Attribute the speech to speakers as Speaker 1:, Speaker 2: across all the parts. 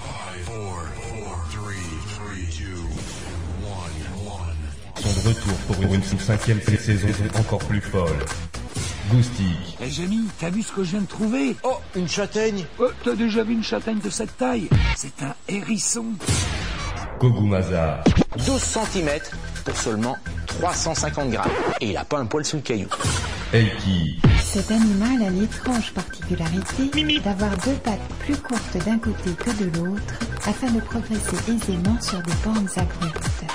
Speaker 1: Four, four, three, three, two, one, one.
Speaker 2: sont de retour pour une cinquième saison encore plus folle. Goustique,
Speaker 3: Eh Jamy, t'as vu ce que je viens de trouver
Speaker 4: Oh, une châtaigne
Speaker 3: Oh, T'as déjà vu une châtaigne de cette taille C'est un hérisson
Speaker 2: Kogumaza,
Speaker 4: 12 cm pour seulement 350 grammes. Et il a pas un poil sous le caillou.
Speaker 2: Eiki,
Speaker 5: Cet animal a l'étrange particularité d'avoir deux pattes plus courtes d'un côté que de l'autre afin de progresser aisément sur des pentes abruptes.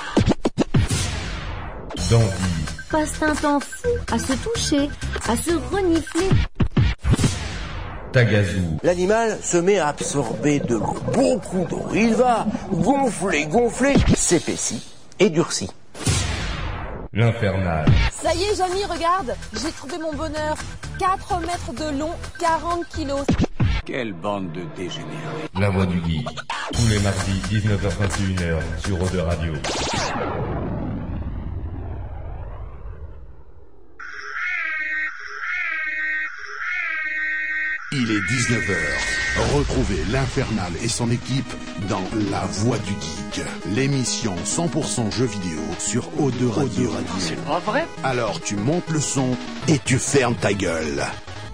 Speaker 2: Dandy,
Speaker 6: passe un temps fou à se toucher, à se renifler.
Speaker 2: Tagazu,
Speaker 4: L'animal se met à absorber de beaucoup d'eau. Il va gonfler, gonfler, s'épaissit et durcit.
Speaker 2: l'Infernal,
Speaker 7: Ça y est, Jamy, regarde, j'ai trouvé mon bonheur. 4 mètres de long, 40 kilos.
Speaker 3: Quelle bande de dégénérés
Speaker 2: La Voix du Geek. Tous les mardis 19h21h sur Eau de Radio.
Speaker 1: Il est 19h. Retrouvez l'Infernal et son équipe dans La Voix du Geek, l'émission 100% jeux vidéo sur O2 Radio. C'est pas vrai Alors tu montes le son et tu fermes ta gueule.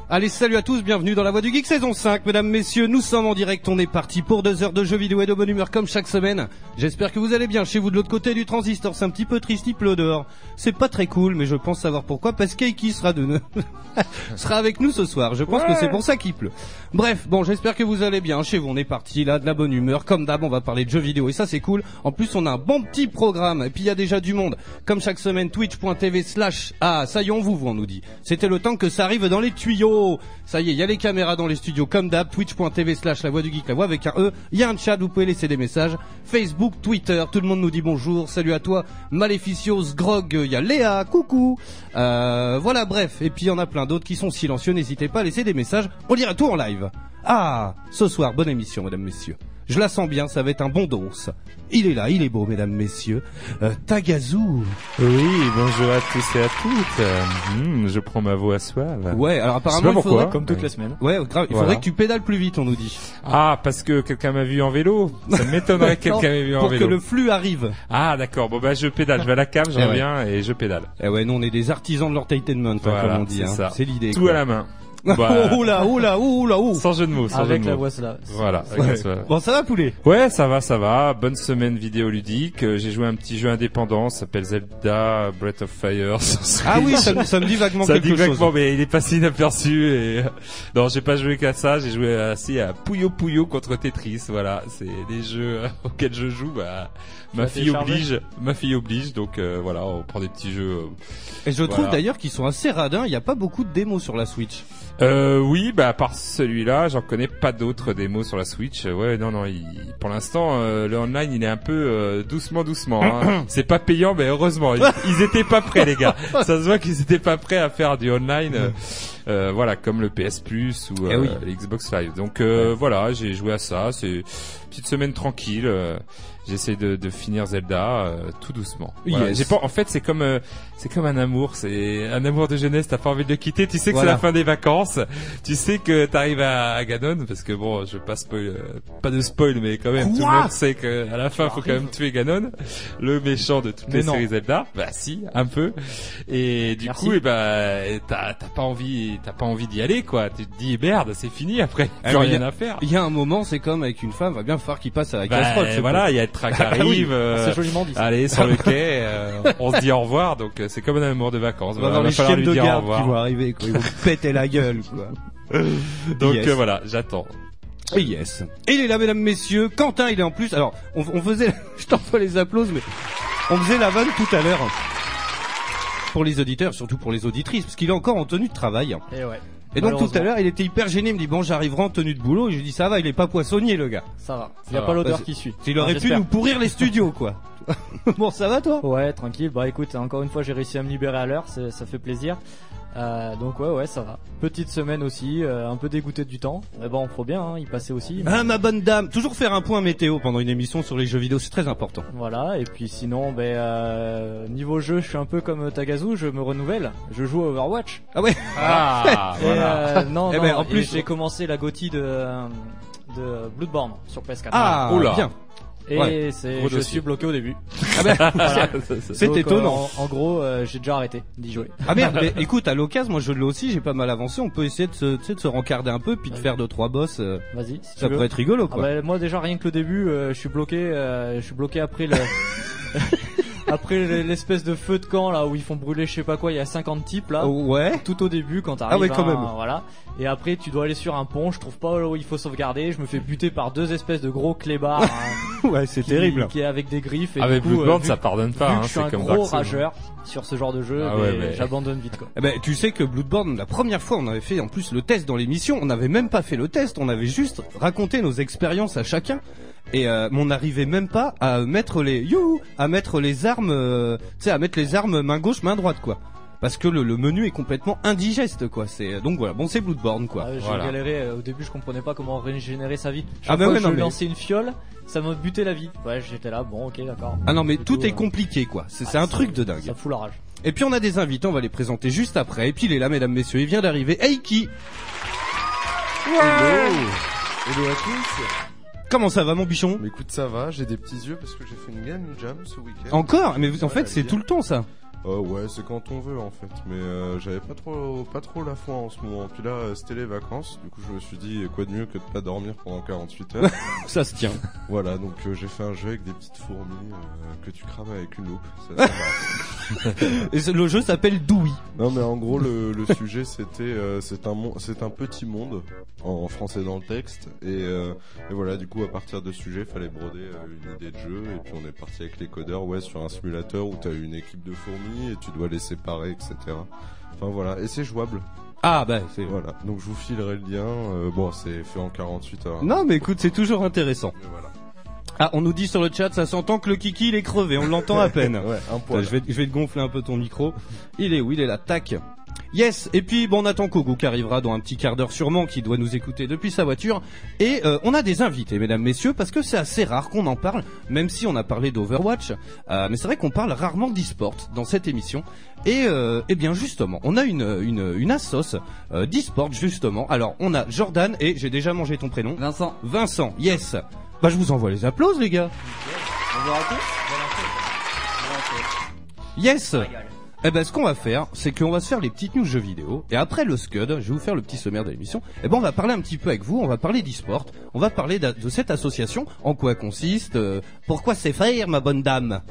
Speaker 8: Allez, salut à tous, bienvenue dans la Voix du Geek saison 5. Mesdames, messieurs, nous sommes en direct, on est parti pour deux heures de jeux vidéo et de bonne humeur comme chaque semaine. J'espère que vous allez bien chez vous de l'autre côté du transistor, c'est un petit peu triste, il pleut dehors. C'est pas très cool, mais je pense savoir pourquoi, parce qu'Eiki sera de... sera avec nous ce soir, je pense que c'est pour ça qu'il pleut. Bref, bon, j'espère que vous allez bien chez vous, on est parti là, de la bonne humeur, comme d'hab, on va parler de jeux vidéo et ça c'est cool. En plus, on a un bon petit programme, et puis il y a déjà du monde. Comme chaque semaine, twitch.tv slash... Ah, ça y est, on vous voit, on nous dit. C'était le temps que ça arrive dans les tuyaux. Ça y est, il y a les caméras dans les studios comme d'hab, twitch.tv slash la voix du geek, la voix avec un E. Il y a un chat, vous pouvez laisser des messages. Facebook, Twitter, tout le monde nous dit bonjour, salut à toi. Maléficios, Grog, il y a Léa, coucou. Euh, voilà, bref. Et puis il y en a plein d'autres qui sont silencieux, n'hésitez pas à laisser des messages. On lira tout en live. Ah, ce soir, bonne émission, mesdames, messieurs. Je la sens bien, ça va être un bon dons. Il est là, il est beau, mesdames, messieurs. Euh, Tagazu.
Speaker 9: Oui, bonjour à tous et à toutes. Euh, hmm, je prends ma voix suave.
Speaker 8: Ouais, alors
Speaker 9: Je sais
Speaker 8: apparemment,
Speaker 9: pas
Speaker 8: il faudrait...
Speaker 9: pourquoi.
Speaker 10: Comme toutes les semaines.
Speaker 8: Ouais, grave, il faudrait
Speaker 9: Voilà.
Speaker 8: que tu pédales plus vite, on nous dit.
Speaker 9: Ah, parce que quelqu'un m'a vu en vélo. Ça m'étonnerait que
Speaker 8: Non,
Speaker 9: quelqu'un m'ait vu en
Speaker 8: pour que
Speaker 9: vélo.
Speaker 8: le flux arrive.
Speaker 9: Ah, d'accord. Bon, bah, je pédale. Je vais à la cave,
Speaker 8: Eh
Speaker 9: j'en
Speaker 8: ouais.
Speaker 9: viens et je pédale.
Speaker 8: Eh ouais, nous on est des artisans de l'entertainment, hein,
Speaker 9: Voilà,
Speaker 8: comme on dit.
Speaker 9: c'est
Speaker 8: hein.
Speaker 9: ça.
Speaker 8: C'est l'idée.
Speaker 9: Tout
Speaker 8: quoi.
Speaker 9: à la main. Bah,
Speaker 8: Oh
Speaker 9: Voilà.
Speaker 8: là, oh là, oh là, oh.
Speaker 9: Sans jeu de mots, sans
Speaker 10: Avec
Speaker 9: jeu de
Speaker 10: la
Speaker 9: mots.
Speaker 10: voix là.
Speaker 9: Voilà. avec la suave.
Speaker 8: Bon, ça va poulet.
Speaker 9: Ouais, ça va, ça va. Bonne semaine vidéoludique. Euh, J'ai joué à un petit jeu indépendant. Ça s'appelle Zelda Breath of Fire. sur Switch.
Speaker 8: Ah oui, ça, me- ça me dit vaguement
Speaker 9: Ça
Speaker 8: quelque
Speaker 9: dit vaguement,
Speaker 8: chose.
Speaker 9: mais il est passé inaperçu et euh, non, j'ai pas joué qu'à ça. J'ai joué assez à Puyo Puyo contre Tetris. Voilà, c'est des jeux euh, auxquels je joue. Bah, ma
Speaker 10: l'as
Speaker 9: fille
Speaker 10: téléchargé
Speaker 9: oblige, ma fille oblige. Donc euh, voilà, on prend des petits jeux. euh,
Speaker 8: Et je trouve
Speaker 9: Voilà.
Speaker 8: d'ailleurs qu'ils sont assez radins. Il n'y a pas beaucoup de démos sur la Switch.
Speaker 9: Euh, oui, bah à part celui-là, j'en connais pas d'autres démos sur la Switch. Euh, Ouais, non, non. il- pour l'instant, euh, le online, il est un peu euh, doucement, doucement. hein. C'est pas payant, mais heureusement, ils, ils étaient pas prêts, les gars. Ça se voit qu'ils étaient pas prêts à faire du online. euh, euh, voilà, comme le PS Plus ou
Speaker 8: Mm. Eh
Speaker 9: euh,
Speaker 8: oui.
Speaker 9: l'Xbox Live. Donc euh, voilà, j'ai joué à ça. C'est une petite semaine tranquille. euh, J'essaie de, de finir Zelda euh, tout doucement. Voilà.
Speaker 8: Yes.
Speaker 9: J'ai pas. En fait, c'est comme euh, c'est comme un amour. C'est un amour de jeunesse. T'as pas envie de le quitter. Tu sais que
Speaker 8: Voilà.
Speaker 9: c'est la fin des vacances. Tu sais que t'arrives à, à Ganon parce que bon, je passe pas, spoil- euh, pas de spoil, mais quand même, tout le monde sait que à la fin, faut quand même tuer Ganon, le méchant de toutes
Speaker 10: Mais
Speaker 9: les
Speaker 10: non.
Speaker 9: séries Zelda. Bah si, un peu. Et du
Speaker 10: Merci.
Speaker 9: coup, eh ben, t'as t'as pas envie, t'as pas envie d'y aller, quoi. Tu te dis merde, c'est fini après.
Speaker 8: Ah,
Speaker 9: Plus
Speaker 8: mais
Speaker 9: rien à faire.
Speaker 8: Il y a un moment, c'est comme avec une femme, va bien falloir qu'il passe à la
Speaker 9: Bah,
Speaker 8: casserole. ce
Speaker 9: voilà,
Speaker 8: con.
Speaker 9: il y a le train qui
Speaker 8: Ah, oui.
Speaker 9: arrive. euh,
Speaker 10: C'est joliment dit. ça.
Speaker 9: Allez, sur le quai, euh, on se dit au revoir, donc euh, c'est comme un amour de vacances.
Speaker 8: On va
Speaker 9: Voilà,
Speaker 8: avoir
Speaker 9: va
Speaker 8: les
Speaker 9: falloir
Speaker 8: chiennes
Speaker 9: lui
Speaker 8: de
Speaker 9: dire au
Speaker 8: garde qui
Speaker 9: revoir.
Speaker 8: vont arriver. Quoi. Ils vont péter la gueule. Quoi.
Speaker 9: Donc
Speaker 8: Yes.
Speaker 9: euh, voilà, j'attends.
Speaker 8: Et yes. Et il est là, mesdames, messieurs. Quentin, il est en plus. Alors, on, on faisait. Je t'envoie les applaudissements, mais on faisait la vanne tout à l'heure. Pour les auditeurs, surtout pour les auditrices, parce qu'il est encore en tenue de travail.
Speaker 10: Et ouais.
Speaker 8: Et donc tout à
Speaker 10: Malheureusement,
Speaker 8: l'heure, il était hyper gêné. Il me dit bon, j'arriverai en tenue de boulot. Et je lui dis ça va, il est pas poissonnier le gars.
Speaker 10: Ça va. Il n'y a
Speaker 9: va.
Speaker 10: pas l'odeur
Speaker 8: Parce-
Speaker 10: qui suit.
Speaker 8: Il aurait
Speaker 10: Enfin,
Speaker 8: pu
Speaker 10: j'espère.
Speaker 8: nous pourrir les studios quoi. bon, ça va toi
Speaker 10: Ouais, tranquille. Bah écoute, encore une fois, j'ai réussi à me libérer à l'heure. c'est- Ça fait plaisir. Euh, donc ouais, ouais, ça va. Petite semaine aussi. euh, un peu dégoûté du temps. Mais bon, on prend bien. Hein, il passait aussi.
Speaker 8: Ah ma bonne dame, toujours faire un point météo pendant une émission sur les jeux vidéo, c'est très important.
Speaker 10: Voilà, et puis sinon, ben, euh, niveau jeu, je suis un peu comme Tagazu, je me renouvelle, je joue à Overwatch.
Speaker 8: Ah ouais.
Speaker 9: Ah,
Speaker 10: Et,
Speaker 9: voilà.
Speaker 10: euh, non,
Speaker 8: Eh
Speaker 10: non,
Speaker 8: ben, en
Speaker 10: et
Speaker 8: plus-
Speaker 10: j'ai commencé la GOTY de, euh, de Bloodborne sur PS4.
Speaker 8: Ah, Oula. bien.
Speaker 10: Et
Speaker 8: Ouais.
Speaker 10: c'est,
Speaker 8: Gros
Speaker 10: je
Speaker 8: dossier.
Speaker 10: suis bloqué au début.
Speaker 8: Ah ben,
Speaker 10: Voilà.
Speaker 8: c'est- c'est
Speaker 10: Donc, euh,
Speaker 8: étonnant.
Speaker 10: en, en gros, euh, j'ai déjà arrêté d'y jouer.
Speaker 8: Ah merde, mais écoute, à l'occasion, moi je l'ai aussi, j'ai pas mal avancé, on peut essayer de se, tu sais, de se rencarder un peu, puis de faire deux trois boss. euh,
Speaker 10: Vas-y. si tu
Speaker 8: ça
Speaker 10: veux.
Speaker 8: pourrait être rigolo
Speaker 10: Ah
Speaker 8: quoi.
Speaker 10: bah, moi déjà rien que le début, euh, je suis bloqué. euh, je suis bloqué après le. Après l'espèce de feu de camp là où ils font brûler je sais pas quoi, il y a 50 types là.
Speaker 8: Oh, ouais.
Speaker 10: Tout au début quand t'arrives.
Speaker 8: Ah ouais, quand
Speaker 10: hein,
Speaker 8: même.
Speaker 10: Voilà. Et après tu dois aller sur un pont, je trouve pas où il faut sauvegarder, je me fais buter par deux espèces de gros clébards. hein,
Speaker 8: ouais, c'est
Speaker 10: qui-
Speaker 8: terrible.
Speaker 10: Qui est avec des griffes. Et
Speaker 9: Avec
Speaker 10: du coup,
Speaker 9: Ah,
Speaker 10: euh,
Speaker 9: Bloodborne,
Speaker 10: vu-
Speaker 9: ça pardonne pas,
Speaker 10: vu
Speaker 9: hein,
Speaker 10: que je suis
Speaker 9: c'est
Speaker 10: un
Speaker 9: comme
Speaker 10: gros
Speaker 9: Dark Souls.
Speaker 10: rageur sur ce genre de jeu,
Speaker 9: Ah ouais,
Speaker 10: mais
Speaker 9: mais-
Speaker 10: j'abandonne vite quoi.
Speaker 8: Eh ben, tu sais que Bloodborne, la première fois, on avait fait en plus le test dans l'émission. On n'avait même pas fait le test, on avait juste raconté nos expériences à chacun. Et euh, mais on n'arrivait même pas à mettre les youhou, à mettre les armes, euh, tu sais, à mettre les armes main gauche, main droite, quoi. Parce que le, le menu est complètement indigeste, quoi. C'est euh, donc voilà, bon, c'est Bloodborne, quoi.
Speaker 10: Ah, J'ai
Speaker 8: Voilà.
Speaker 10: galéré euh, au début, je comprenais pas comment régénérer sa vie. Chaque
Speaker 8: Ah bah
Speaker 10: fois
Speaker 8: ouais,
Speaker 10: que
Speaker 8: non,
Speaker 10: je
Speaker 8: mais-
Speaker 10: lançais une fiole, ça me butait la vie. Ouais, j'étais là, bon, ok, d'accord.
Speaker 8: Ah non, mais
Speaker 10: Du
Speaker 8: tout
Speaker 10: coup,
Speaker 8: est
Speaker 10: euh,
Speaker 8: compliqué, quoi. C'est c'est un truc de dingue.
Speaker 10: Ça fout la rage.
Speaker 8: Et puis on a des invités, on va les présenter juste après. Et puis il est là, mesdames, messieurs, il vient d'arriver. Eiki
Speaker 11: Hello à tous
Speaker 8: Comment ça va, mon bichon
Speaker 11: Mais écoute, ça va, j'ai des petits yeux parce que j'ai fait une game jam ce week-end.
Speaker 8: Encore Mais vous- en
Speaker 11: Ouais,
Speaker 8: fait, c'est
Speaker 11: bien.
Speaker 8: tout le temps, ça.
Speaker 11: Euh, ouais, c'est quand on veut en fait, mais euh, j'avais pas trop, pas trop la foi en ce moment. Puis là, euh, c'était les vacances, du coup je me suis dit quoi de mieux que de pas dormir pendant 48 heures.
Speaker 8: Ça se tient.
Speaker 11: Voilà, donc euh, j'ai fait un jeu avec des petites fourmis euh, que tu crames avec une loupe. Ça, ça va.
Speaker 8: Et c'est- le jeu s'appelle Doui.
Speaker 11: Non mais en gros le, le sujet c'était euh, c'est un mon- c'est un petit monde en français dans le texte et, euh, et voilà du coup à partir de ce sujet fallait broder euh, une idée de jeu et puis on est parti avec les codeurs ouais sur un simulateur où t'as une équipe de fourmis et tu dois les séparer etc. Enfin voilà et c'est jouable.
Speaker 8: Ah bah c'est
Speaker 11: voilà donc je vous filerai le lien Euh, bon c'est fait en 48 heures.
Speaker 8: Non, mais écoute, c'est toujours intéressant.
Speaker 11: Mais voilà.
Speaker 8: Ah, on nous dit sur le chat, ça s'entend que le kiki, il est crevé, on l'entend à peine.
Speaker 11: Ouais, un
Speaker 8: Putain,
Speaker 11: poil.
Speaker 8: je, vais, je vais te gonfler un peu ton micro. Il est où Il est là, tac. Yes, et puis bon, on attend Kogu qui arrivera dans un petit quart d'heure sûrement, qui doit nous écouter depuis sa voiture. Et euh, on a des invités, mesdames, messieurs, parce que c'est assez rare qu'on en parle, même si on a parlé d'Overwatch. Euh, mais c'est vrai qu'on parle rarement d'e-sport dans cette émission. Et, euh, eh bien justement, on a une, une, une assos euh, d'e-sport justement. Alors, on a Jordan, et j'ai déjà mangé ton prénom. Vincent. Vincent, yes. Bah je vous envoie les applauses les gars.
Speaker 12: Bonjour à tous.
Speaker 8: Yes Eh ben ce qu'on va faire, c'est qu'on va se faire les petites news jeux vidéo, et après le Scud, je vais vous faire le petit sommaire de l'émission, eh ben on va parler un petit peu avec vous, on va parler d'e-sport, on va parler d'a- de cette association, en quoi elle consiste, euh, pourquoi c'est faire ma bonne dame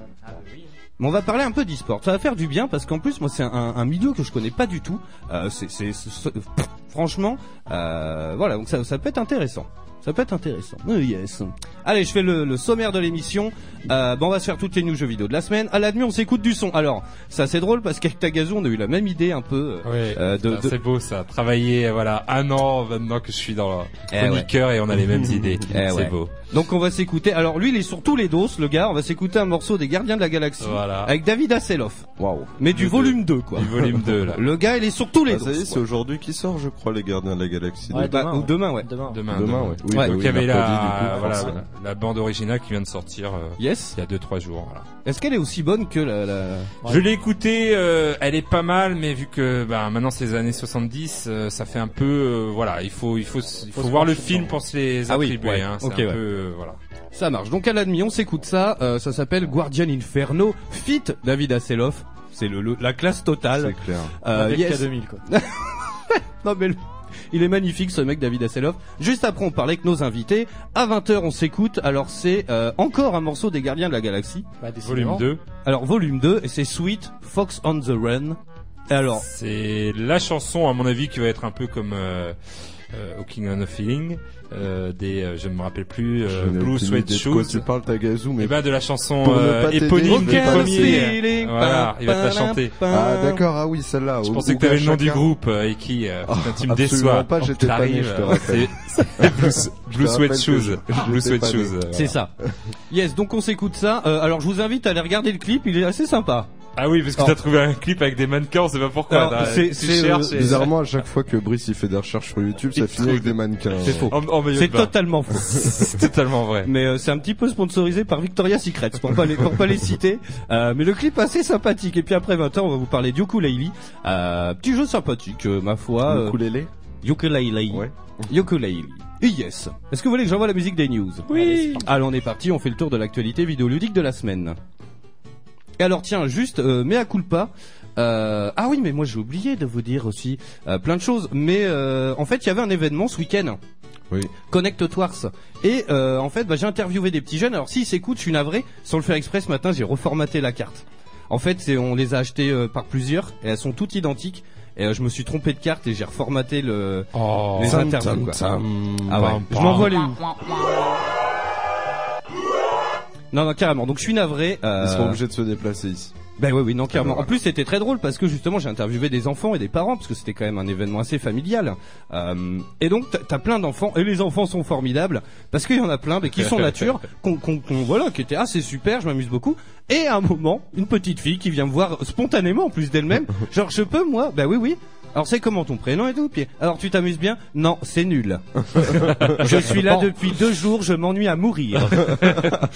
Speaker 8: mais on va parler un peu d'e-sport. Ça va faire du bien parce qu'en plus, moi, c'est un, un milieu que je connais pas du tout. Euh, c'est, c'est, c'est- c'est- pff, franchement, euh, voilà. Donc ça, ça peut être intéressant. Ça peut être intéressant. Euh, yes. Allez, je fais le, le sommaire de l'émission. Euh, bon, on va se faire toutes les news jeux vidéo de la semaine. À la nuit, on s'écoute du son. Alors, ça, c'est drôle parce qu'avec Tagazu, on a eu la même idée un peu. euh,
Speaker 9: Ouais,
Speaker 8: euh, de-
Speaker 9: putain,
Speaker 8: de-
Speaker 9: c'est beau ça. Travailler euh, voilà un an maintenant que je suis dans
Speaker 8: Eh
Speaker 9: le
Speaker 8: ouais.
Speaker 9: chroniqueur et on a les mêmes idées.
Speaker 8: Eh
Speaker 9: c'est
Speaker 8: ouais.
Speaker 9: beau.
Speaker 8: Donc on va s'écouter. Alors lui, il est sur tous les doses, le gars. On va s'écouter un morceau des Gardiens de la Galaxie
Speaker 9: Voilà.
Speaker 8: avec David Asseloff. Waouh. Mais du volume 2 quoi.
Speaker 9: Du volume 2 là.
Speaker 8: Le gars, il est sur tous les
Speaker 11: Ah, ça y
Speaker 8: doses,
Speaker 11: est, c'est
Speaker 8: ouais.
Speaker 11: aujourd'hui qui sort, je crois, les Gardiens de la Galaxie.
Speaker 8: Ouais,
Speaker 11: deux.
Speaker 8: demain, Bah, ou ouais. demain, Ah ouais.
Speaker 9: Demain,
Speaker 10: Demain.
Speaker 11: Demain,
Speaker 9: demain.
Speaker 11: ouais. Oui,
Speaker 9: donc
Speaker 11: bah
Speaker 9: il
Speaker 11: oui,
Speaker 9: y avait
Speaker 11: mercredi,
Speaker 9: la,
Speaker 11: du coup,
Speaker 9: voilà,
Speaker 11: forcément.
Speaker 9: la bande originale qui vient de sortir euh,
Speaker 8: yes.
Speaker 9: il y a 2-3 jours. Voilà.
Speaker 8: Est-ce qu'elle est aussi bonne que la, la-
Speaker 9: Je l'ai écoutée, euh, elle est pas mal, mais vu que bah, maintenant c'est les années 70, euh, ça fait un peu, euh, voilà, il faut il faut s- il faut,
Speaker 8: se
Speaker 9: voir le
Speaker 8: pencher
Speaker 9: film
Speaker 8: dedans.
Speaker 9: pour se les
Speaker 8: Ah oui,
Speaker 9: attribuer,
Speaker 8: ouais.
Speaker 9: hein, c'est
Speaker 8: Ok,
Speaker 9: un
Speaker 8: ouais.
Speaker 9: peu euh, voilà.
Speaker 8: Ça marche. Donc à l'admi, on s'écoute ça. Euh, ça s'appelle Guardian Inferno. Fit David Asseloff. C'est le, le- la classe totale.
Speaker 11: C'est clair.
Speaker 8: Euh,
Speaker 10: Avec
Speaker 8: yes.
Speaker 10: K2000 quoi.
Speaker 8: non mais le- il est magnifique ce mec David Asseloff. Juste après on parlait avec nos invités. À 20h on s'écoute. Alors c'est euh, encore un morceau des Gardiens de la Galaxie.
Speaker 10: Bah,
Speaker 9: Volume
Speaker 10: décidément.
Speaker 9: 2,
Speaker 8: Alors volume 2 et c'est Sweet Fox on the Run. Et alors
Speaker 9: c'est la chanson à mon avis qui va être un peu comme euh, euh, Hooking on a Feeling euh, des euh, je ne me rappelle plus euh,
Speaker 11: Je n'ai
Speaker 9: Blue
Speaker 11: aucune
Speaker 9: Sweat
Speaker 11: idée de quoi tu
Speaker 9: Shoes.
Speaker 11: parles, Tagazu, mais
Speaker 9: Et ben de la chanson
Speaker 11: Pour ne
Speaker 9: euh,
Speaker 11: pas t'aider,
Speaker 9: éponyme
Speaker 11: je
Speaker 9: des
Speaker 11: vais pas la
Speaker 9: premiers.
Speaker 8: citer.
Speaker 9: Voilà, il va te la chanter.
Speaker 11: Ah d'accord, ah oui, celle-là.
Speaker 9: Je pensais que t'avais le nom du groupe euh, et qui euh,
Speaker 11: Oh,
Speaker 9: putain, tu me
Speaker 11: absolument
Speaker 9: déçois.
Speaker 11: pas,
Speaker 9: Quand
Speaker 11: j'étais pas né,
Speaker 9: t'arrives,
Speaker 11: je te
Speaker 9: euh,
Speaker 11: rappelle.
Speaker 9: c'est- c'est Blue, Blue
Speaker 11: te rappelle
Speaker 9: Sweat
Speaker 11: que
Speaker 9: Shoes.
Speaker 11: je-
Speaker 9: Blue
Speaker 11: j'étais
Speaker 9: Sweat
Speaker 11: pas né.
Speaker 9: Shoes. euh,
Speaker 8: C'est
Speaker 9: voilà.
Speaker 8: ça. Yes, donc on s'écoute ça. Euh, alors je vous invite à aller regarder le clip, il est assez sympa.
Speaker 9: Ah oui, parce que
Speaker 8: Alors-
Speaker 9: t'as trouvé un clip avec des mannequins, on sait pas pourquoi. t'as-
Speaker 8: Alors, c'est-
Speaker 9: tu
Speaker 8: c'est,
Speaker 9: cherches
Speaker 8: euh,
Speaker 9: et-
Speaker 11: Bizarrement, à chaque fois que Brice il fait des recherches sur YouTube, ça finit avec des mannequins.
Speaker 8: C'est faux.
Speaker 9: en, en maillot de
Speaker 8: C'est
Speaker 9: bain.
Speaker 8: totalement faux.
Speaker 9: C'est totalement vrai.
Speaker 8: Mais euh, c'est un petit peu sponsorisé par Victoria Secret, pour pas les pour pas les citer. Euh, mais le clip assez sympathique. Et puis après 20 h on va vous parler d'ukulele. Euh, petit jeu sympathique, euh, ma foi.
Speaker 11: Le
Speaker 8: euh,
Speaker 11: ukulélé
Speaker 8: ukulele.
Speaker 11: Ouais.
Speaker 8: Ukulele. et Yes. Est-ce que vous voulez que j'envoie la musique des news
Speaker 12: Oui.
Speaker 8: Allez, on est parti, on fait le tour de l'actualité vidéoludique de la semaine. Et alors tiens, juste, euh, mea culpa. Euh, ah oui, mais moi j'ai oublié de vous dire aussi euh, plein de choses. Mais euh, en fait, il y avait un événement ce week-end.
Speaker 11: Oui.
Speaker 8: Connect Tours. Et euh, en fait, bah, j'ai interviewé des petits jeunes. Alors s'ils s'écoutent, je suis navré. Sans le faire exprès, ce matin, j'ai reformaté la carte. En fait, c'est on les a achetées euh, par plusieurs et elles sont toutes identiques. Et euh, je me suis trompé de carte et j'ai reformaté le les
Speaker 11: Oh. Tam,
Speaker 8: interviews.
Speaker 11: tam,
Speaker 8: quoi.
Speaker 11: tam.
Speaker 8: Ah ouais.
Speaker 11: Pam,
Speaker 8: Je m'envoie les
Speaker 11: pam.
Speaker 8: où Non, non, carrément. Donc je suis navré. euh,
Speaker 11: Ils seront obligés de se déplacer ici.
Speaker 8: ben oui, oui, non, clairement. En plus, c'était très drôle parce que justement, j'ai interviewé des enfants et des parents parce que c'était quand même un événement assez familial. Euh, et donc, t'as- t'as plein d'enfants et les enfants sont formidables parce qu'il y en a plein, mais qui sont nature, qu'on, qu'on- qu'on- voilà, qui étaient ah c'est super, je m'amuse beaucoup. Et à un moment, une petite fille qui vient me voir spontanément en plus d'elle-même, genre je peux moi, ben oui, oui. Alors c'est comment ton prénom et tout puis alors tu t'amuses bien Non, c'est nul. je suis là
Speaker 10: Bon.
Speaker 8: depuis deux jours, je m'ennuie à mourir.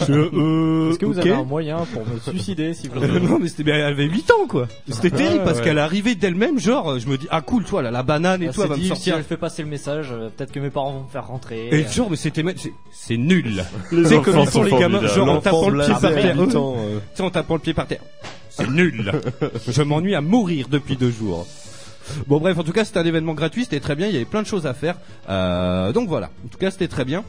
Speaker 8: Je, euh,
Speaker 10: Est-ce que vous
Speaker 8: ok.
Speaker 10: avez un moyen pour me suicider si vous
Speaker 8: Euh, non mais c'était bien, elle avait 8 ans quoi. Ah, C'était
Speaker 10: Ouais,
Speaker 8: terrible parce
Speaker 10: ouais.
Speaker 8: qu'elle arrivait d'elle-même genre euh, je me dis ah cool toi là la banane et
Speaker 10: Elle
Speaker 8: tout
Speaker 10: s'est
Speaker 8: elle va me
Speaker 10: dit, Si
Speaker 8: sortir.
Speaker 10: elle fait passer le message, euh, peut-être que mes parents vont me faire rentrer.
Speaker 8: Et
Speaker 10: Euh,
Speaker 8: genre mais c'était ma- c'est- c'est nul.
Speaker 10: Les
Speaker 8: C'est comme
Speaker 10: enfants
Speaker 8: ils sont
Speaker 10: sont
Speaker 8: les gamins
Speaker 10: formidables.
Speaker 8: genre en
Speaker 10: L'enfant
Speaker 8: tapant le pied
Speaker 10: blasé
Speaker 8: par
Speaker 10: à
Speaker 8: terre.
Speaker 10: huit
Speaker 8: Tu
Speaker 10: ans, euh.
Speaker 8: sais, en tapant le pied par terre. C'est nul. je m'ennuie à mourir depuis deux jours. Bon bref en tout cas c'était un événement gratuit c'était très bien il y avait plein de choses à faire Euh, donc voilà en tout cas c'était très bien.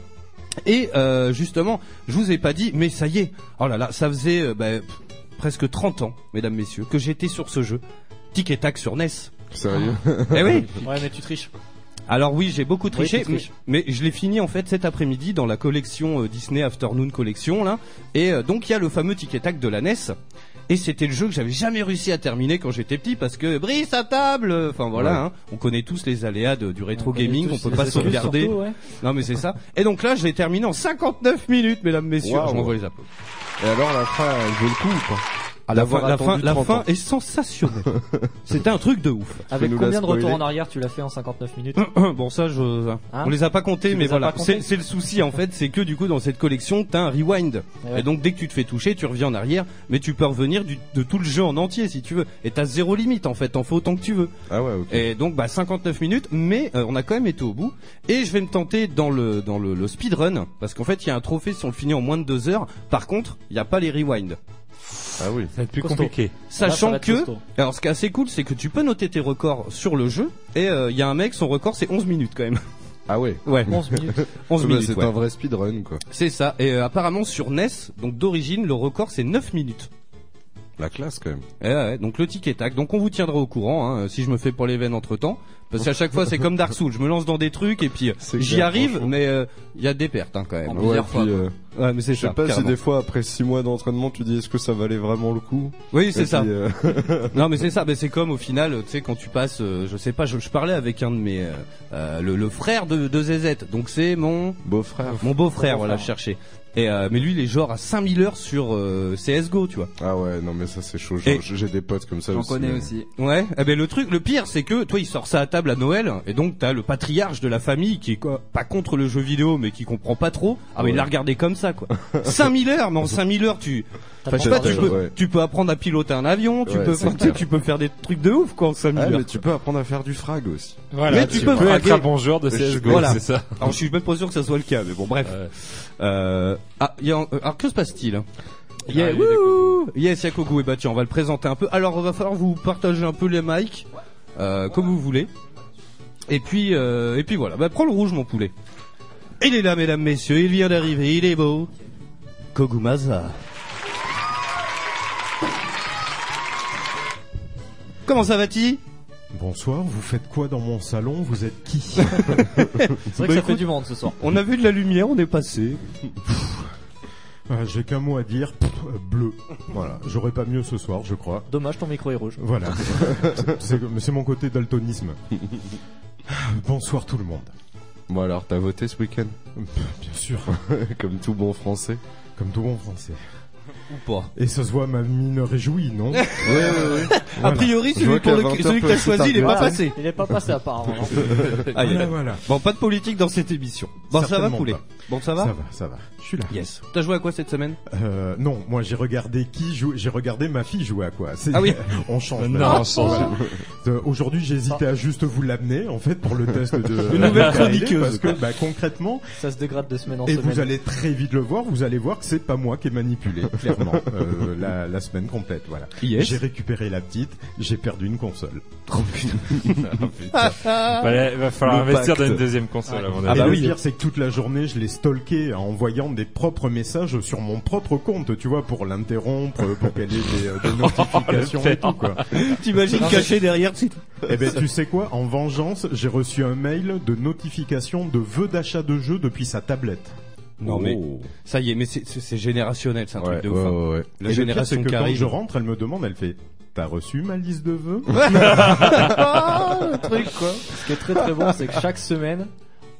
Speaker 8: Et euh, justement, je vous ai pas dit, mais ça y est, oh là là, ça faisait euh, bah, pff, presque 30 ans, mesdames, messieurs, que j'étais sur ce jeu, Tic et Tac sur NES.
Speaker 11: Sérieux
Speaker 8: Eh oui
Speaker 10: Ouais, mais tu triches.
Speaker 8: alors oui, j'ai beaucoup triché,
Speaker 10: Oui, tu triches.
Speaker 8: mais, mais je l'ai fini en fait cet après-midi dans la collection euh, Disney Afternoon Collection là. Et euh, donc il y a le fameux ticket tac de la NES. Et c'était le jeu que j'avais jamais réussi à terminer quand j'étais petit parce que brise à table. Enfin voilà,
Speaker 10: Ouais.
Speaker 8: hein. on connaît tous les aléas de- du rétro
Speaker 10: connaît
Speaker 8: gaming,
Speaker 10: tous
Speaker 8: on peut
Speaker 10: les
Speaker 8: pas
Speaker 10: aléas,
Speaker 8: sauvegarder.
Speaker 10: surtout, ouais.
Speaker 8: Non mais c'est ça. Et donc là, je l'ai terminé en 59 minutes, mesdames messieurs.
Speaker 11: Waouh.
Speaker 8: Je m'envoie les applaudissements.
Speaker 11: Et alors la fin, elle vaut le coup ou pas
Speaker 8: Ah, la
Speaker 11: D'avoir
Speaker 8: fin, la
Speaker 11: attendu
Speaker 8: fin, la
Speaker 11: 30
Speaker 8: fin
Speaker 11: ans.
Speaker 8: est sensationnelle. C'était un truc de ouf.
Speaker 10: Avec combien de retours en arrière tu l'as fait en 59 minutes
Speaker 8: bon ça je
Speaker 10: Hein
Speaker 8: on les a pas comptés
Speaker 10: Tu
Speaker 8: mais
Speaker 10: les as
Speaker 8: voilà
Speaker 10: pas
Speaker 8: c'est
Speaker 10: comptés
Speaker 8: c'est le souci en fait c'est que du coup dans cette collection t'as un rewind
Speaker 10: Ah ouais.
Speaker 8: et donc dès que tu te fais toucher tu reviens en arrière mais tu peux revenir du- de tout le jeu en entier si tu veux et t'as zéro limite en fait t'en fais autant que tu veux
Speaker 11: Ah ouais, ok.
Speaker 8: et donc bah 59 minutes mais euh, on a quand même été au bout et je vais me tenter dans le dans le, le speedrun parce qu'en fait il y a un trophée si on le finit en moins de deux heures par contre il n'y a pas les rewinds
Speaker 11: Ah oui.
Speaker 9: Ça va être plus
Speaker 8: Costaud.
Speaker 9: compliqué.
Speaker 8: Sachant
Speaker 9: Là, ça va
Speaker 8: que,
Speaker 9: être costaud.
Speaker 8: alors ce qui est assez cool, c'est que tu peux noter tes records sur le jeu, et euh, il y a un mec, son record c'est 11 minutes quand même.
Speaker 11: Ah ouais.
Speaker 8: Ouais.
Speaker 10: 11 minutes.
Speaker 8: 11
Speaker 11: Bah,
Speaker 8: minutes,
Speaker 11: C'est
Speaker 8: ouais.
Speaker 11: un vrai speedrun quoi.
Speaker 8: C'est ça, et euh, apparemment sur NES, donc d'origine, le record c'est 9 minutes.
Speaker 11: La classe quand même.
Speaker 8: Eh ouais, donc le ticket tac, donc on vous tiendra au courant, hein, si je me fais pour les veines entre temps, parce qu'à chaque fois c'est comme Dark Souls, je me lance dans des trucs et puis euh, j'y
Speaker 11: clair,
Speaker 8: arrive, mais euh, il y a des pertes hein, quand même.
Speaker 11: Ouais, puis, euh,
Speaker 8: Ouais, mais c'est
Speaker 11: je sais
Speaker 8: ça,
Speaker 11: pas si
Speaker 8: carrément.
Speaker 11: des fois après 6 mois d'entraînement tu dis est-ce que ça valait vraiment le coup
Speaker 8: Oui, c'est
Speaker 11: Et
Speaker 8: ça.
Speaker 11: puis, euh,
Speaker 8: non, mais c'est ça. Mais c'est comme au final, tu sais, quand tu passes, euh, je sais pas, je, je parlais avec un de mes, euh, euh, le, le frère de, de ZZ. Donc c'est mon
Speaker 11: beau-frère.
Speaker 8: Mon beau-frère,
Speaker 11: Beau-frère.
Speaker 8: voilà, je cherchais. Et euh, mais lui, il est genre à 5000 heures sur euh, CS:GO, tu vois.
Speaker 11: Ah ouais, non mais ça c'est chaud. Genre,
Speaker 8: Et-
Speaker 11: J'ai des potes comme ça. aussi, mais-
Speaker 8: Ouais. Eh ben le truc, le pire, c'est que toi, il sort ça à table à Noël, et donc t'as le patriarche de la famille qui est quoi, pas contre le jeu vidéo, mais qui comprend pas trop. Ah mais il
Speaker 11: Ouais.
Speaker 8: l'a regardé comme ça, quoi. 5000 heures, mais en 5000 heures, tu, enfin, je sais pas, tu
Speaker 11: T'apprends
Speaker 8: peux,
Speaker 11: pas, ouais.
Speaker 8: tu peux apprendre à piloter un avion, tu
Speaker 11: Ouais,
Speaker 8: peux,
Speaker 11: c'est
Speaker 8: enfin, tu sais,
Speaker 11: clair.
Speaker 8: tu peux faire des trucs de ouf, quoi, en 5000
Speaker 11: Ah,
Speaker 8: heures.
Speaker 11: mais tu peux apprendre à faire du frag aussi.
Speaker 8: mais tu, peux,
Speaker 9: peux être
Speaker 8: draguer.
Speaker 9: un bon joueur de CS:GO,
Speaker 8: Voilà.
Speaker 9: c'est ça.
Speaker 8: Alors je suis même pas sûr que ça soit le cas, mais bon bref. Euh, ah, il y a un- alors que se passe-t-il
Speaker 9: Eh
Speaker 8: Yeah,
Speaker 9: ben,
Speaker 8: wouhou yes, Yakoku est battu. On va le présenter un peu. Alors, va falloir vous partager un peu les mics, euh, comme vous voulez. Et puis, euh, et puis voilà. Bah, prends le rouge, mon poulet. Il est là, mesdames, messieurs. Il vient d'arriver. Il est beau. Kogumasa. Comment ça va-t-il
Speaker 13: Bonsoir, vous faites quoi dans mon salon Vous êtes qui Ben, C'est
Speaker 10: C'est vrai que ça fait du monde ce soir.
Speaker 8: On a vu de la lumière, on est passé.
Speaker 13: euh, J'ai qu'un mot à dire, pff, euh, bleu. Voilà, j'aurais pas mieux ce soir, je crois.
Speaker 10: Dommage, ton micro est rouge.
Speaker 13: Voilà, c'est c'est mon côté daltonisme. Bonsoir tout le monde.
Speaker 11: Bon alors, t'as voté ce week-end
Speaker 13: Bien sûr,
Speaker 11: Comme tout bon français.
Speaker 13: comme tout bon français.
Speaker 8: Ou pas.
Speaker 13: Et ça se voit, ma mine réjouie, non Oui,
Speaker 11: oui, oui.
Speaker 8: A priori, celui, pour le- celui que t'as choisi, il est pas passé.
Speaker 10: Il est pas passé apparemment.
Speaker 8: Aïe,
Speaker 13: Voilà,
Speaker 8: aïe.
Speaker 13: voilà.
Speaker 8: Bon, pas de politique dans cette émission. Bon, ça va,
Speaker 13: Certainement
Speaker 8: poulet.
Speaker 13: pas.
Speaker 8: Bon, ça va
Speaker 13: Ça va, ça va. Je suis là.
Speaker 8: Yes. T'as joué à quoi cette semaine
Speaker 13: Euh, non, moi j'ai regardé qui joue, j'ai regardé ma fille jouer à quoi. C'est-
Speaker 8: Ah oui.
Speaker 13: on change.
Speaker 8: Non,
Speaker 13: maintenant.
Speaker 8: on change.
Speaker 13: Voilà. Euh, Aujourd'hui, j'hésitais
Speaker 10: Ah.
Speaker 13: à juste vous l'amener en fait pour le test de
Speaker 10: Une nouvelle
Speaker 13: de Kylie,
Speaker 10: chroniqueuse.
Speaker 13: parce que bah, concrètement,
Speaker 10: Ça se dégrade de semaine en
Speaker 13: et
Speaker 10: semaine.
Speaker 13: vous allez très vite le voir, vous allez voir que c'est pas moi qui ai manipulé, clairement, euh, la, la semaine complète, voilà.
Speaker 8: Yes.
Speaker 13: J'ai récupéré la petite, j'ai perdu une console.
Speaker 9: Ah, Voilà, va falloir
Speaker 13: Le
Speaker 9: investir
Speaker 13: pacte.
Speaker 9: dans une deuxième console, à mon
Speaker 13: Et
Speaker 9: avis. Ah bah
Speaker 13: le pire, c'est que toute la journée, je l'ai stalké en envoyant des propres messages sur mon propre compte, tu vois, pour l'interrompre, pour qu'elle ait des, euh, des notifications et tout, quoi.
Speaker 8: Oh, T'imagines caché derrière, c'est tout.
Speaker 13: Eh ben, tu sais quoi, en vengeance, j'ai reçu un mail de notification de vœux d'achat de jeu depuis sa tablette.
Speaker 8: Non, mais ça y est, mais c'est- c'est c'est générationnel, c'est un truc de ouf. hein.
Speaker 13: La
Speaker 8: La
Speaker 13: génération
Speaker 8: génération
Speaker 13: que
Speaker 8: qui
Speaker 13: quand
Speaker 8: arrive.
Speaker 13: je rentre, elle me demande, elle fait, t'as reçu ma liste de vœux?
Speaker 10: Oh,
Speaker 8: Ah,
Speaker 10: le truc quoi. Ce qui est très très bon, c'est que chaque semaine,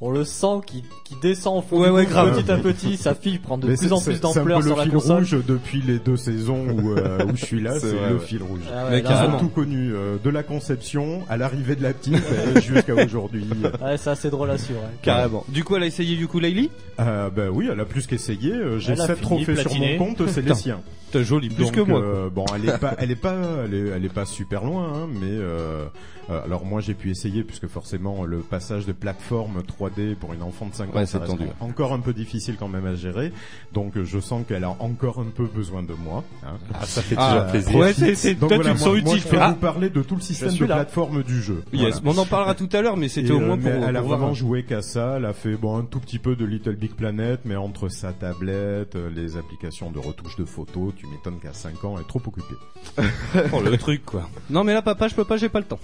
Speaker 10: on le sent qui qui descend au fond
Speaker 8: Ouais,
Speaker 10: du
Speaker 8: ouais,
Speaker 10: trou,
Speaker 8: grave.
Speaker 10: petit à petit, sa fille prend de
Speaker 13: Mais
Speaker 10: plus
Speaker 13: c'est-
Speaker 10: en
Speaker 13: c'est-
Speaker 10: plus d'ampleur
Speaker 13: C'est un
Speaker 10: sur
Speaker 13: peu
Speaker 10: la
Speaker 13: le fil
Speaker 10: console.
Speaker 13: rouge depuis les deux saisons où, euh, où je suis là,
Speaker 11: C'est
Speaker 13: c'est
Speaker 11: vrai,
Speaker 13: le
Speaker 11: ouais.
Speaker 13: fil rouge.
Speaker 10: Ah ouais, Mais
Speaker 13: Ils
Speaker 10: carrément.
Speaker 13: ont tout connu, euh, de la conception à l'arrivée de la petite euh, jusqu'à aujourd'hui.
Speaker 10: Ouais, c'est assez drôle à suivre. ouais.
Speaker 8: Carrément. Du coup, elle a essayé ukulele
Speaker 13: Euh, bah oui, elle a plus qu'essayé. euh, J'ai
Speaker 10: Elle a
Speaker 13: sept
Speaker 10: fini,
Speaker 13: trophées sur
Speaker 10: platiné.
Speaker 13: mon compte, c'est les
Speaker 8: Putain.
Speaker 13: siens.
Speaker 8: T'es joli, plus
Speaker 13: Donc,
Speaker 8: que moi.
Speaker 13: euh, bon, elle est pas, elle est pas, elle est, elle est pas super loin, hein, mais euh, euh, alors moi j'ai pu essayer puisque forcément le passage de plateforme 3D pour une enfant de 5 ans,
Speaker 8: Ouais,
Speaker 13: ça
Speaker 8: c'est
Speaker 13: reste
Speaker 8: tendu.
Speaker 13: encore un peu difficile quand même à gérer. Donc euh, je sens qu'elle a encore un peu besoin de moi. hein.
Speaker 9: ça fait
Speaker 8: Ah,
Speaker 9: toujours plaisir.
Speaker 8: ouais, c'est- c'est-
Speaker 13: Donc
Speaker 8: toi, tu
Speaker 13: voilà,
Speaker 8: me
Speaker 13: moi-
Speaker 8: sens
Speaker 13: moi,
Speaker 8: utile,
Speaker 13: Je
Speaker 8: fais-
Speaker 13: peux
Speaker 8: Ah.
Speaker 13: vous parler de tout le système
Speaker 10: Je
Speaker 13: de
Speaker 10: suis là.
Speaker 13: plateforme du jeu.
Speaker 8: Yes,
Speaker 13: Voilà.
Speaker 8: mais on en parlera tout à l'heure, mais c'était
Speaker 13: Et,
Speaker 8: au
Speaker 13: euh,
Speaker 8: moins pour,
Speaker 13: mais elle a
Speaker 8: pour voir.
Speaker 13: vraiment joué qu'à ça. Elle a fait bon un tout petit peu de Little Big Planet, mais entre sa tablette, euh, les applications de retouche de photos, tu m'étonnes qu'à 5 ans, elle est trop occupée.
Speaker 8: Oh, le truc, quoi. Non, mais là, papa, je peux pas, j'ai pas le temps.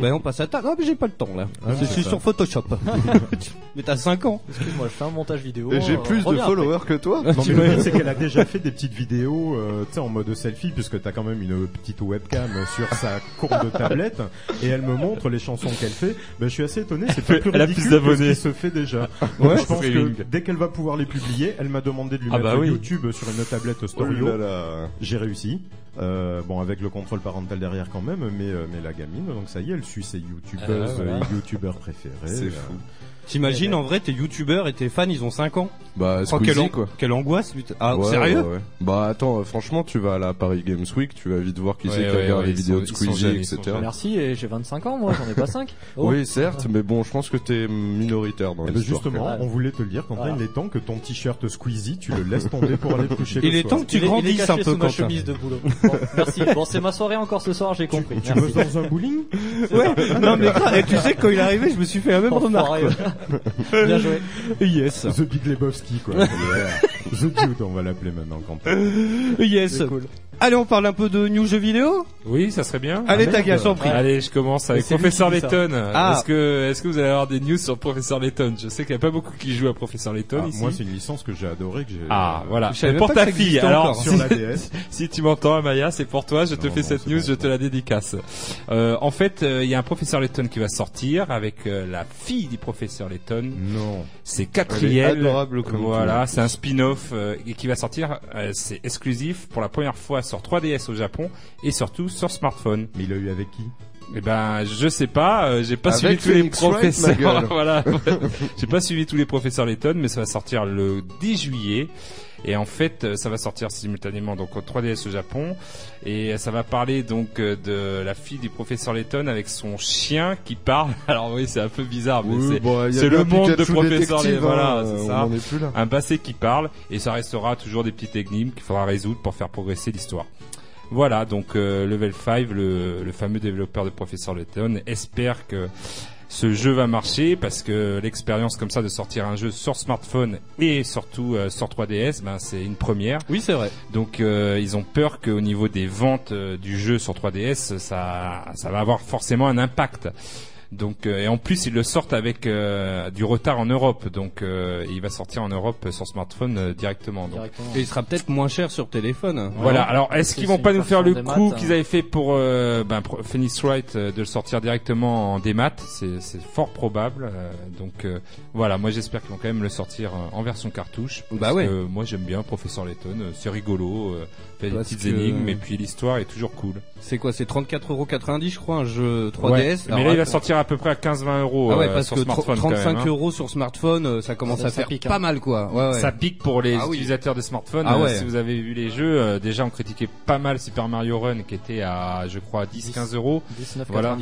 Speaker 8: ben, on passe à ta. Non, mais j'ai pas le temps, là. je suis sur Photoshop. mais t'as 5 ans.
Speaker 10: Excuse-moi, je fais un montage vidéo.
Speaker 12: Et j'ai
Speaker 10: euh,
Speaker 12: plus de
Speaker 10: reviens après.
Speaker 12: followers que toi.
Speaker 13: Non, mais le pire, c'est qu'elle a déjà fait des petites vidéos, euh, tu sais, en mode selfie, puisque t'as quand même une euh, petite webcam sur sa courbe de tablette, et elle me montre les chansons qu'elle fait. Ben, je suis assez étonné, c'est pas plus
Speaker 9: Elle a
Speaker 13: ridicule
Speaker 9: plus
Speaker 13: que ce
Speaker 9: d'abonnés.
Speaker 13: qui se fait déjà.
Speaker 9: Ouais,
Speaker 13: Donc, je
Speaker 9: ça
Speaker 13: pense
Speaker 9: serait
Speaker 13: que
Speaker 9: dingue.
Speaker 13: dès qu'elle va pouvoir les publier, elle m'a demandé de lui
Speaker 9: Ah
Speaker 13: mettre
Speaker 9: bah oui.
Speaker 13: YouTube sur une tablette Storio.
Speaker 11: Oh là là.
Speaker 13: J'ai réussi. Euh, bon, avec le contrôle parental derrière quand même, mais, euh, mais la gamine, donc ça y est, elle suit ses youtubeuses
Speaker 9: Ah, voilà.
Speaker 13: et youtubeurs préférés.
Speaker 11: C'est
Speaker 13: Euh,
Speaker 11: fou.
Speaker 8: bah. T'imagines, en vrai, tes youtubeurs et tes fans, ils ont 5 ans.
Speaker 11: Bah,
Speaker 8: Oh, quelle, an-
Speaker 11: Squeezie, quoi.
Speaker 8: quelle angoisse, putain. Ah,
Speaker 11: Ouais,
Speaker 8: sérieux
Speaker 11: ouais, ouais. Bah attends, euh, franchement, tu vas à la Paris Games Week, tu vas vite voir qui
Speaker 9: Ouais,
Speaker 11: c'est qui
Speaker 9: ouais,
Speaker 11: regarde
Speaker 9: ouais,
Speaker 11: les
Speaker 9: ils
Speaker 11: vidéos
Speaker 9: sont-
Speaker 11: de
Speaker 9: ils sont
Speaker 11: Squeezie,
Speaker 9: jeunes, ils
Speaker 11: etc.
Speaker 9: sont jeunes.
Speaker 10: Merci, et j'ai 25 ans, moi, j'en ai pas 5.
Speaker 11: Oui, certes, mais bon, je pense que t'es minoritaire dans
Speaker 13: Eh ben,
Speaker 11: l'histoire.
Speaker 13: justement,
Speaker 10: Ouais.
Speaker 13: on voulait te le dire, Quentin,
Speaker 10: Voilà.
Speaker 13: il est temps que ton t-shirt Squeezie, tu le laisses tomber pour aller te coucher
Speaker 8: Il
Speaker 13: le
Speaker 8: est
Speaker 13: soir.
Speaker 8: temps que
Speaker 10: il
Speaker 8: tu
Speaker 10: est- il est
Speaker 8: grandisses
Speaker 10: caché
Speaker 8: un peu,
Speaker 10: sous ma
Speaker 8: Quentin.
Speaker 10: chemise de boulot. Bon, merci. Bon, c'est ma soirée encore ce soir, j'ai compris.
Speaker 13: Tu bosses dans un bowling
Speaker 8: Ouais, non, mais grave. Et tu sais, quand il est arrivé, je me suis fait la même remarque.
Speaker 10: Enfoiré. Bien joué.
Speaker 8: Euh, Yes.
Speaker 13: The Big Lebowski, quoi. The Dude, on va l'appeler maintenant, Quentin.
Speaker 8: Yes. Allez, on parle un peu de news jeux vidéo.
Speaker 9: Oui, ça serait bien. euh,
Speaker 8: Allez, ta gueule, j'en prie.
Speaker 9: Allez, je commence avec
Speaker 10: c'est lui
Speaker 9: Professeur
Speaker 10: qui dit ça.
Speaker 9: Letton.
Speaker 8: Ah.
Speaker 9: Est-ce que, est-ce que vous allez avoir des news sur Professeur Letton Je sais qu'il n'y a pas beaucoup qui jouent à Professeur Letton
Speaker 13: Ah,
Speaker 9: ici.
Speaker 13: moi, c'est une licence que j'ai adorée, que j'ai... euh,
Speaker 9: Ah, voilà.
Speaker 8: Je savais
Speaker 9: Mais
Speaker 8: même
Speaker 9: pour ta
Speaker 8: pas que ça
Speaker 9: fille,
Speaker 8: existait
Speaker 9: alors,
Speaker 8: encore.
Speaker 13: Sur la DS.
Speaker 9: Si tu m'entends, Amaya, c'est pour toi. Je te
Speaker 13: Non,
Speaker 9: fais
Speaker 13: non,
Speaker 9: cette
Speaker 13: c'est
Speaker 9: news,
Speaker 13: bon.
Speaker 9: je te la dédicace. Euh, en fait, euh, il y a un professeur Letton qui va sortir avec euh, la fille du professeur Letton.
Speaker 13: Non.
Speaker 9: C'est
Speaker 12: Elle est
Speaker 9: quatrième.
Speaker 12: adorable comme
Speaker 9: Voilà, c'est un spin-off euh, et qui va sortir. euh, c'est exclusif pour la première fois sur 3DS au Japon et surtout sur smartphone.
Speaker 13: Mais il a eu avec qui
Speaker 9: Eh ben, je sais pas. euh, j'ai pas
Speaker 12: Avec
Speaker 9: suivi tous les
Speaker 12: Phoenix Wright, ma
Speaker 9: professeurs.
Speaker 12: gueule.
Speaker 9: voilà. j'ai pas suivi tous les professeurs Letton, mais ça va sortir le 10 juillet. Et en fait, euh, ça va sortir simultanément donc au 3DS au Japon. Et euh, ça va parler donc euh, de la fille du professeur Letton avec son chien qui parle. Alors oui, c'est un peu bizarre, mais c'est
Speaker 12: bah,
Speaker 9: c'est le monde de Professeur Lé- voilà, c'est ça.
Speaker 12: hein, On n'en est plus là.
Speaker 9: un passé qui parle et ça restera toujours des petites énigmes qu'il faudra résoudre pour faire progresser l'histoire. Voilà, donc euh, Level 5, le, le fameux développeur de Professor Letton, espère que ce jeu va marcher parce que l'expérience comme ça de sortir un jeu sur smartphone et surtout euh, sur 3DS, ben c'est une première.
Speaker 8: Oui, c'est vrai.
Speaker 9: Donc euh, ils ont peur qu'au niveau des ventes euh, du jeu sur 3DS, ça, ça va avoir forcément un impact. Donc euh, et en plus ils le sortent avec euh, du retard en Europe, donc euh, il va sortir en Europe euh, sur smartphone euh, directement. Donc.
Speaker 8: Et il sera peut-être moins cher sur téléphone.
Speaker 9: Voilà. Alors est-ce qu'ils vont pas nous faire le coup qu'ils
Speaker 8: hein.
Speaker 9: avaient fait pour euh, ben, pour Phoenix Wright euh, de le sortir directement en démat C'est c'est fort probable. euh, donc euh, voilà, moi j'espère qu'ils vont quand même le sortir euh, en version cartouche. parce
Speaker 8: Bah ouais.
Speaker 9: que moi j'aime bien Professeur Layton, euh, c'est rigolo, euh, fait des
Speaker 8: Parce
Speaker 9: petites
Speaker 8: que-
Speaker 9: énigmes et puis l'histoire est toujours cool.
Speaker 8: C'est quoi C'est 34,90€ je crois un jeu 3DS.
Speaker 9: Ouais, mais
Speaker 8: Alors,
Speaker 9: là, il va
Speaker 8: attends.
Speaker 9: sortir à peu près à 15-20 euros.
Speaker 8: Ah ouais,
Speaker 9: euh,
Speaker 8: parce
Speaker 9: sur
Speaker 8: que
Speaker 9: smartphone,
Speaker 8: 35
Speaker 9: quand même, hein.
Speaker 8: euros sur smartphone, euh, ça commence
Speaker 9: Ça-
Speaker 8: à
Speaker 9: ça
Speaker 8: faire
Speaker 9: pique, hein.
Speaker 8: pas mal quoi. Ouais, ouais.
Speaker 9: Ça pique pour les
Speaker 8: Ah oui.
Speaker 9: utilisateurs de smartphones.
Speaker 8: Ah
Speaker 9: Euh,
Speaker 8: ouais.
Speaker 9: Si vous avez vu les jeux, euh, déjà on critiquait pas mal Super Mario Run qui était à, je crois, 10-15 euros.
Speaker 10: 19,99,
Speaker 9: Voilà.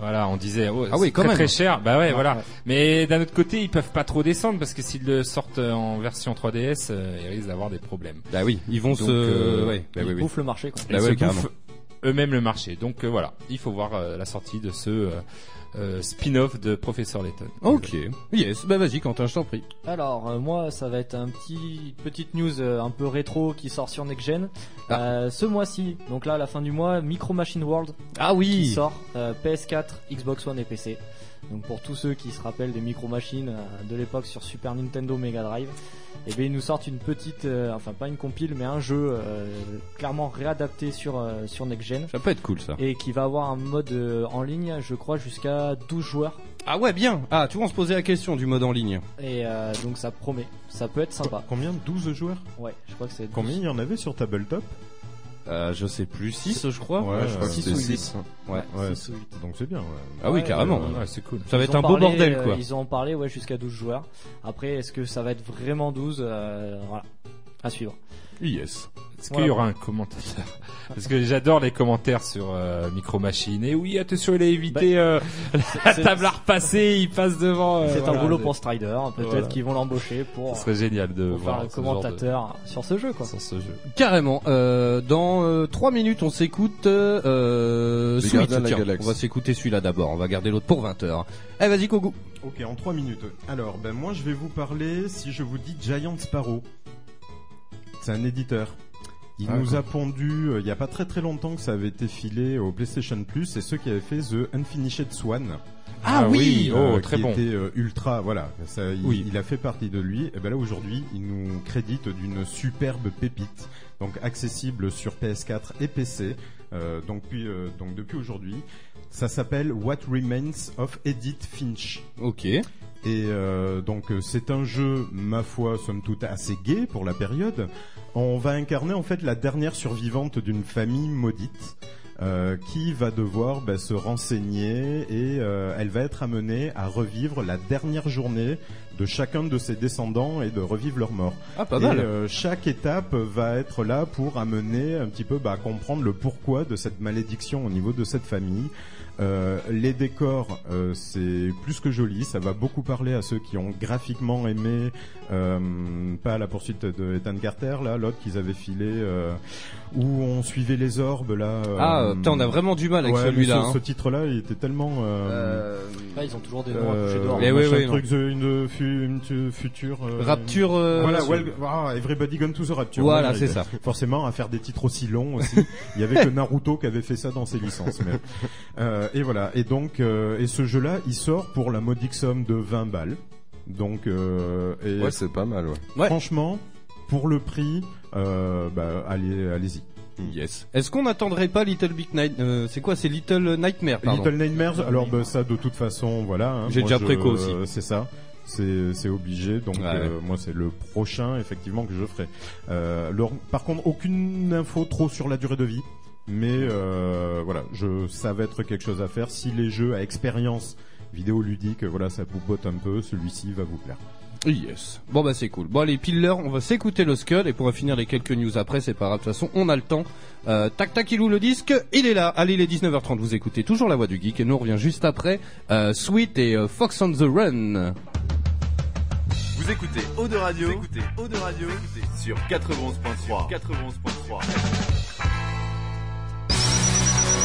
Speaker 9: Voilà, on disait, oh,
Speaker 8: Ah oui,
Speaker 9: c'est
Speaker 8: quand
Speaker 9: très,
Speaker 8: même.
Speaker 9: très cher. Bah ouais,
Speaker 8: Ouais,
Speaker 9: voilà.
Speaker 8: ouais.
Speaker 9: Mais d'un autre côté, ils peuvent pas trop descendre parce que s'ils le sortent euh, en version 3DS, euh, ils risquent d'avoir des problèmes.
Speaker 8: Bah oui, ils vont
Speaker 9: Donc,
Speaker 8: se-
Speaker 9: euh,
Speaker 8: ouais, bah
Speaker 9: ils
Speaker 8: oui, oui.
Speaker 9: bouffent le marché. Quoi.
Speaker 8: Bah
Speaker 9: Ils
Speaker 8: ouais,
Speaker 9: se
Speaker 8: carrément.
Speaker 9: bouffent eux-mêmes le marché. Donc euh, voilà, il faut voir euh, la sortie de ce euh, euh, spin-off de Professeur Layton.
Speaker 8: Ok. Yes. Bah vas-y Quentin, je t'en prie.
Speaker 10: Alors euh, moi ça va être un petit petite news euh, un peu rétro qui sort sur Next Gen Euh, ce mois-ci donc là à la fin du mois Micro Machine World
Speaker 8: ah oui
Speaker 10: qui sort euh, PS4 Xbox One et PC donc pour tous ceux qui se rappellent des Micro Machines euh, de l'époque sur Super Nintendo Mega Drive et bien ils nous sortent une petite euh, enfin pas une compile mais un jeu euh, clairement réadapté sur euh, sur Next Gen
Speaker 8: Ça peut être cool ça.
Speaker 10: et qui va avoir un mode euh, en ligne je crois jusqu'à 12 joueurs
Speaker 8: Ah ouais bien. Ah tu vois on se posait la question du mode en ligne.
Speaker 10: et euh, donc ça promet ça peut être sympa
Speaker 13: combien 12 joueurs
Speaker 10: ouais je crois que c'est 12.
Speaker 13: Combien il y en avait sur Tabletop
Speaker 8: Euh, je sais plus 6 je crois.
Speaker 13: Ouais, je crois que
Speaker 8: Six
Speaker 13: c'était
Speaker 8: ou
Speaker 13: six.
Speaker 8: huit.
Speaker 13: Ouais, ouais,
Speaker 10: six ou huit.
Speaker 13: donc c'est bien. ouais.
Speaker 8: Ah oui, carrément. Ouais, c'est cool. Ça va
Speaker 10: Ils
Speaker 8: être
Speaker 10: ont
Speaker 8: un beau
Speaker 10: parlé,
Speaker 8: bordel,
Speaker 10: euh,
Speaker 8: quoi.
Speaker 10: Ils ont parlé ouais jusqu'à 12 joueurs. Après est-ce que ça va être vraiment 12 euh, voilà. À suivre.
Speaker 9: Yes. Est-ce
Speaker 10: Voilà.
Speaker 9: qu'il y aura un commentateur Parce que j'adore les commentaires sur euh, Micro Machine. Et oui, attention, il a évité euh, la
Speaker 10: Bah, c'est-
Speaker 9: table à repasser, il passe devant. euh,
Speaker 10: C'est
Speaker 9: voilà.
Speaker 10: un boulot pour Strider, hein, peut-être
Speaker 9: Voilà.
Speaker 10: qu'ils vont l'embaucher pour
Speaker 9: Ce serait génial de
Speaker 10: pour
Speaker 9: voir
Speaker 10: faire le
Speaker 9: ce genre de-
Speaker 10: commentateur sur ce jeu quoi. Sur
Speaker 9: ce jeu.
Speaker 8: Carrément. Euh, dans euh, 3 minutes, on s'écoute euh, euh,
Speaker 13: Les
Speaker 8: Sweet.
Speaker 13: Gardiens de la
Speaker 8: Tiens,
Speaker 13: Galaxie.
Speaker 8: on va s'écouter celui-là d'abord. On va garder l'autre pour 20 h Eh vas-y Kogu.
Speaker 13: Ok, en 3 minutes. Alors, ben moi je vais vous parler, si je vous dis Giant Sparrow, c'est un éditeur. Il
Speaker 11: Ah,
Speaker 13: nous
Speaker 11: cool.
Speaker 13: a pondu, euh, il n'y a pas très très longtemps que ça avait été filé au PlayStation Plus, et ceux qui avaient fait The Unfinished Swan.
Speaker 11: Ah Ah oui, oui, oh, très
Speaker 13: qui
Speaker 11: bon.
Speaker 13: était euh, ultra, voilà. Ça, il,
Speaker 11: Oui.
Speaker 13: il a fait partie de lui. Et ben là aujourd'hui, il nous crédite d'une superbe pépite, donc accessible sur PS4 et PC. euh, donc, puis, euh, donc depuis aujourd'hui, ça s'appelle What Remains of Edith Finch.
Speaker 8: Ok.
Speaker 13: Et euh, donc euh, c'est un jeu, ma foi, somme toute assez gai pour la période. On va incarner en fait la dernière survivante d'une famille maudite. euh, qui va devoir bah, se renseigner et euh, elle va être amenée à revivre la dernière journée de chacun de ses descendants et de revivre leur mort.
Speaker 8: Ah, pas mal.
Speaker 13: Et, euh, chaque étape va être là pour amener un petit peu bah, à comprendre le pourquoi de cette malédiction au niveau de cette famille. Euh, les décors, euh, c'est plus que joli. Ça va beaucoup parler à ceux qui ont graphiquement aimé, euh, pas la poursuite de Ethan Carter, là, l'autre qu'ils avaient filé, euh, où on suivait les orbes, là. euh,
Speaker 8: Ah, putain, on a vraiment du mal avec
Speaker 13: ouais, mais
Speaker 8: celui-là,
Speaker 13: Ce,
Speaker 8: hein.
Speaker 13: ce titre-là, il était tellement. euh,
Speaker 10: Ouais, ils ont toujours des noms à coucher
Speaker 13: euh,
Speaker 10: dehors. hein.
Speaker 13: machin
Speaker 8: oui,
Speaker 13: truc, the- une, euh, fu- une tu- future euh,
Speaker 8: Rapture, euh,
Speaker 13: voilà
Speaker 8: ouais,
Speaker 13: well-
Speaker 8: c'est-
Speaker 13: ah, everybody gone to the rapture
Speaker 8: Voilà,
Speaker 13: Ouais,
Speaker 8: c'est
Speaker 13: il-
Speaker 8: ça.
Speaker 13: forcément à faire des titres aussi longs aussi il y avait que Naruto qui avait fait ça dans ses licences mais- Euh, et voilà et donc euh, et ce jeu là il sort pour la modique somme de 20 balles donc euh, et
Speaker 11: Ouais, c'est pas mal, ouais.
Speaker 13: franchement pour le prix euh, bah, allez allez-y
Speaker 8: yes Est-ce qu'on n'attendrait pas Little Big Night euh, C'est quoi C'est Little Nightmare. Pardon.
Speaker 13: Little Nightmares, alors bah, ça de toute façon, voilà. hein,
Speaker 8: J'ai
Speaker 13: moi,
Speaker 8: déjà
Speaker 13: je-
Speaker 8: préco aussi.
Speaker 13: C'est ça. C'est c'est obligé, donc
Speaker 8: Ouais,
Speaker 13: euh, moi c'est le prochain effectivement que je ferai. Euh, leur- par contre, aucune info trop sur la durée de vie, mais euh, voilà, je ça va être quelque chose à faire. Si les jeux à expérience vidéoludique, euh, voilà, ça vous botte un peu, celui-ci va vous plaire.
Speaker 10: Ah,
Speaker 8: Yes. Bon bah c'est cool. Bon allez pile l'heure, on va s'écouter le Skull et pour finir les quelques news après, c'est pas grave, de toute façon on a le temps. Euh, tac tac il ouvre le disque, il est là. Allez il est 19h30, vous écoutez toujours la voix du geek et nous on revient juste après euh, Sweet et euh, Fox on the Run.
Speaker 12: Vous écoutez Eau de Radio, vous écoutez Eau de Radio sur 91.3. 91.3.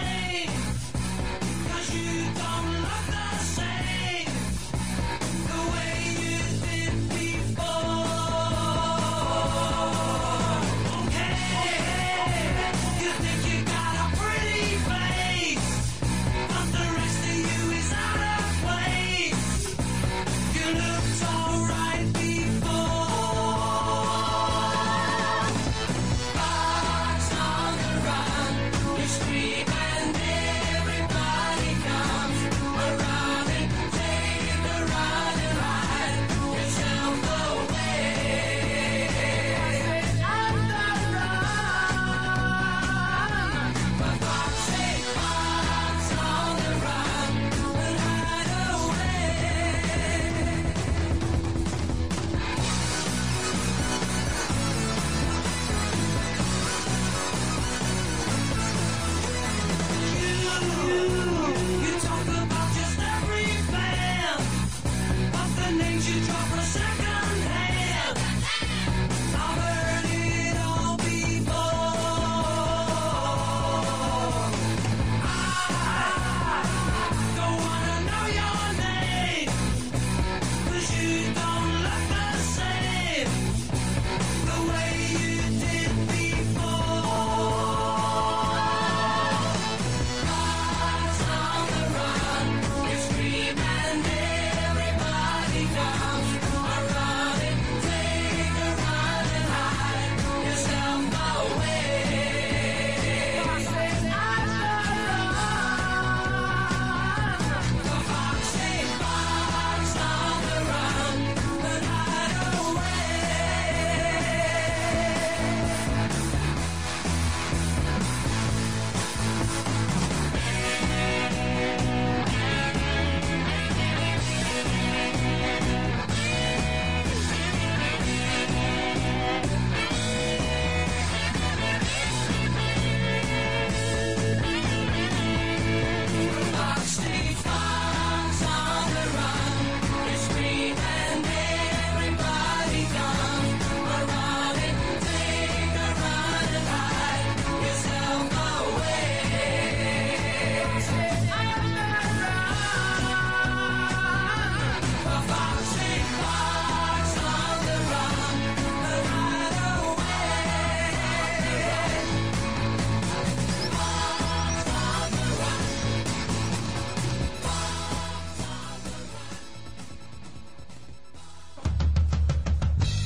Speaker 14: Know your name.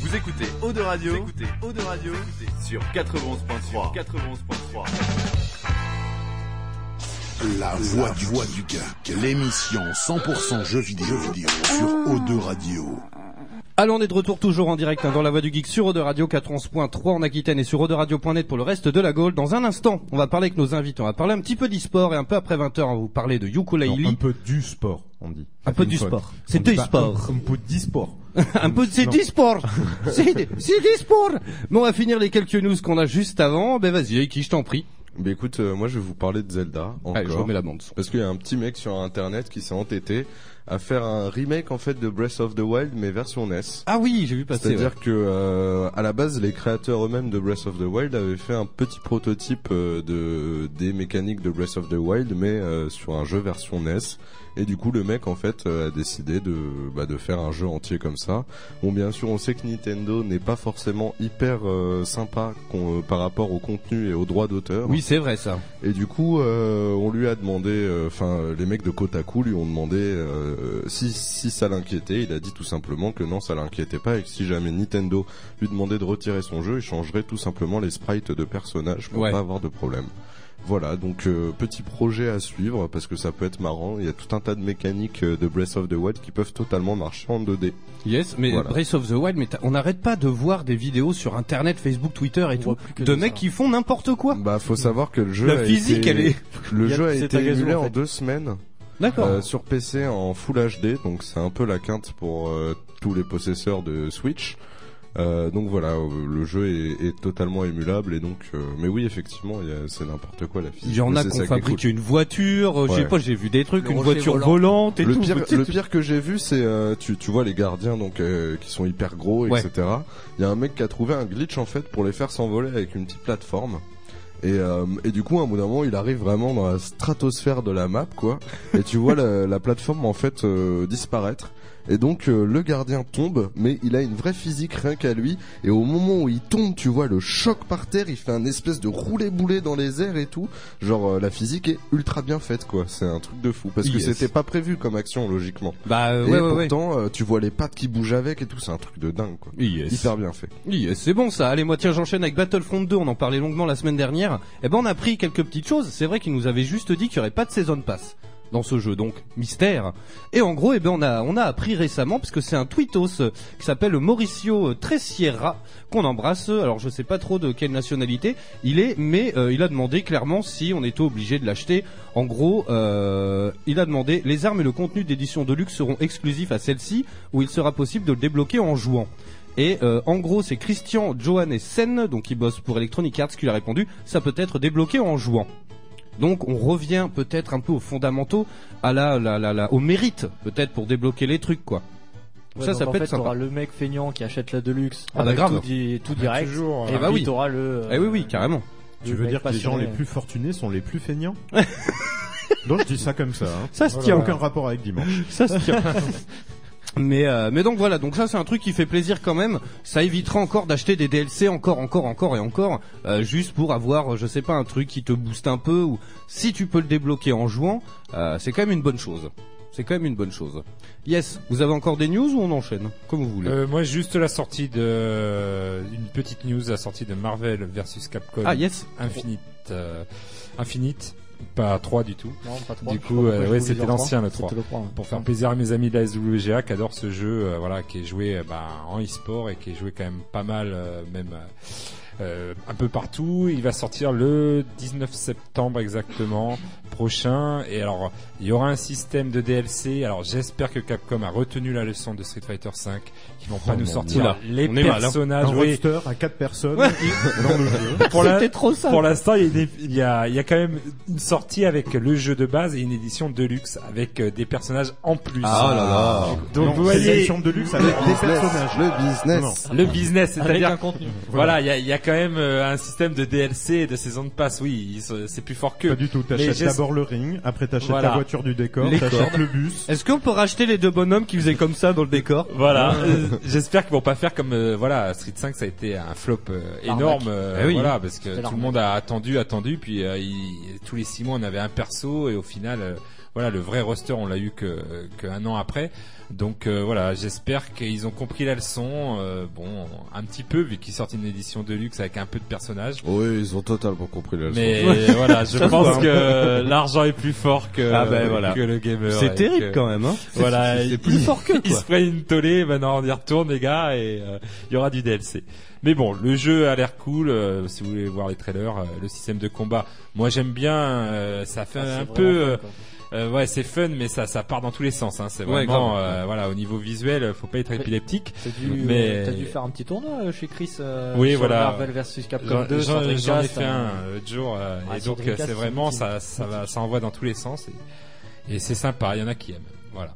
Speaker 12: Vous écoutez Eau de Radio, vous écoutez Eau de Radio sur 91.3. 91.3.
Speaker 1: La voix du, voix du geek, l'émission 100% jeux vidéo, vidéo sur O2 Radio.
Speaker 8: Allons, on est de retour toujours en direct hein, dans la voix du geek sur Eau de Radio 411.3 en Aquitaine et sur Radio.net pour le reste de la Gaule. Dans un instant, on va parler avec nos invités. On va parler un petit peu d'e-sport et un peu après 20h, on va vous parler de ukulele.
Speaker 13: Un peu du sport, on dit.
Speaker 8: Un peu du
Speaker 13: Une fois.
Speaker 8: sport.
Speaker 13: On
Speaker 8: C'est
Speaker 13: dit
Speaker 8: du
Speaker 13: pas
Speaker 8: sport.
Speaker 13: Un un peu d'e-sport.
Speaker 8: un peu, c'est
Speaker 13: Non.
Speaker 8: du sport. C'est c'est du sport. Mais on va finir les quelques news qu'on a juste avant. Ben vas-y, Eiki, je t'en prie.
Speaker 11: Mais écoute, euh, moi je vais vous parler de Zelda encore.
Speaker 8: Allez, je remets la bande son.
Speaker 11: Parce qu'il y a un petit mec sur internet qui s'est entêté à faire un remake en fait de Breath of the Wild mais version NES.
Speaker 8: Ah oui, j'ai vu passer.
Speaker 11: C'est-à-dire
Speaker 8: ouais.
Speaker 11: que euh, à la base, les créateurs eux-mêmes de Breath of the Wild avaient fait un petit prototype euh, de des mécaniques de Breath of the Wild, mais euh, sur un jeu version NES. Et du coup, le mec en fait euh, a décidé de bah, de faire un jeu entier comme ça. Bon, bien sûr, on sait que Nintendo n'est pas forcément hyper euh, sympa qu'on- euh, par rapport au contenu et aux droits d'auteur.
Speaker 8: Oui, c'est vrai ça.
Speaker 11: Et du coup, euh, on lui a demandé, euh, enfin, les mecs de Kotaku lui ont demandé euh, si, si ça l'inquiétait. Il a dit tout simplement que non, ça l'inquiétait pas et que si jamais Nintendo lui demandait de retirer son jeu, il changerait tout simplement les sprites de personnages pour
Speaker 8: Ouais.
Speaker 11: pas avoir de problème. Voilà, donc euh, petit projet à suivre parce que ça peut être marrant. Il y a tout un tas de mécaniques euh, de Breath of the Wild qui peuvent totalement marcher en 2D.
Speaker 8: Yes, mais
Speaker 11: Voilà.
Speaker 8: Breath of the Wild, mais t'as- on n'arrête pas de voir des vidéos sur Internet, Facebook, Twitter et tout, de mecs qui font n'importe quoi.
Speaker 11: Bah, faut savoir que le jeu
Speaker 8: La
Speaker 11: a
Speaker 8: physique,
Speaker 11: été-
Speaker 8: elle est.
Speaker 11: le
Speaker 8: Il y a-
Speaker 11: jeu a
Speaker 8: c'est
Speaker 11: été
Speaker 8: Tagazu,
Speaker 11: émulé
Speaker 8: en
Speaker 11: en,
Speaker 8: fait.
Speaker 11: deux semaines.
Speaker 8: D'accord.
Speaker 11: Euh, sur PC en Full HD, donc c'est un peu la quinte pour euh, tous les possesseurs de Switch. Euh, donc voilà, euh, le jeu est, est totalement émulable et donc, euh, mais oui effectivement, il y a- c'est n'importe quoi la physique.
Speaker 8: Il y en
Speaker 11: mais
Speaker 8: a
Speaker 11: c'est
Speaker 8: qu'on
Speaker 11: ça qui est
Speaker 8: fabrique
Speaker 11: cool.
Speaker 8: une voiture, euh, je sais
Speaker 11: Ouais.
Speaker 8: pas, j'ai vu des trucs, une voiture volante et
Speaker 11: le
Speaker 8: tout.
Speaker 11: Pire,
Speaker 8: Tu sais,
Speaker 11: le
Speaker 8: tu-
Speaker 11: pire que j'ai vu, c'est euh, tu, tu vois les gardiens donc euh, qui sont hyper gros,
Speaker 8: Ouais.
Speaker 11: etc. Il y a un mec qui a trouvé un glitch en fait pour les faire s'envoler avec une petite plateforme. Et, euh, et du coup, à un bout d'un moment, il arrive vraiment dans la stratosphère de la map, quoi. Et tu vois la, la plateforme en fait euh, disparaître. Et donc euh, le gardien tombe, mais il a une vraie physique rien qu'à lui. Et au moment où il tombe, tu vois le choc par terre. Il fait un espèce de roulé-boulé dans les airs et tout. Genre euh, la physique est ultra bien faite, quoi. C'est un truc de fou parce que
Speaker 8: Yes.
Speaker 11: c'était pas prévu comme action logiquement.
Speaker 8: Bah euh,
Speaker 11: et
Speaker 8: ouais, ouais, ouais.
Speaker 11: pourtant, euh, tu vois les pattes qui bougent avec et tout, c'est un truc de dingue quoi. Hyper bien fait.
Speaker 8: Yes, c'est bon ça. Allez, moi tiens, j'enchaîne avec Battlefront 2. On en parlait longuement la semaine dernière. Eh ben, on a appris quelques petites choses. C'est vrai qu'ils nous avaient juste dit qu'il y aurait pas de saison pass dans ce jeu, donc mystère. Et en gros, eh ben, on a on a appris récemment parce que c'est un tweetos euh, qui s'appelle Mauricio Tresierra qu'on embrasse. Alors, je sais pas trop de quelle nationalité il est, mais euh, il a demandé clairement si on était obligé de l'acheter. En gros, euh, il a demandé les armes et le contenu d'édition de luxe seront exclusifs à celle-ci, où il sera possible de le débloquer en jouant. Et euh, en gros, c'est Christian Johannes Sen, donc qui bosse pour Electronic Arts, qui lui a répondu, ça peut être débloqué en jouant. Donc on revient peut-être un peu aux fondamentaux, à la, la, la, la- au mérite peut-être pour débloquer les trucs quoi.
Speaker 10: Ouais,
Speaker 8: ça,
Speaker 10: donc
Speaker 8: ça
Speaker 10: en
Speaker 8: peut
Speaker 10: fait,
Speaker 8: être sympa.
Speaker 10: t'auras le mec feignant qui achète la Deluxe.
Speaker 8: Ah bah
Speaker 10: avec
Speaker 8: grave.
Speaker 10: Tout, di- tout direct.
Speaker 8: toujours,
Speaker 10: et
Speaker 8: hein. Ah bah
Speaker 10: puis
Speaker 8: oui.
Speaker 10: t'auras le.
Speaker 8: Eh oui, oui, carrément.
Speaker 13: Tu veux
Speaker 10: mec
Speaker 13: dire que les gens
Speaker 10: passionné.
Speaker 13: les plus fortunés sont les plus feignants Donc je dis ça comme ça. hein.
Speaker 8: Ça se tient.
Speaker 13: Aucun rapport avec dimanche.
Speaker 8: Ça se tient. Mais euh, mais donc voilà donc ça c'est un truc qui fait plaisir quand même ça évitera encore d'acheter des DLC encore encore encore et encore euh, juste pour avoir euh, je sais pas un truc qui te booste un peu ou si tu peux le débloquer en jouant euh, c'est quand même une bonne chose c'est quand même une bonne chose yes vous avez encore des news ou on enchaîne comme vous voulez
Speaker 9: Euh, moi, juste la sortie de une petite news, la sortie de Marvel versus Capcom.
Speaker 8: Ah, yes.
Speaker 9: Infinite, euh, Infinite, pas 3 du tout.
Speaker 10: Non, pas 3.
Speaker 9: Du
Speaker 10: Je
Speaker 9: coup, euh,
Speaker 10: crois que je
Speaker 9: ouais,
Speaker 10: voulais
Speaker 9: c'était
Speaker 10: dire
Speaker 9: l'ancien
Speaker 10: 3.
Speaker 9: le 3.
Speaker 10: C'était le 3, ouais.
Speaker 9: Pour faire plaisir à mes amis de la SWGA qui adorent ce jeu, euh, voilà, qui est joué euh, bah, en e-sport et qui est joué quand même pas mal, euh, même euh, un peu partout. Il va sortir le 19 septembre exactement prochain. Et alors, il y aura un système de DLC. Alors, j'espère que Capcom a retenu la leçon de Street Fighter 5, qui vont pas
Speaker 13: Oh
Speaker 9: nous
Speaker 13: mon
Speaker 9: sortir
Speaker 13: Dieu.
Speaker 9: les
Speaker 13: On est mal, hein.
Speaker 9: personnages.
Speaker 13: Un
Speaker 9: oui.
Speaker 13: roster à quatre personnes dans le jeu.
Speaker 9: Pour la-
Speaker 13: C'était trop ça.
Speaker 9: Pour l'instant, il y, a des- il y a, il y a quand même une sortie avec le jeu de base et une édition de luxe avec euh, des personnages en plus.
Speaker 11: Ah là là.
Speaker 9: Donc
Speaker 11: Non,
Speaker 9: vous
Speaker 11: c'est
Speaker 9: voyez,
Speaker 11: l'édition de luxe avec
Speaker 9: Le
Speaker 11: des
Speaker 9: business,
Speaker 11: personnages. le business.
Speaker 9: le business, c'est-à-dire
Speaker 11: Avec un contenu.
Speaker 9: Voilà, il y a- il y, a quand même euh, un système de DLC et de saison de passe. Oui, ils sont- c'est plus fort que.
Speaker 13: Pas du tout. T'achètes d'abord le ring, après t'achètes
Speaker 9: Voilà.
Speaker 13: la voiture du décor,
Speaker 9: Les
Speaker 13: t'achètes
Speaker 9: cordes.
Speaker 13: le bus.
Speaker 8: est-ce qu'on peut racheter les deux bonhommes qui faisaient comme ça dans le décor
Speaker 9: Voilà. Euh, J'espère qu'ils vont pas faire comme euh, voilà Street 5 ça a été un flop euh,
Speaker 8: L'arnaque.
Speaker 9: énorme euh,
Speaker 8: Eh oui.
Speaker 9: voilà parce que
Speaker 8: C'est
Speaker 9: tout
Speaker 8: l'arnaque.
Speaker 9: le monde a attendu attendu puis euh, il- tous les six mois on avait un perso et au final euh, voilà, le vrai roster, on l'a eu que, que un an après. Donc euh, voilà, j'espère qu'ils ont compris la leçon. euh, bon, un petit peu vu qu'ils sortent une édition de luxe avec un peu de personnages.
Speaker 11: Oui, ils ont totalement compris la leçon.
Speaker 9: Mais voilà, je pense que l'argent est plus fort que,
Speaker 11: hein. Ah ben voilà.
Speaker 9: que le gamer.
Speaker 11: C'est
Speaker 9: et
Speaker 11: terrible
Speaker 9: que-
Speaker 11: quand même, hein.
Speaker 9: Voilà,
Speaker 11: C'est- c'est
Speaker 9: il-
Speaker 11: plus fort que,
Speaker 9: Ils
Speaker 11: quoi.
Speaker 9: se prennent une tollée, maintenant on y retourne les gars et euh, il y aura du DLC. Mais bon, le jeu a l'air cool. euh, si vous voulez voir les trailers, euh, le système de combat, moi j'aime bien. euh, ça fait
Speaker 10: Ah, c'est
Speaker 9: un
Speaker 10: vraiment
Speaker 9: peu, euh,
Speaker 10: fun, quoi.
Speaker 9: euh, ouais, c'est fun, mais ça, ça part dans tous les sens. Hein. C'est
Speaker 10: Ouais,
Speaker 9: vraiment,
Speaker 10: grave.
Speaker 9: euh, voilà, au niveau visuel, faut pas être épileptique.
Speaker 10: T'as dû, euh,
Speaker 9: mais
Speaker 10: t'as dû faire un petit tournoi euh, chez Chris euh,
Speaker 9: oui,
Speaker 10: sur
Speaker 9: voilà.
Speaker 10: Marvel vs Capcom
Speaker 9: J'en-
Speaker 10: 2 sur
Speaker 9: j'en- J'en ai
Speaker 10: Dreamcast,
Speaker 9: fait un
Speaker 10: hein.
Speaker 9: euh, l'autre jour, euh,
Speaker 10: Ah,
Speaker 9: et
Speaker 10: sur
Speaker 9: donc euh,
Speaker 10: Dreamcast,
Speaker 9: c'est vraiment
Speaker 10: utile.
Speaker 9: ça, ça va, ça envoie dans tous les sens et, et c'est sympa. Il y en a qui aiment, voilà.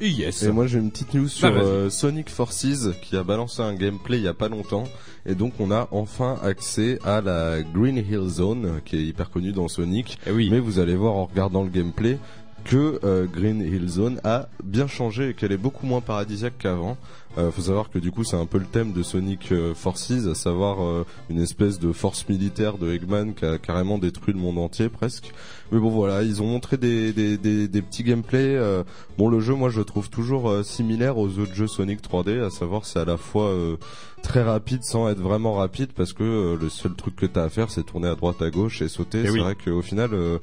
Speaker 9: Yes.
Speaker 11: Et moi j'ai une petite news sur
Speaker 9: Bah, vas-y.
Speaker 11: euh, Sonic Forces qui a balancé un gameplay il y a pas longtemps et donc on a enfin accès à la Green Hill Zone qui est hyper connue dans Sonic.
Speaker 9: Eh
Speaker 11: Mais vous allez voir en regardant le gameplay que euh, Green Hill Zone a bien changé et qu'elle est beaucoup moins paradisiaque qu'avant. Euh, faut savoir que du coup c'est un peu le thème de Sonic euh, Forces, à savoir euh, une espèce de force militaire de Eggman qui a carrément détruit le monde entier presque. Mais bon voilà, ils ont montré des, des, des, des petits gameplays. euh, bon le jeu moi je le trouve toujours euh, similaire aux autres jeux Sonic 3D, à savoir c'est à la fois euh, très rapide sans être vraiment rapide parce que euh, le seul truc que t'as à faire c'est tourner à droite à gauche et sauter.
Speaker 9: Eh
Speaker 11: c'est
Speaker 9: oui.
Speaker 11: vrai qu'au final euh,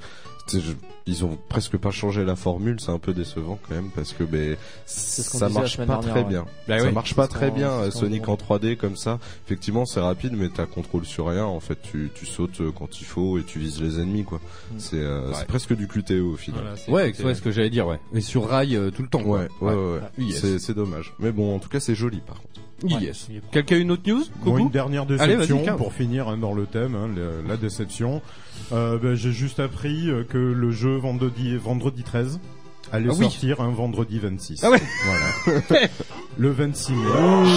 Speaker 11: c'est- je- ils ont presque pas changé la formule, c'est un peu décevant quand même parce que ben
Speaker 10: ce qu'on
Speaker 11: ça
Speaker 10: disait la
Speaker 11: marche pas
Speaker 10: semaine dernière,
Speaker 11: très
Speaker 10: ouais.
Speaker 11: bien.
Speaker 10: Bah
Speaker 11: ça
Speaker 10: oui.
Speaker 11: marche
Speaker 10: C'est
Speaker 11: pas
Speaker 10: ce
Speaker 11: très
Speaker 10: qu'on-
Speaker 11: bien
Speaker 10: c'est
Speaker 11: euh,
Speaker 10: ce qu'on
Speaker 11: Sonic en 3D comme ça. Effectivement, c'est rapide mais t'as contrôle sur rien en fait, tu, tu sautes euh, quand il faut et tu vises les ennemis quoi.
Speaker 10: Mm.
Speaker 11: C'est euh, c'est presque du QTE au final.
Speaker 9: Voilà, c'est
Speaker 14: Ouais, c'est ouais, ce que j'allais dire, ouais. Mais sur rail euh, tout le temps. quoi.
Speaker 11: Ouais, ouais, ouais.
Speaker 14: Oui, yes.
Speaker 11: C'est- C'est dommage. Mais bon, en tout cas, c'est joli par contre.
Speaker 14: Yes. Quelqu'un a une autre news
Speaker 13: Bon,
Speaker 14: Coucou
Speaker 13: une dernière
Speaker 14: Allez,
Speaker 13: déception
Speaker 14: vas-y, Karl.
Speaker 13: pour finir hein, dans le thème, hein, le- la déception. Euh, ben, J'ai juste appris euh, que le jeu vendredi, vendredi 13 allait
Speaker 14: Ah oui.
Speaker 13: sortir un vendredi 26.
Speaker 14: Ah ouais.
Speaker 13: Voilà. le 26 mai.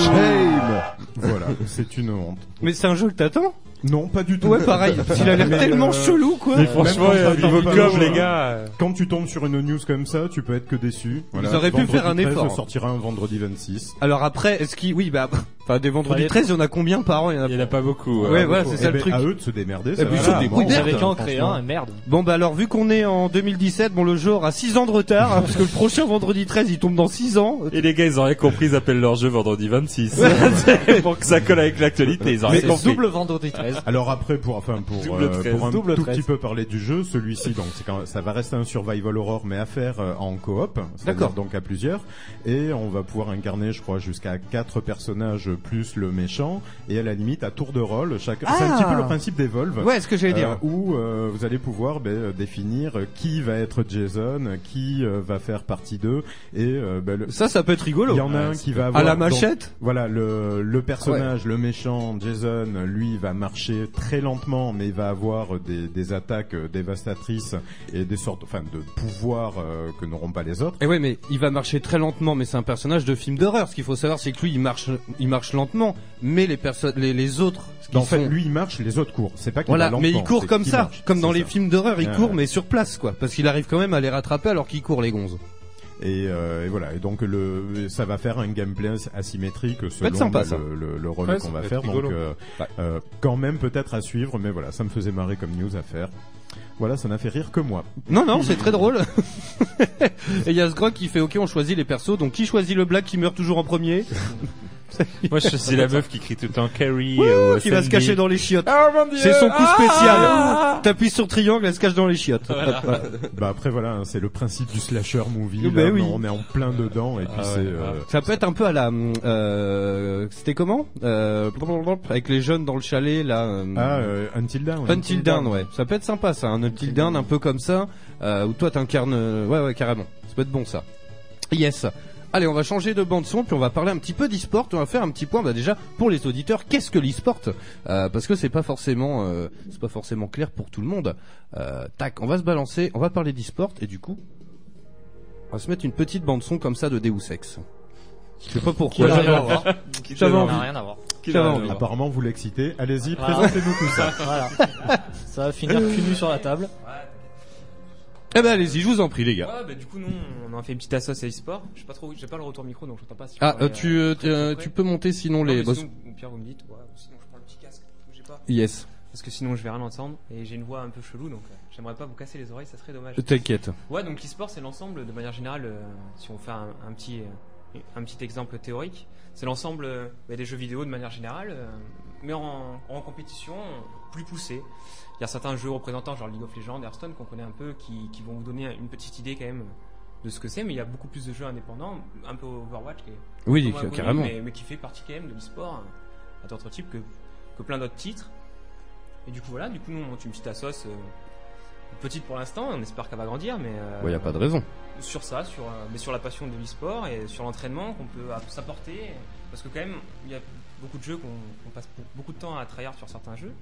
Speaker 14: Shame.
Speaker 13: Voilà, c'est une honte.
Speaker 8: Mais c'est un jeu que t'attends
Speaker 13: Non, pas du tout.
Speaker 8: Ouais, pareil. Il a l'air
Speaker 13: Mais,
Speaker 8: tellement
Speaker 13: euh,
Speaker 8: chelou, quoi. Mais
Speaker 13: même
Speaker 8: franchement,
Speaker 13: quand
Speaker 8: il y a
Speaker 13: t'attends
Speaker 8: niveau
Speaker 13: pas
Speaker 8: com,
Speaker 13: le jeu,
Speaker 8: les gars.
Speaker 13: Quand tu tombes sur une news comme ça, tu peux être que déçu. Voilà.
Speaker 8: auraient pu
Speaker 13: Vendredi
Speaker 8: faire un
Speaker 13: 13
Speaker 8: effort.
Speaker 13: sortira un vendredi 26.
Speaker 8: Alors après, est-ce qu'il, oui, bah, enfin, des vendredis
Speaker 13: Bah, il-
Speaker 8: 13, il y en a combien par an? Il y en a, euh,
Speaker 9: pas beaucoup.
Speaker 8: Ouais, voilà, c'est ça le truc.
Speaker 13: À eux de se démerder.
Speaker 8: Eh ben, ils se débrouillent, merde.
Speaker 10: un, merde.
Speaker 8: Bon bah alors vu qu'on est en 2017, bon le jeu aura 6 ans de retard hein, parce que le prochain vendredi 13 il tombe dans 6 ans.
Speaker 9: Et les gars, ils ont rien compris, ils appellent leur jeu vendredi 26. C'est pour que ça colle avec l'actualité, ils ont rien compris.
Speaker 10: vendredi 13.
Speaker 13: Alors après, pour, enfin, pour,
Speaker 9: Double
Speaker 13: euh,
Speaker 9: 13,
Speaker 13: pour un
Speaker 9: double
Speaker 13: tout
Speaker 9: 13.
Speaker 13: petit peu parler du jeu, celui-ci, donc, c'est quand, ça va rester un survival horror, mais à faire euh, en coop. D'accord. Donc à plusieurs. Et on va pouvoir incarner, je crois, jusqu'à quatre personnages plus le méchant. Et à la limite, à tour de rôle, chacun. C'est un
Speaker 8: Ah.
Speaker 13: petit peu le principe d'Evolve.
Speaker 8: Ouais, ce que j'allais dire.
Speaker 13: Où euh, vous allez pouvoir ben, euh, définir qui va être Jason, qui euh, va faire partie d'eux, et euh, ben, le-
Speaker 8: Ça, ça peut être rigolo.
Speaker 13: Il y en a
Speaker 8: Ouais,
Speaker 13: un
Speaker 8: ça
Speaker 13: qui
Speaker 8: peut-
Speaker 13: va
Speaker 8: À
Speaker 13: avoir
Speaker 8: la
Speaker 13: donc,
Speaker 8: machette
Speaker 13: voilà, le, le personnage, le méchant Jason, lui va marcher très lentement, mais va avoir des, des attaques euh, dévastatrices et des sortes, enfin, de pouvoirs euh, que n'auront pas les autres.
Speaker 8: Et Eh ouais, mais il va marcher très lentement, mais c'est un personnage de film d'horreur. Ce qu'il faut savoir, c'est que lui, il marche, il marche lentement, mais les personnes, les, les autres, ce qu'ils
Speaker 13: En fait,
Speaker 8: font-
Speaker 13: lui il marche, les autres courent. C'est pas qu'il
Speaker 8: voilà,
Speaker 13: va
Speaker 8: mais il
Speaker 13: lentement,
Speaker 8: court
Speaker 13: c'est
Speaker 8: comme
Speaker 13: qu'il
Speaker 8: ça,
Speaker 13: marche.
Speaker 8: comme dans
Speaker 13: C'est
Speaker 8: les
Speaker 13: ça.
Speaker 8: films d'horreur, il
Speaker 13: Ouais,
Speaker 8: court
Speaker 13: ouais.
Speaker 8: mais sur place, quoi, parce qu'il arrive quand même à les rattraper alors qu'il court les gonzes.
Speaker 13: Et, euh, et voilà. Et donc le, ça va faire un gameplay asymétrique selon
Speaker 8: sympa,
Speaker 13: bah,
Speaker 8: ça.
Speaker 13: le, le, le rôle
Speaker 8: Ouais, ça
Speaker 13: qu'on va
Speaker 8: peut être
Speaker 13: faire. Donc
Speaker 8: rigolo.
Speaker 13: euh, euh, quand même peut-être à suivre, mais voilà, ça me faisait marrer comme news à faire. Voilà, ça n'a fait rire que moi.
Speaker 8: Non, non, c'est très drôle. Et il y a ce grog qui fait, ok, on choisit les persos, donc qui choisit le black qui meurt toujours en premier
Speaker 9: Moi, je suis la meuf qui crie tout le temps Carrie.
Speaker 8: Ouh,
Speaker 9: euh,
Speaker 8: qui va se
Speaker 9: Sandy. Ah,
Speaker 8: cacher dans les chiottes. c'est
Speaker 9: Dieu.
Speaker 8: son coup spécial.
Speaker 9: Ah
Speaker 8: T'appuies sur triangle, elle se cache dans les chiottes.
Speaker 9: Voilà.
Speaker 13: Bah, bah après voilà, hein, c'est le principe du slasher movie.
Speaker 8: Oh, bah
Speaker 13: là,
Speaker 8: oui.
Speaker 13: hein, On est en plein dedans et puis c'est. euh,
Speaker 8: ça peut être un peu à la hum, euh, c'était comment euh, blablabla, avec les jeunes dans le chalet là hum,
Speaker 13: Ah, euh, Until Dawn. ouais.
Speaker 8: Until Dawn ouais ça peut être sympa ça un Until Dawn un peu comme ça euh, où toi t'incarnes euh, ouais ouais carrément ça peut être bon ça yes Allez, on va changer de bande son, puis on va parler un petit peu d'e-sport. On va faire un petit point, bah déjà pour les auditeurs, qu'est-ce que l'e-sport Euh, Parce que c'est pas forcément, euh, c'est pas forcément clair pour tout le monde. Euh, tac, on va se balancer, on va parler d'e-sport et du coup, on va se mettre une petite bande son comme ça de Deus Ex. Je sais pas pourquoi.
Speaker 13: Qui n'a
Speaker 8: j'avais
Speaker 13: rien à
Speaker 8: envie.
Speaker 13: voir. Qui
Speaker 8: J'avais
Speaker 13: n'a
Speaker 8: envie.
Speaker 13: rien à voir. Ah. Qui
Speaker 8: J'avais
Speaker 13: n'a rien
Speaker 8: envie.
Speaker 13: à voir. Apparemment, vous l'excitez. Allez-y,
Speaker 10: Voilà.
Speaker 13: présentez-nous tout ça.
Speaker 10: Voilà. Ça va finir cul nu sur la table.
Speaker 8: Eh ben allez-y, je vous en prie les gars.
Speaker 13: Ah.
Speaker 15: Ouais, bah, du coup, nous, on a fait une petite assoce à e-sport. Je sais pas trop, j'ai pas le retour micro, donc j'entends pas si
Speaker 8: Ah,
Speaker 15: vous parlez,
Speaker 8: euh, tu, euh, tu, euh,
Speaker 15: près.
Speaker 8: tu peux monter sinon
Speaker 15: Non,
Speaker 8: les
Speaker 15: mais
Speaker 8: boss-
Speaker 15: sinon, Au pire, vous me dites, ouais, sinon je prends le petit casque, bougez pas.
Speaker 8: Yes.
Speaker 15: parce que sinon je vais rien entendre et j'ai une voix un peu chelou donc euh, j'aimerais pas vous casser les oreilles, ça serait dommage.
Speaker 8: T'inquiète.
Speaker 15: Ouais, donc l'e-sport c'est l'ensemble de manière générale, euh, si on fait un, un petit, euh, un petit exemple théorique, c'est l'ensemble euh, bah, des jeux vidéo de manière générale, euh, mais en, en compétition euh, plus poussée. Il y a certains jeux représentants, genre League of Legends, Hearthstone, qu'on connaît un peu, qui, qui vont vous donner une petite idée quand même de ce que c'est, mais il y a beaucoup plus de jeux indépendants, un peu Overwatch qui est
Speaker 8: Oui,
Speaker 15: un peu moins
Speaker 8: ca-
Speaker 15: connu,
Speaker 8: carrément.
Speaker 15: mais, mais qui fait partie quand même de l'e-sport euh, à d'autres types que, que plein d'autres titres. Et du coup, voilà, du coup, nous, on monte une petite assoce euh, petite pour l'instant, on espère qu'elle va grandir, mais. euh,
Speaker 14: Ouais, Bah, y a pas de raison.
Speaker 15: Sur ça, sur, euh, mais sur la passion de l'e-sport et sur l'entraînement qu'on peut app- s'apporter. Parce que, quand même, il y a beaucoup de jeux qu'on qu'on passe beaucoup de temps à tryhard sur certains jeux.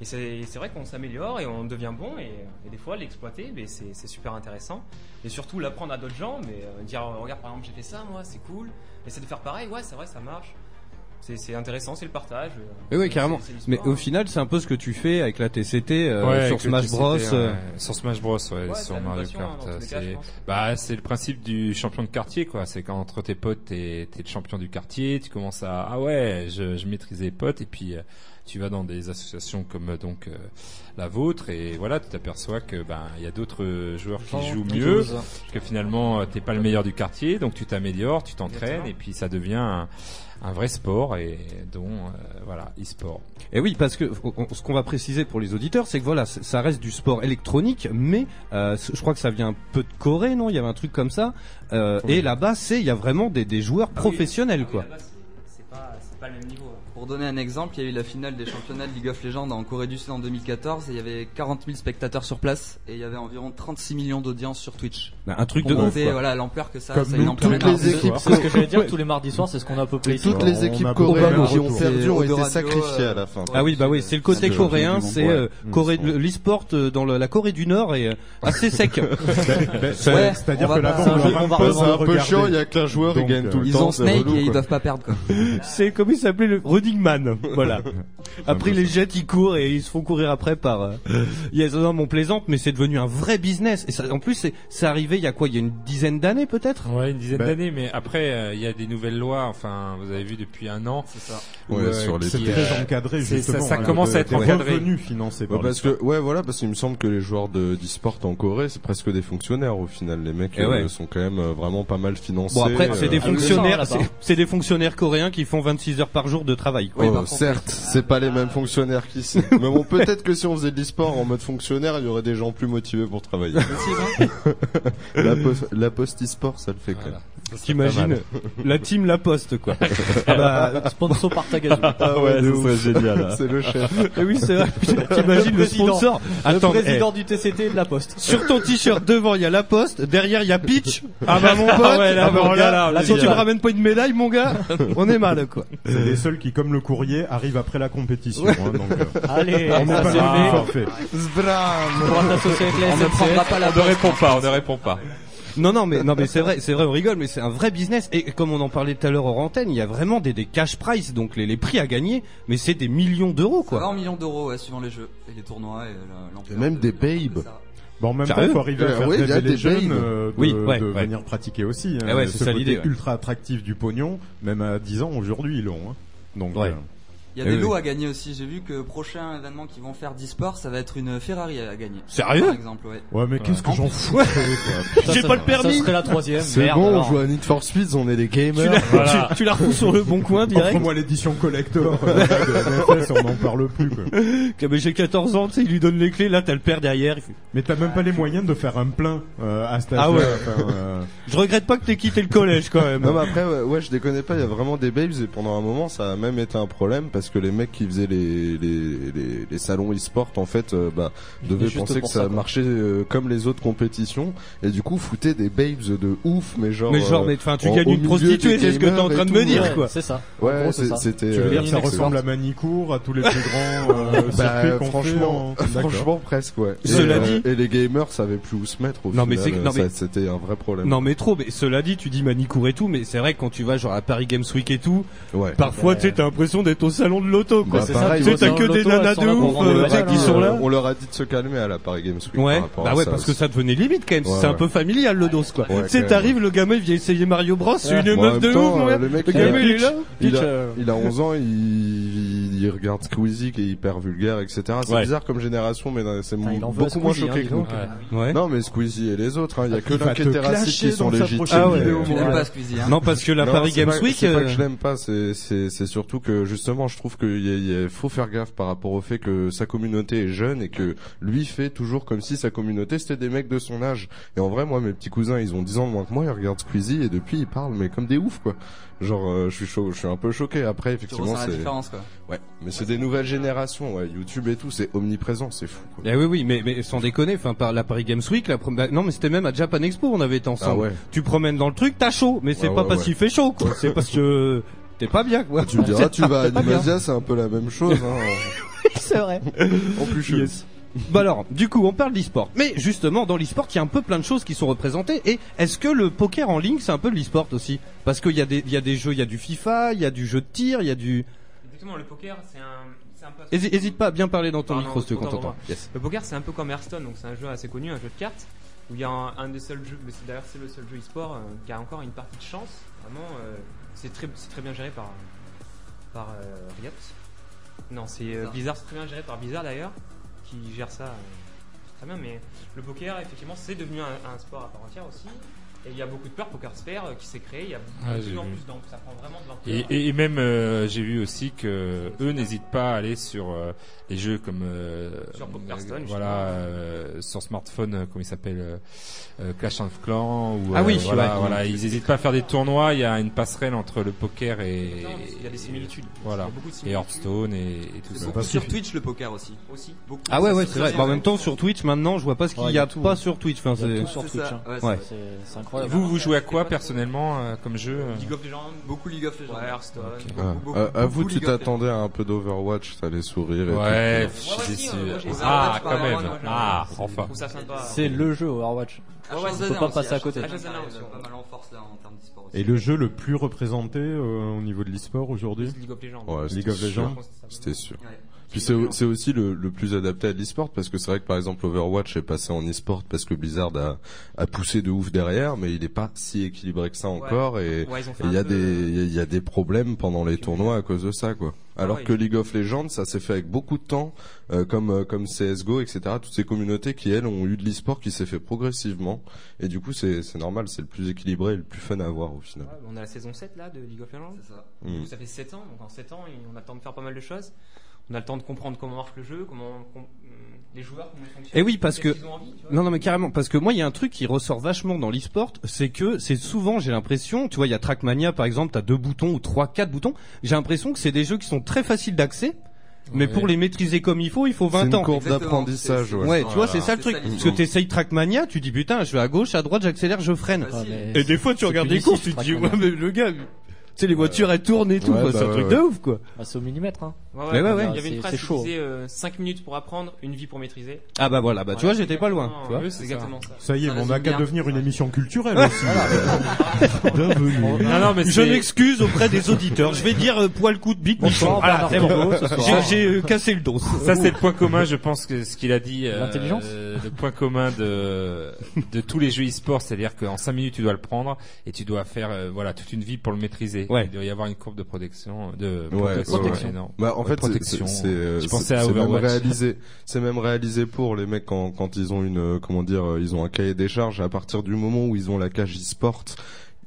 Speaker 15: Et c'est c'est vrai qu'on s'améliore et on devient bon, et, et des fois l'exploiter, mais c'est c'est super intéressant. Et surtout l'apprendre à d'autres gens, mais euh, dire regarde par exemple j'ai fait ça moi, c'est cool. Essayer de faire pareil, ouais c'est vrai ça marche. C'est c'est intéressant, c'est le partage. euh, c'est-
Speaker 8: Mais oui, Eh carrément.
Speaker 15: c'est- c'est
Speaker 8: Mais
Speaker 15: l'e-sport.
Speaker 8: au final, c'est un peu ce que tu fais avec la TCT euh,
Speaker 9: Ouais,
Speaker 8: sur
Speaker 9: avec le
Speaker 8: Smash
Speaker 9: TCT,
Speaker 8: Bros.
Speaker 9: ouais.
Speaker 8: euh,
Speaker 9: Sur Smash Bros, ouais,
Speaker 8: Ouais, c'est
Speaker 9: sur
Speaker 8: la
Speaker 9: Mario
Speaker 8: nomination,
Speaker 9: Kart.
Speaker 8: hein, dans tous les cas,
Speaker 9: c'est-
Speaker 8: je pense.
Speaker 9: bah, c'est le principe du champion de quartier, quoi. C'est quand entre tes potes, t'es t'es le champion du quartier, tu commences à ah ouais, je, je maîtrise les potes, et puis euh, tu vas dans des associations comme euh, donc euh, la vôtre, et voilà, tu t'aperçois que ben il y a d'autres euh, joueurs qui
Speaker 15: Genre,
Speaker 9: jouent
Speaker 15: on
Speaker 9: mieux,
Speaker 15: joue aux uns.
Speaker 9: que finalement euh, t'es pas le meilleur du quartier, donc tu t'améliores, tu t'entraînes,
Speaker 15: Exactement.
Speaker 9: et puis ça devient un, un vrai sport, et dont euh, voilà, e-sport.
Speaker 8: Et Eh oui, parce que on- on- ce qu'on va préciser pour les auditeurs, c'est que voilà, c- ça reste du sport électronique, mais euh, c- je crois que ça vient un peu de Corée, non Il y avait un truc comme ça. Euh, Et là-bas, c'est il y a vraiment des, des
Speaker 13: Ah
Speaker 8: joueurs professionnels, quoi.
Speaker 15: C'est pas, c'est pas le même niveau. hein.
Speaker 16: Pour donner un exemple, il y a eu la finale des championnats de League of Legends en Corée du Sud en 2014 et il y avait 40 000 spectateurs sur place et il y avait environ 36 millions d'audiences sur Twitch.
Speaker 8: Bah, un truc
Speaker 16: Pour
Speaker 8: de ouf,
Speaker 16: montrer,
Speaker 8: quoi.
Speaker 16: voilà l'ampleur que ça,
Speaker 10: Comme
Speaker 16: ça a
Speaker 10: nous,
Speaker 16: une ampleur
Speaker 10: toutes
Speaker 16: énorme.
Speaker 10: les équipes C'est ce que j'allais dire, tous les mardis soirs, c'est ce qu'on a peuplé ici. Toutes les On a équipes peuplé coréennes un qui ont retour. perdu ont été sacrifiées à la fin.
Speaker 8: Ah oui, bah oui, c'est le côté
Speaker 10: C'est le
Speaker 8: coréen,
Speaker 10: champion du
Speaker 8: c'est
Speaker 10: monde,
Speaker 8: euh,
Speaker 10: ouais. Mm.
Speaker 8: Corée, de- l'e-sport euh, dans le- la Corée du Nord est euh, assez sec. ben,
Speaker 13: c'est- Ah. Ouais, c'est-à-dire on va que là-bas, pas- on leur impose un peu chiant, il y a qu'un joueur, il gagne tout le Ils temps, ont c'est Snake relou, et ils quoi. doivent
Speaker 16: pas perdre.
Speaker 8: C'est comme il s'appelait le Running Man, voilà. Après
Speaker 13: Un peu
Speaker 8: les jets, ils courent et ils se font courir après par. euh, Yes, non, mon plaisante, mais c'est devenu un vrai business. Et ça, en plus, c'est- c'est arrivé il y a quoi Il y a une dizaine d'années peut-être
Speaker 9: Ouais, une dizaine
Speaker 13: Ben,
Speaker 9: d'années, mais après euh, il y a des nouvelles lois. Enfin, vous avez vu depuis un an. euh, C'est ça.
Speaker 11: Ouais, sur les
Speaker 13: C'est très encadré justement.
Speaker 9: Ça, ça
Speaker 13: hein,
Speaker 9: commence
Speaker 13: de-
Speaker 9: à être
Speaker 13: des
Speaker 9: encadré.
Speaker 13: revenus financés
Speaker 11: Ouais,
Speaker 13: par
Speaker 11: parce que ouais voilà parce qu'il me semble que les joueurs de d'e-sport en Corée c'est presque des fonctionnaires au final les mecs
Speaker 8: Eh
Speaker 11: euh,
Speaker 8: ouais.
Speaker 11: sont quand même euh, vraiment pas mal financés.
Speaker 8: Bon après, c'est
Speaker 11: euh,
Speaker 8: des fonctionnaires,
Speaker 11: c'est-
Speaker 8: c'est- c'est des fonctionnaires coréens qui font 26 heures par jour de travail. quoi.
Speaker 11: Oh, certes, c'est pas les mêmes fonctionnaires qu'ici. Mais bon, peut-être que si on faisait de l'e-sport en mode fonctionnaire, il y aurait des gens plus motivés pour travailler. la, post, la post e-sport, ça le fait quand même.
Speaker 8: T'imagines la team La Poste quoi.
Speaker 13: Ah bah,
Speaker 10: Sponsor par Tagazu.
Speaker 11: Ah ouais, de ouf. C'est le chef.
Speaker 8: Et hein. Eh oui, c'est vrai. Putain, T'imagines
Speaker 10: Le
Speaker 8: le
Speaker 10: président.
Speaker 8: sponsor
Speaker 10: Le
Speaker 8: eh.
Speaker 10: président
Speaker 8: du TCT et de la Poste. Sur ton t-shirt devant, il y a la Poste, derrière il y a Pitch. Ah bah mon pote,
Speaker 13: Ah ouais, là,
Speaker 8: ah bah,
Speaker 13: mon
Speaker 8: mon
Speaker 13: gars,
Speaker 8: gars,
Speaker 13: là,
Speaker 8: si tu
Speaker 13: là.
Speaker 8: me ramènes pas une médaille mon gars, on est mal quoi.
Speaker 13: C'est les seuls qui, comme le courrier, arrivent après la compétition.
Speaker 8: Ouais.
Speaker 13: hein, donc, euh,
Speaker 8: Allez,
Speaker 13: on n'a pas
Speaker 8: ça, c'est
Speaker 13: le
Speaker 8: le
Speaker 13: forfait.
Speaker 9: On ne prendra pas la hein. On ne répond pas. On ne répond pas.
Speaker 8: Non non mais non mais c'est vrai c'est vrai on rigole mais c'est un vrai business et comme on en parlait tout à l'heure hors antenne il y a vraiment des, des cash prize donc les, les prix à gagner mais c'est des millions d'euros quoi.
Speaker 16: 20 millions d'euros ouais, suivant les jeux et les tournois et la- l'ampleur.
Speaker 11: Même des babes.
Speaker 13: Bon, en même
Speaker 11: Sérieux
Speaker 13: temps, faut arriver à
Speaker 11: Euh,
Speaker 16: Ah
Speaker 13: faire
Speaker 11: oui, il y a
Speaker 13: rêver les
Speaker 11: des
Speaker 13: jeunes
Speaker 11: babes.
Speaker 13: euh, de,
Speaker 11: Oui, ouais,
Speaker 13: de
Speaker 11: ouais.
Speaker 13: venir pratiquer aussi. hein.
Speaker 8: Ah
Speaker 11: Eh ouais, c'est
Speaker 13: ce
Speaker 11: ça
Speaker 13: côté
Speaker 11: l'idée, ouais.
Speaker 13: ultra attractif du pognon, même à 10 ans, aujourd'hui, ils l'ont. hein. Donc, euh,
Speaker 16: Il y a
Speaker 13: eh
Speaker 16: des
Speaker 13: oui.
Speaker 16: lots à gagner aussi. J'ai vu que le prochain événement qu'ils vont faire d'e-sport, ça va être une Ferrari à gagner.
Speaker 13: Sérieux
Speaker 16: Par exemple, ouais.
Speaker 13: Ouais, mais qu'est-ce que
Speaker 16: En
Speaker 13: j'en
Speaker 16: plus.
Speaker 13: fous de crever, quoi.
Speaker 16: Ça, ça- ça serait la troisième.
Speaker 11: C'est
Speaker 16: Merde,
Speaker 11: bon,
Speaker 16: alors.
Speaker 11: on joue à Need for Speed, on est des gamers.
Speaker 13: Tu la- tu- tu la refous sur le
Speaker 8: bon coin
Speaker 13: direct Offre-moi l'édition collector euh, de la NFS, on n'en parle plus quoi.
Speaker 8: Que- Ah, mais j'ai 14 ans, tu sais, il lui donne les clés, là t'as le père derrière. il fait-
Speaker 13: Mais t'as même pas les moyens de faire un plein euh, à cet
Speaker 8: Ah
Speaker 13: âge-là,
Speaker 8: ouais.
Speaker 13: enfin, euh,
Speaker 8: Je regrette pas que t'aies quitté le collège quand même.
Speaker 11: Non, mais après, ouais, ouais, je déconne pas, il y a vraiment des babes et pendant un moment, ça a même été un problème parce que les mecs qui faisaient les, les, les, les salons e-sport, en fait, euh, bah, devaient
Speaker 13: Juste
Speaker 11: penser que
Speaker 13: pour
Speaker 11: ça,
Speaker 13: ça, quoi.
Speaker 11: marchait euh, comme les autres compétitions et du coup, foutaient des babes de ouf, mais genre.
Speaker 8: Mais genre,
Speaker 11: euh,
Speaker 8: mais, enfin, tu
Speaker 11: en-
Speaker 8: gagnes
Speaker 11: au
Speaker 8: une
Speaker 11: milieu
Speaker 8: prostituée,
Speaker 11: des
Speaker 8: c'est ce que t'es en
Speaker 11: gamers
Speaker 8: train
Speaker 11: et
Speaker 8: de me
Speaker 11: tout,
Speaker 8: dire,
Speaker 11: ouais.
Speaker 8: quoi. C'est ça. En
Speaker 11: Ouais,
Speaker 8: gros, c'est
Speaker 11: c'est-
Speaker 8: ça.
Speaker 11: c'était.
Speaker 13: Tu veux dire
Speaker 11: euh,
Speaker 13: ça
Speaker 11: c'est-
Speaker 13: ressemble à Manicourt, à tous les plus grands euh,
Speaker 11: Bah,
Speaker 13: circuits qu'on fait
Speaker 11: franchement,
Speaker 13: en-
Speaker 11: franchement presque ouais. Et,
Speaker 8: hein.
Speaker 11: euh,
Speaker 8: Cela dit-
Speaker 11: et les gamers savaient plus où se mettre au
Speaker 8: Non, mais
Speaker 11: final, euh,
Speaker 8: c'est- non,
Speaker 11: ça,
Speaker 8: mais-
Speaker 11: c'était un vrai problème.
Speaker 8: Non mais trop, mais cela dit, tu dis manicourt et tout, mais c'est vrai que quand tu vas genre à Paris Games Week et tout, parfois tu sais, t'as l'impression d'être au salon de l'auto quoi.
Speaker 11: Bah,
Speaker 8: C'est
Speaker 11: pareil,
Speaker 8: ça, tu sais,
Speaker 11: ouais,
Speaker 8: t'as que
Speaker 11: dans
Speaker 8: des
Speaker 11: l'auto,
Speaker 8: nanas
Speaker 11: elles sont
Speaker 8: de
Speaker 11: là pour
Speaker 8: ouf
Speaker 11: vendre
Speaker 8: euh,
Speaker 11: leur
Speaker 8: qui
Speaker 11: bagnole.
Speaker 8: sont là.
Speaker 11: On leur a dit de se calmer à la Paris Games Week.
Speaker 8: Ouais,
Speaker 11: par rapport
Speaker 8: bah
Speaker 11: à
Speaker 8: ouais, parce que ça devenait limite quand même.
Speaker 11: Ouais,
Speaker 8: c'est un
Speaker 11: ouais.
Speaker 8: peu familial le dos quoi.
Speaker 11: Ouais,
Speaker 8: tu sais,
Speaker 11: quand
Speaker 8: t'arrives, le gamin il vient essayer Mario Bros,
Speaker 11: Ouais.
Speaker 8: une
Speaker 11: Bon, en
Speaker 8: meuf
Speaker 11: même
Speaker 8: de
Speaker 11: temps,
Speaker 8: ouf, mon
Speaker 11: euh,
Speaker 8: gars.
Speaker 11: le mec,
Speaker 8: gamin il est là.
Speaker 11: il a,
Speaker 8: Pitch, euh,
Speaker 11: il a 11 ans, il, il, ils regardent Squeezie qui est hyper vulgaire, etc. C'est
Speaker 13: Ouais.
Speaker 11: bizarre comme génération, mais non, c'est
Speaker 13: Putain, il en veut à
Speaker 11: beaucoup moins
Speaker 13: Squeezie,
Speaker 11: choqué
Speaker 13: hein,
Speaker 11: que
Speaker 13: dis
Speaker 11: nous.
Speaker 13: donc.
Speaker 11: Non, mais Squeezie et les autres, hein, il y a que
Speaker 13: Il va
Speaker 11: l'un qui
Speaker 13: te
Speaker 11: était raciste
Speaker 13: clasher
Speaker 11: qui sont
Speaker 13: dans sa
Speaker 11: légitimes.
Speaker 13: prochaine Ah ouais. vidéo, Tu mon l'aimes gars. pas, Squeezie, hein. Non, parce que la
Speaker 11: Non,
Speaker 8: Paris
Speaker 11: c'est
Speaker 8: Games
Speaker 11: pas-
Speaker 8: Week,
Speaker 11: C'est pas
Speaker 8: euh,
Speaker 11: que je l'aime pas, c'est- c'est c'est surtout que justement, je trouve qu'il y a- il y a- faut faire gaffe par rapport au fait que sa communauté est jeune et que lui fait toujours comme si sa communauté c'était des mecs de son âge. Et en vrai, moi, mes petits cousins, ils ont 10 ans de moins que moi, ils regardent Squeezie et depuis ils parlent mais comme des oufs quoi. Genre, euh, je suis chaud, je suis un peu choqué. Après, effectivement,
Speaker 16: ressens la
Speaker 11: c'est
Speaker 16: différence, quoi.
Speaker 11: ouais, mais c'est des nouvelles générations, ouais, YouTube et tout, c'est omniprésent, c'est fou.
Speaker 8: Eh oui, oui, mais, mais sans déconner, enfin, par la Paris Games Week, la prom- bah, non, mais c'était même à Japan Expo, on avait été ensemble.
Speaker 11: Ah ouais.
Speaker 8: Tu promènes dans le truc, t'as chaud, mais c'est
Speaker 11: Ouais,
Speaker 8: pas
Speaker 11: ouais,
Speaker 8: parce
Speaker 11: ouais.
Speaker 8: qu'il fait chaud, quoi. C'est parce que t'es pas bien, quoi.
Speaker 11: Tu me diras,
Speaker 8: C'est-
Speaker 11: tu vas à
Speaker 8: t'es pas bien.
Speaker 11: Animasia, c'est un peu la même chose. Hein.
Speaker 8: C'est vrai.
Speaker 11: en plus, je...
Speaker 8: Bah alors, du coup, on parle d'e-sport. Mais justement, dans l'e-sport, il y a un peu plein de choses qui sont représentées. Et est-ce que le poker en ligne, c'est un peu de l'e-sport aussi Parce qu'il y, a des- il y a des jeux, il y a du FIFA, il y a du jeu de tir, il y a du...
Speaker 15: Exactement, le poker, c'est un, c'est un peu.
Speaker 8: Hési- Hésite pas à bien parler dans ton
Speaker 15: Pardon,
Speaker 8: micro, si tu
Speaker 15: Ah autant pour
Speaker 8: t'entends.
Speaker 15: moi. Le poker, c'est un peu comme Hearthstone, donc c'est un jeu assez connu, un jeu de cartes, où il y a un, un des seuls jeux, mais c'est d'ailleurs c'est le seul jeu e-sport euh, qui a encore une partie de chance. Vraiment, euh, c'est très, c'est très bien géré par par euh, Riot. Non, c'est euh, Blizzard, c'est très bien géré par Blizzard d'ailleurs, qui gère ça euh, très bien. Mais le poker, effectivement, c'est devenu un, un sport à part entière aussi. Et il y a beaucoup de peur poker sphère euh, qui s'est créé. Il y a
Speaker 9: Ah,
Speaker 15: de plus
Speaker 9: j'ai
Speaker 15: en
Speaker 9: vu.
Speaker 15: plus d'ampleur, ça prend vraiment de
Speaker 9: Et,
Speaker 15: l'ampleur.
Speaker 9: et- et même euh, j'ai vu aussi que eux n'hésitent pas à aller sur euh, les jeux comme euh,
Speaker 15: Sur Pokerstone,
Speaker 9: voilà, euh, sur smartphone, euh, comment il s'appelle, euh, euh, Clash of Clans ou
Speaker 8: Ah
Speaker 9: euh,
Speaker 8: oui,
Speaker 9: voilà,
Speaker 8: ouais.
Speaker 9: voilà, ils n'hésitent pas à faire des tournois. Il y a une passerelle entre le poker et
Speaker 15: Non, il y a des similitudes. Il y
Speaker 9: voilà
Speaker 15: a beaucoup de
Speaker 9: et
Speaker 15: similitudes.
Speaker 9: Hearthstone et, et tout
Speaker 16: C'est
Speaker 9: ça.
Speaker 16: beaucoup sur Twitch le poker aussi.
Speaker 15: Aussi.
Speaker 16: Beaucoup.
Speaker 8: Ah ouais,
Speaker 16: Ça,
Speaker 8: ouais,
Speaker 16: se
Speaker 8: c'est vrai.
Speaker 16: ressent.
Speaker 8: Bah, en même temps, sur Twitch, maintenant, je vois pas ce qu'il
Speaker 16: Ouais,
Speaker 8: y a,
Speaker 16: il y a tout,
Speaker 8: pas
Speaker 16: hein.
Speaker 8: sur Twitch. Enfin,
Speaker 16: Il y a
Speaker 8: c'est
Speaker 16: tout sur C'est Twitch, ça. hein. Ouais, c'est- c'est- c'est incroyable.
Speaker 9: Vous, vous jouez à quoi personnellement euh, comme jeu euh
Speaker 16: League of Legends, beaucoup League of Legends. Hearthstone.
Speaker 11: Ouais.
Speaker 8: Ah,
Speaker 11: Euh, à vous, tu t'attendais à un peu d'Overwatch, t'as les sourires et
Speaker 9: Ouais,
Speaker 11: tout.
Speaker 9: je suis Moi aussi, déçu.
Speaker 15: Moi, j'ai
Speaker 9: Ah,
Speaker 15: essayé Overwatch,
Speaker 9: quand
Speaker 15: pareil,
Speaker 9: même.
Speaker 15: moi, moi, j'ai-
Speaker 9: Ah,
Speaker 15: je
Speaker 9: enfin.
Speaker 15: trouve ça sympa.
Speaker 10: C'est le jeu Overwatch.
Speaker 16: Ah ouais,
Speaker 10: On peut
Speaker 16: Zana
Speaker 10: pas
Speaker 16: aussi, Ah,
Speaker 10: passer à
Speaker 16: Zana,
Speaker 10: côté.
Speaker 16: Zana, Zana arrive pas mal en force là en termes d'e-sport aussi.
Speaker 13: Et le jeu le plus représenté euh, au niveau de l'e-sport aujourd'hui
Speaker 16: League of Legends.
Speaker 11: Ouais,
Speaker 13: League of
Speaker 11: c'était
Speaker 13: Legends.
Speaker 11: sûr. C'était sûr. Puis c'est c'est aussi le, le plus adapté à de l'e-sport parce que c'est vrai que par exemple Overwatch est passé en e-sport parce que Blizzard a, a poussé de ouf derrière, mais il est pas si équilibré que ça encore et
Speaker 15: Ouais, ils ont
Speaker 11: et
Speaker 15: fait
Speaker 11: il y
Speaker 15: un
Speaker 11: a
Speaker 15: peu,
Speaker 11: des il y a- il y a des problèmes pendant les tournois à cause de ça quoi. Alors
Speaker 15: Ah ouais.
Speaker 11: que League of Legends ça s'est fait avec beaucoup de temps euh, comme euh, comme CS:GO etc. Toutes ces communautés qui elles ont eu de l'e-sport qui s'est fait progressivement et du coup c'est c'est normal c'est le plus équilibré et le plus fun à voir au final.
Speaker 15: Ouais, Ah, On a la saison 7 là de League of Legends. C'est ça.
Speaker 11: Mm.
Speaker 15: ça fait 7 ans, donc en 7 ans, on a le temps de faire pas mal de choses. On a le temps de comprendre comment marche le jeu, comment com- mm, les joueurs comment ils fonctionnent.
Speaker 8: Et Eh oui, parce que
Speaker 15: qu'est-ce qu'ils ont envie, tu vois.
Speaker 8: non, non, mais carrément, parce que moi, il y a un truc qui ressort vachement dans l'e-sport, c'est que c'est souvent, j'ai l'impression, tu vois, il y a Trackmania par exemple, t'as deux boutons ou trois, quatre boutons. J'ai l'impression que c'est des jeux qui sont très faciles d'accès. Mais
Speaker 11: Ouais.
Speaker 8: pour les maîtriser comme il faut, il faut
Speaker 11: C'est
Speaker 8: 20
Speaker 11: une
Speaker 8: ans.
Speaker 11: courbe Exactement. d'apprentissage, C'est- c'est-
Speaker 8: Ouais,
Speaker 11: ouais.
Speaker 8: tu vois,
Speaker 11: Voilà.
Speaker 8: c'est ça le
Speaker 11: C'est
Speaker 8: truc.
Speaker 11: ça l'idée.
Speaker 8: Parce que t'essayes Trackmania, tu dis putain, je vais à gauche, à droite, j'accélère, je freine.
Speaker 16: Facile.
Speaker 8: Et des fois, tu
Speaker 10: C'est
Speaker 8: regardes les
Speaker 10: punitif,
Speaker 8: courses, tu te dis ouais,
Speaker 10: Trackmania.
Speaker 8: mais le gars, tu sais, les voitures elles tournent et tout,
Speaker 10: Ouais,
Speaker 8: quoi,
Speaker 10: bah
Speaker 8: c'est un
Speaker 10: ouais,
Speaker 8: truc
Speaker 10: ouais.
Speaker 8: de ouf, quoi.
Speaker 10: Bah, c'est au millimètre. Hein.
Speaker 8: Mais ouais, ouais.
Speaker 15: Il y avait
Speaker 10: C'est-
Speaker 15: une phrase
Speaker 10: c'est
Speaker 15: qui
Speaker 10: chaud.
Speaker 15: disait 5 minutes pour apprendre, une vie pour maîtriser.
Speaker 8: Ah bah voilà, bah tu vois,
Speaker 15: c'est
Speaker 8: j'étais pas loin.
Speaker 15: exactement-
Speaker 8: tu vois.
Speaker 15: oui, c'est exactement ça.
Speaker 13: Ça y est,
Speaker 15: Ça
Speaker 13: mais on
Speaker 15: résume
Speaker 13: a qu'à
Speaker 15: bien.
Speaker 13: devenir une émission culturelle aussi. Bienvenue.
Speaker 8: Non, non, mais Oh. je
Speaker 13: c'est-
Speaker 8: m'excuse auprès des auditeurs. Je vais dire euh, poil coup de bite
Speaker 13: Bonsoir,
Speaker 8: Michon. Voilà,
Speaker 9: Ah,
Speaker 13: Bernard
Speaker 8: c'est bon.
Speaker 13: Thibault, ce soir.
Speaker 8: J'ai- J'ai euh, cassé le dos.
Speaker 9: Ça c'est le point commun, je pense que ce qu'il a dit, euh,
Speaker 8: L'intelligence
Speaker 9: le point commun de de tous les jeux e-sport, c'est-à-dire qu'en 5 minutes tu dois le prendre et tu dois faire euh, voilà toute une vie pour le maîtriser.
Speaker 8: Ouais.
Speaker 9: Il doit y avoir une courbe de protection, euh, de
Speaker 11: Ouais, ouais,
Speaker 9: protection.
Speaker 11: ouais.
Speaker 9: et non.
Speaker 11: Bah, en
Speaker 9: Ouais,
Speaker 11: fait, c'est- c'est
Speaker 9: protection.
Speaker 11: c'est, euh,
Speaker 9: je
Speaker 11: c'est-
Speaker 9: pensais à
Speaker 11: c'est même
Speaker 9: Overwatch.
Speaker 11: réalisé. C'est même réalisé pour les mecs quand quand ils ont une euh, comment dire, euh, ils ont un cahier des charges. À partir du moment où ils ont la cage e-sport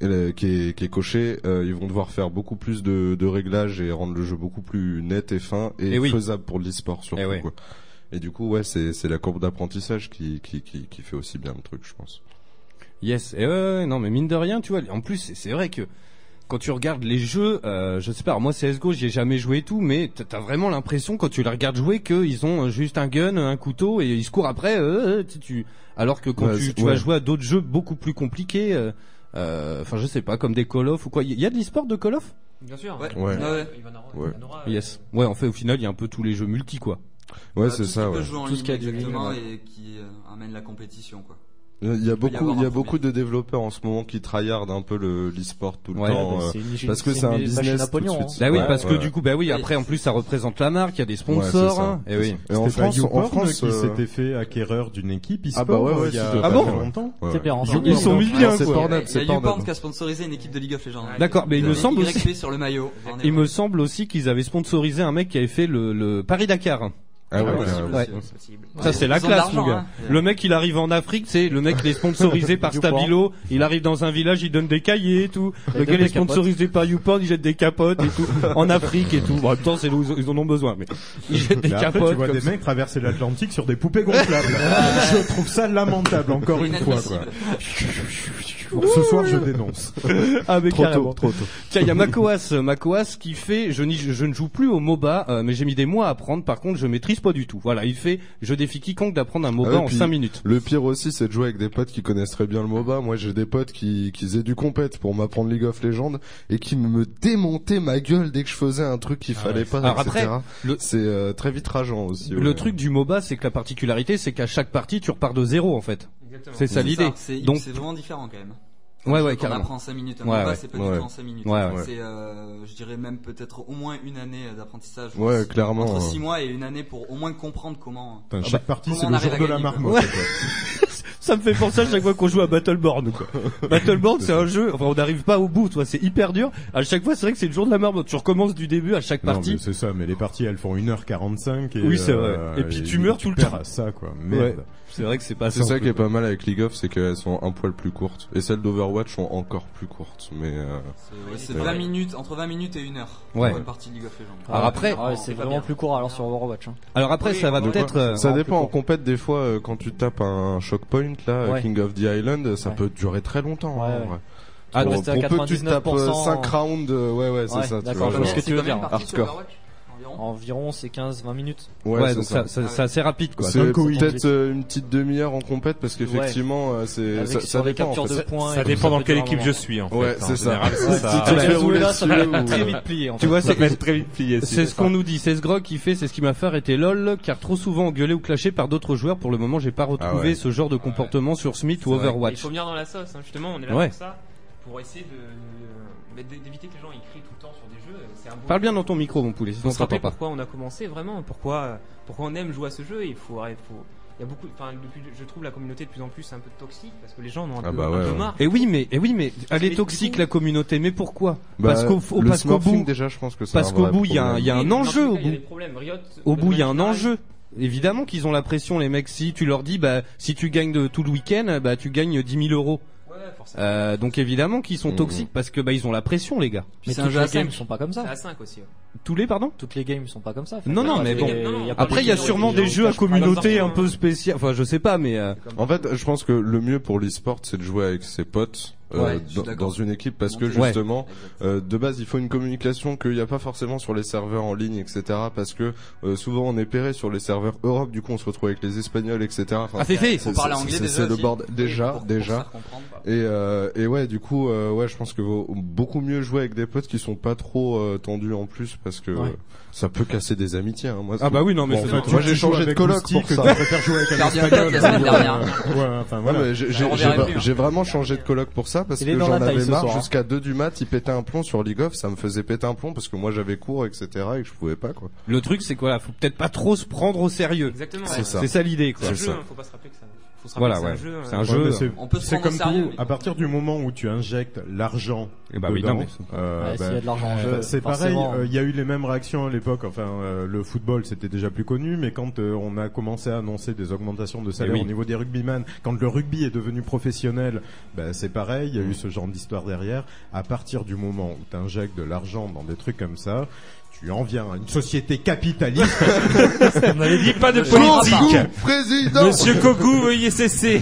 Speaker 11: euh, qui est, qui est cochée, euh, ils vont devoir faire beaucoup plus de, de réglages et rendre le jeu beaucoup plus net et fin et,
Speaker 8: Eh oui. Eh
Speaker 11: faisable pour l'e-sport surtout. quoi. Et, du coup, ouais, c'est c'est la courbe d'apprentissage qui, qui qui qui fait aussi bien le truc, je pense.
Speaker 8: Yes, et ouais, ouais, ouais, non, mais mine de rien, tu vois. En plus, c'est- c'est vrai que quand tu regardes les jeux, euh, je sais pas, alors moi CSGO, j'y ai jamais joué et tout, mais t'as- t'as vraiment l'impression quand tu les regardes jouer qu'ils ont euh, juste un gun, un couteau et ils se courent après. euh, euh, tu, tu- Alors que quand
Speaker 11: Ouais,
Speaker 8: tu,
Speaker 11: c'est-
Speaker 8: tu
Speaker 11: ouais.
Speaker 8: vas jouer à d'autres jeux beaucoup plus compliqués, euh, euh, enfin je sais pas, comme des Call of ou quoi. Il y a de l'e-sport de Call of
Speaker 15: Bien sûr.
Speaker 16: Ouais.
Speaker 11: Ouais.
Speaker 16: ouais.
Speaker 11: Ouais.
Speaker 8: Yes. Ouais, en fait, au final, il y a un peu tous les jeux multi, quoi.
Speaker 11: Ouais,
Speaker 16: Voilà,
Speaker 11: c'est
Speaker 16: tout
Speaker 11: ça.
Speaker 16: Ce qui
Speaker 11: ouais.
Speaker 16: peut jouer en
Speaker 10: Tout ce
Speaker 16: ligne
Speaker 10: qui a du
Speaker 16: exactement
Speaker 10: ligne,
Speaker 16: et qui euh, amène la compétition quoi.
Speaker 11: Il y a
Speaker 16: peut y
Speaker 11: beaucoup,
Speaker 16: avoir
Speaker 11: il y
Speaker 16: un
Speaker 11: a beaucoup de développeurs en ce moment qui tryhardent un peu le l'e-sport tout le
Speaker 8: Ouais,
Speaker 11: temps,
Speaker 8: bah,
Speaker 11: euh,
Speaker 8: c'est une-
Speaker 11: parce que
Speaker 8: c'est
Speaker 11: c'est un
Speaker 8: une machine à
Speaker 11: business tout de
Speaker 8: pognon,
Speaker 11: suite.
Speaker 8: hein. Bah oui,
Speaker 11: Ouais,
Speaker 8: parce que
Speaker 11: ouais. Ah
Speaker 8: du coup, bah oui, après en plus ça représente la marque, il y a des
Speaker 11: Ouais,
Speaker 8: sponsors.
Speaker 11: c'est ça.
Speaker 8: hein. Eh oui.
Speaker 11: Et en
Speaker 13: C'était pas
Speaker 11: France, en
Speaker 13: YouPorn
Speaker 11: France,
Speaker 13: qui
Speaker 11: euh,
Speaker 13: s'était fait acquéreur d'une équipe e-sport
Speaker 11: Ah bah ouais, ouais,
Speaker 13: euh, il y a
Speaker 11: c'est-
Speaker 13: pas
Speaker 8: Ah bon
Speaker 13: très longtemps.
Speaker 11: Ouais, ouais.
Speaker 16: hein.
Speaker 8: Ils sont mis
Speaker 13: hein,
Speaker 8: bien, quoi.
Speaker 16: Il y a YouPorn qui a sponsorisé une équipe de League of Legends.
Speaker 8: Ah,
Speaker 16: hein.
Speaker 8: D'accord, mais il
Speaker 16: Vous
Speaker 8: me
Speaker 16: avez
Speaker 8: semble
Speaker 16: YP
Speaker 8: aussi.
Speaker 16: sur le maillot. On est
Speaker 8: Il
Speaker 16: bon.
Speaker 8: me semble aussi qu'ils avaient sponsorisé un mec qui avait fait le, le Paris Dakar.
Speaker 11: Ah ouais, Ah, ouais, possible, ouais. c'est possible.
Speaker 8: Ça c'est la
Speaker 11: Ils ont de
Speaker 8: classe mon
Speaker 11: l'argent,
Speaker 8: gars.
Speaker 11: hein.
Speaker 8: Le mec il arrive en Afrique, c'est le mec il est sponsorisé par
Speaker 11: YouPorn.
Speaker 8: Stabilo, il arrive dans un village, il donne des cahiers et tout.
Speaker 14: Il
Speaker 8: le
Speaker 14: donne
Speaker 8: gars il
Speaker 14: des
Speaker 8: est sponsorisé par YouPorn, il jette des capotes et tout en Afrique et tout. Bon, en même temps c'est là où ils ils en ont besoin mais il jette des
Speaker 13: Mais après,
Speaker 8: capotes
Speaker 13: tu vois
Speaker 8: comme
Speaker 13: des
Speaker 8: ça.
Speaker 13: mecs traverser l'Atlantique sur des poupées gonflables. je trouve ça lamentable encore une fois. Quoi. Ce soir, je dénonce.
Speaker 8: Ah mais
Speaker 13: Trop tôt,
Speaker 8: carrément.
Speaker 13: trop tôt.
Speaker 8: Tiens, il y a Makoas, euh, Makoas qui fait je, n'y- je ne joue plus au MOBA euh, mais j'ai mis des mois à apprendre par contre, je maîtrise pas du tout. Voilà, il fait je défie quiconque d'apprendre un
Speaker 11: Ah
Speaker 8: MOBA
Speaker 11: ouais,
Speaker 8: en
Speaker 11: puis
Speaker 8: 5 minutes.
Speaker 11: Le pire aussi, c'est de jouer avec des potes qui connaissent très bien le MOBA. Moi, j'ai des potes qui, qui faisaient du compète pour m'apprendre League of Legends et qui me démontaient ma gueule dès que je faisais un truc qu'il fallait pas,
Speaker 8: Ah Alors
Speaker 11: etc.
Speaker 8: après,
Speaker 11: C'est euh, très vite rageant aussi.
Speaker 8: Le
Speaker 11: ouais.
Speaker 8: truc du MOBA, c'est que la particularité, c'est qu'à chaque partie, tu repars de zéro en fait.
Speaker 16: Exactement.
Speaker 8: C'est ça l'idée.
Speaker 16: C'est
Speaker 8: Donc,
Speaker 16: c'est vraiment différent quand même.
Speaker 8: Ouais,
Speaker 16: Un
Speaker 8: ouais,
Speaker 16: jeu qu'on
Speaker 8: carrément.
Speaker 16: apprend en 5 minutes. Un
Speaker 8: Ouais,
Speaker 16: MOBA,
Speaker 8: ouais.
Speaker 16: c'est pas
Speaker 8: Ouais.
Speaker 16: du tout en 5 minutes.
Speaker 8: Ouais, ouais.
Speaker 16: C'est, euh, je dirais même peut-être au moins une année d'apprentissage.
Speaker 11: Ouais,
Speaker 16: Entre-
Speaker 11: clairement,
Speaker 16: Entre
Speaker 11: ouais.
Speaker 16: 6 mois et une année pour au moins comprendre comment.
Speaker 13: Putain, chaque partie,
Speaker 16: comment
Speaker 13: c'est
Speaker 16: on
Speaker 13: le
Speaker 16: arrive
Speaker 13: jour
Speaker 16: à
Speaker 13: de la
Speaker 16: gagner, quoi.
Speaker 13: marmotte.
Speaker 8: Ça me fait penser à chaque fois qu'on joue à Battleborn. Quoi. Battleborn, c'est un jeu. Enfin, on n'arrive pas au bout. Toi, c'est hyper dur. À chaque fois, c'est vrai que c'est le jour de la marmotte. Tu recommences du début à chaque
Speaker 13: Non,
Speaker 8: partie.
Speaker 13: mais c'est ça, mais les parties elles font 1h45 et
Speaker 8: Oui, c'est vrai.
Speaker 13: euh,
Speaker 8: Et puis tu meurs tout le
Speaker 13: perds
Speaker 8: temps.
Speaker 13: à ça quoi.
Speaker 11: Ouais.
Speaker 13: Merde.
Speaker 8: C'est vrai que c'est
Speaker 11: C'est ça qui est pas mal avec League of, c'est qu'elles sont un poil plus courtes. Et celles d'Overwatch sont encore plus courtes. Mais euh,
Speaker 16: Ouais, C'est
Speaker 11: mais-
Speaker 16: 20 minutes, entre 20 minutes et 1 heure.
Speaker 11: Ouais.
Speaker 16: Pour une partie de League of Legends.
Speaker 8: Alors après-
Speaker 10: Ah ouais, c'est vraiment plus court alors sur Overwatch. hein.
Speaker 11: De quoi
Speaker 10: euh,
Speaker 11: Ça euh, dépend. En compète, des fois, euh, quand tu tapes un shock point, là, euh,
Speaker 10: Ouais.
Speaker 11: King of the Island, ça peut durer très longtemps. hein, en vrai.
Speaker 10: Ah,
Speaker 11: Pour-
Speaker 10: rester à
Speaker 11: pour peu que tu
Speaker 10: 99%,
Speaker 11: tapes euh,
Speaker 10: euh,
Speaker 11: 5 rounds, euh, ouais, ouais, c'est
Speaker 10: Ouais,
Speaker 11: ça. tu vois,
Speaker 10: D'accord, je vois ce
Speaker 11: genre.
Speaker 10: que tu veux dire.
Speaker 11: Hardcore.
Speaker 10: Environ, c'est 15-20 minutes.
Speaker 11: Ouais, c'est C'est peut-être euh, une petite demi-heure en compète parce qu'effectivement,
Speaker 10: Ouais.
Speaker 11: euh, c'est
Speaker 10: Avec
Speaker 11: ça,
Speaker 10: sur
Speaker 11: ça
Speaker 10: les
Speaker 11: dépend. en
Speaker 10: captures
Speaker 11: fait.
Speaker 10: de points et
Speaker 9: Ça
Speaker 10: tout,
Speaker 9: dépend dans
Speaker 10: peut
Speaker 9: quelle
Speaker 10: durer un
Speaker 9: équipe
Speaker 10: moment.
Speaker 9: je suis, en fait,
Speaker 11: Ouais,
Speaker 9: hein,
Speaker 11: c'est
Speaker 9: en
Speaker 11: ça.
Speaker 9: général, c'est
Speaker 11: Si
Speaker 9: ça.
Speaker 11: tu te
Speaker 9: Ah,
Speaker 11: fais
Speaker 9: Venezuela,
Speaker 11: rouler
Speaker 9: ça
Speaker 11: dessus
Speaker 9: va
Speaker 11: ou-
Speaker 9: être très vite plié, en
Speaker 8: Tu
Speaker 9: fait.
Speaker 8: vois,
Speaker 9: Ça va
Speaker 8: c'est
Speaker 9: être très vite plié, si,
Speaker 8: C'est
Speaker 9: c'est
Speaker 8: ce qu'on
Speaker 9: ça.
Speaker 8: nous dit. C'est ce grog qui fait. C'est ce qui m'a fait arrêter lol, car trop souvent engueulé ou clashé par d'autres joueurs. Pour le moment, j'ai pas retrouvé
Speaker 9: Ah ouais.
Speaker 8: ce genre de comportement sur Smith ou
Speaker 15: Il
Speaker 8: Overwatch.
Speaker 15: faut venir dans la sauce, hein, justement, on est là
Speaker 8: Ouais.
Speaker 15: pour ça, pour essayer de, de- mais d'é- d'éviter que les gens ils crient tout le temps sur des jeux. euh, C'est un bon
Speaker 8: Parle bien dans ton micro, mon poulet, sinon
Speaker 15: Faut
Speaker 8: on
Speaker 15: se rappeler
Speaker 8: t'entend pas.
Speaker 15: Pourquoi on a commencé vraiment Pourquoi pourquoi on aime jouer à ce jeu Il faut arrêter- faut- il y a beaucoup. Enfin, depuis, je trouve la communauté de plus en plus un peu toxique parce que les gens en ont
Speaker 8: Ah
Speaker 15: un, peu,
Speaker 8: bah
Speaker 15: un peu marre.
Speaker 8: Et oui, mais, et oui, mais elle
Speaker 15: Mais
Speaker 8: est
Speaker 15: du
Speaker 8: toxique
Speaker 15: coup-
Speaker 8: la communauté. Mais pourquoi
Speaker 11: Bah,
Speaker 8: Parce qu'au au-
Speaker 11: le
Speaker 8: parce qu'au
Speaker 11: smurfing,
Speaker 8: bout,
Speaker 11: déjà, je pense que c'est
Speaker 8: parce
Speaker 11: un
Speaker 8: qu'au
Speaker 11: vrai
Speaker 8: bout, il y a un, il y a un
Speaker 11: problème. Oui, mais
Speaker 8: enjeu
Speaker 11: dans tous
Speaker 8: au
Speaker 11: les cas, il y a
Speaker 8: bout.
Speaker 11: des problèmes. Riot,
Speaker 8: au
Speaker 11: de
Speaker 8: bout, il y a un
Speaker 11: manière
Speaker 8: enjeu. Évidemment qu'ils ont la pression, les mecs. Si tu leur dis, bah, si tu gagnes de, tout le week-end, bah, tu gagnes 10 000 euros. Euh, donc évidemment qu'ils sont toxiques parce que bah ils ont la pression, les gars.
Speaker 10: Mais toutes les games sont pas comme ça.
Speaker 15: C'est à 5 aussi. ouais.
Speaker 8: Tous les pardon
Speaker 10: Toutes les games sont pas comme ça. Enfin,
Speaker 8: Non,
Speaker 10: y a
Speaker 8: non,
Speaker 10: pas
Speaker 8: mais
Speaker 10: des-
Speaker 8: bon.
Speaker 10: y a pas
Speaker 8: Après, il y a
Speaker 10: gens-
Speaker 8: sûrement
Speaker 10: gens
Speaker 8: des
Speaker 10: qui
Speaker 8: jeux à
Speaker 10: cachent pas leurs
Speaker 11: hein.
Speaker 8: communauté
Speaker 10: armes.
Speaker 8: un
Speaker 16: euh,
Speaker 8: peu spécial. Enfin, je sais pas, mais euh,
Speaker 11: En fait, je pense que le mieux pour l'e-sport, c'est de jouer avec ses potes euh,
Speaker 8: Ouais, je suis
Speaker 11: dans-
Speaker 8: d'accord.
Speaker 11: dans une équipe parce que
Speaker 8: Ouais.
Speaker 11: justement, euh, de base, il faut une communication qu'il n'y a pas forcément sur les serveurs en ligne, etc. Parce que euh, souvent, on est péré sur les serveurs Europe, du coup, on se retrouve avec les Espagnols, etc. Enfin,
Speaker 16: Ah, c'est fait. Faut
Speaker 11: c'est-
Speaker 16: parler
Speaker 11: c'est-
Speaker 16: anglais
Speaker 11: c'est-
Speaker 16: déjà
Speaker 11: C'est le
Speaker 16: aussi.
Speaker 11: bordel
Speaker 16: Oui,
Speaker 11: déjà,
Speaker 16: pour- pour
Speaker 11: déjà.
Speaker 16: faire comprendre.
Speaker 11: Et, euh, et ouais, du coup, euh, ouais, je pense que vaut beaucoup mieux jouer avec des potes qui sont pas trop euh, tendus en plus parce que
Speaker 13: Ouais.
Speaker 11: euh, ça peut casser des amitiés. hein. Moi,
Speaker 13: Ah bah oui, non, mais
Speaker 11: bon,
Speaker 13: c'est pas-
Speaker 11: moi
Speaker 13: tu-
Speaker 11: j'ai
Speaker 13: tu joues
Speaker 11: changé de
Speaker 13: avec
Speaker 11: coloc
Speaker 13: Moustique
Speaker 11: pour
Speaker 13: que
Speaker 11: ça.
Speaker 13: tu préfères jouer avec un Cardiac Espagnol. la semaine dernière. Ouais, enfin, voilà.
Speaker 11: Non, mais j'ai- j'ai-
Speaker 13: On
Speaker 11: j'ai
Speaker 13: verra
Speaker 11: vra-
Speaker 13: plus, hein.
Speaker 11: j'ai vraiment changé de coloc pour ça parce
Speaker 13: Il
Speaker 11: que
Speaker 13: est dans
Speaker 11: j'en
Speaker 13: la taille
Speaker 11: avais
Speaker 13: ce
Speaker 11: marre
Speaker 13: soir, hein.
Speaker 11: jusqu'à 2 du mat, il pétait un plomb sur League of, ça me faisait péter un plomb parce que moi j'avais cours etc et que je pouvais pas quoi.
Speaker 8: le truc c'est quoi là Faut peut-être pas trop se prendre au sérieux.
Speaker 11: Exactement, C'est ouais. ça.
Speaker 8: C'est ça l'idée, quoi.
Speaker 11: C'est ça.
Speaker 15: Faut pas se rappeler que ça. Faut se
Speaker 8: Voilà,
Speaker 15: rappeler
Speaker 8: ouais.
Speaker 15: que
Speaker 8: C'est un
Speaker 13: euh, Ouais,
Speaker 8: jeu. euh, hein.
Speaker 13: mais c'est-
Speaker 15: On peut se
Speaker 13: C'est
Speaker 15: prendre
Speaker 13: comme
Speaker 15: au sérieux,
Speaker 13: tout. À partir du moment où tu injectes l'argent,
Speaker 8: Eh bah oui,
Speaker 13: dedans,
Speaker 8: non, mais-
Speaker 13: euh,
Speaker 10: Ouais,
Speaker 13: bah,
Speaker 10: s'il y a de l'argent en jeu,
Speaker 13: c'est pareil.
Speaker 10: forcément.
Speaker 13: euh, Il y a eu les mêmes réactions à l'époque. Enfin, euh, le football c'était déjà plus connu, mais quand euh, on a commencé à annoncer des augmentations de salaire
Speaker 11: Eh oui.
Speaker 13: au niveau des rugbyman, quand le rugby est devenu professionnel, bah, c'est pareil. Il y a
Speaker 8: Mm.
Speaker 13: eu ce genre d'histoire derrière. À partir du moment où tu injectes de l'argent dans des trucs comme ça. Tu en viens à une société capitaliste.
Speaker 11: On n'avait dit pas de
Speaker 13: Jean
Speaker 11: politique.
Speaker 13: Coco,
Speaker 11: Président.
Speaker 9: Monsieur Coco, veuillez cesser.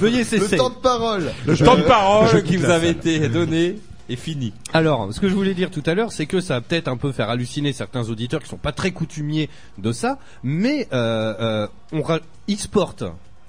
Speaker 8: veuillez
Speaker 11: Le temps de parole.
Speaker 9: Le
Speaker 8: Je-
Speaker 9: temps de
Speaker 8: je
Speaker 9: parole qui
Speaker 8: quitte
Speaker 9: vous
Speaker 8: la
Speaker 9: avait
Speaker 8: salle.
Speaker 9: été donné est fini.
Speaker 8: Alors, ce que je voulais dire tout à l'heure, c'est que ça va peut-être un peu faire halluciner certains auditeurs qui sont pas très coutumiers de ça, mais euh, euh, on ra- e-sport.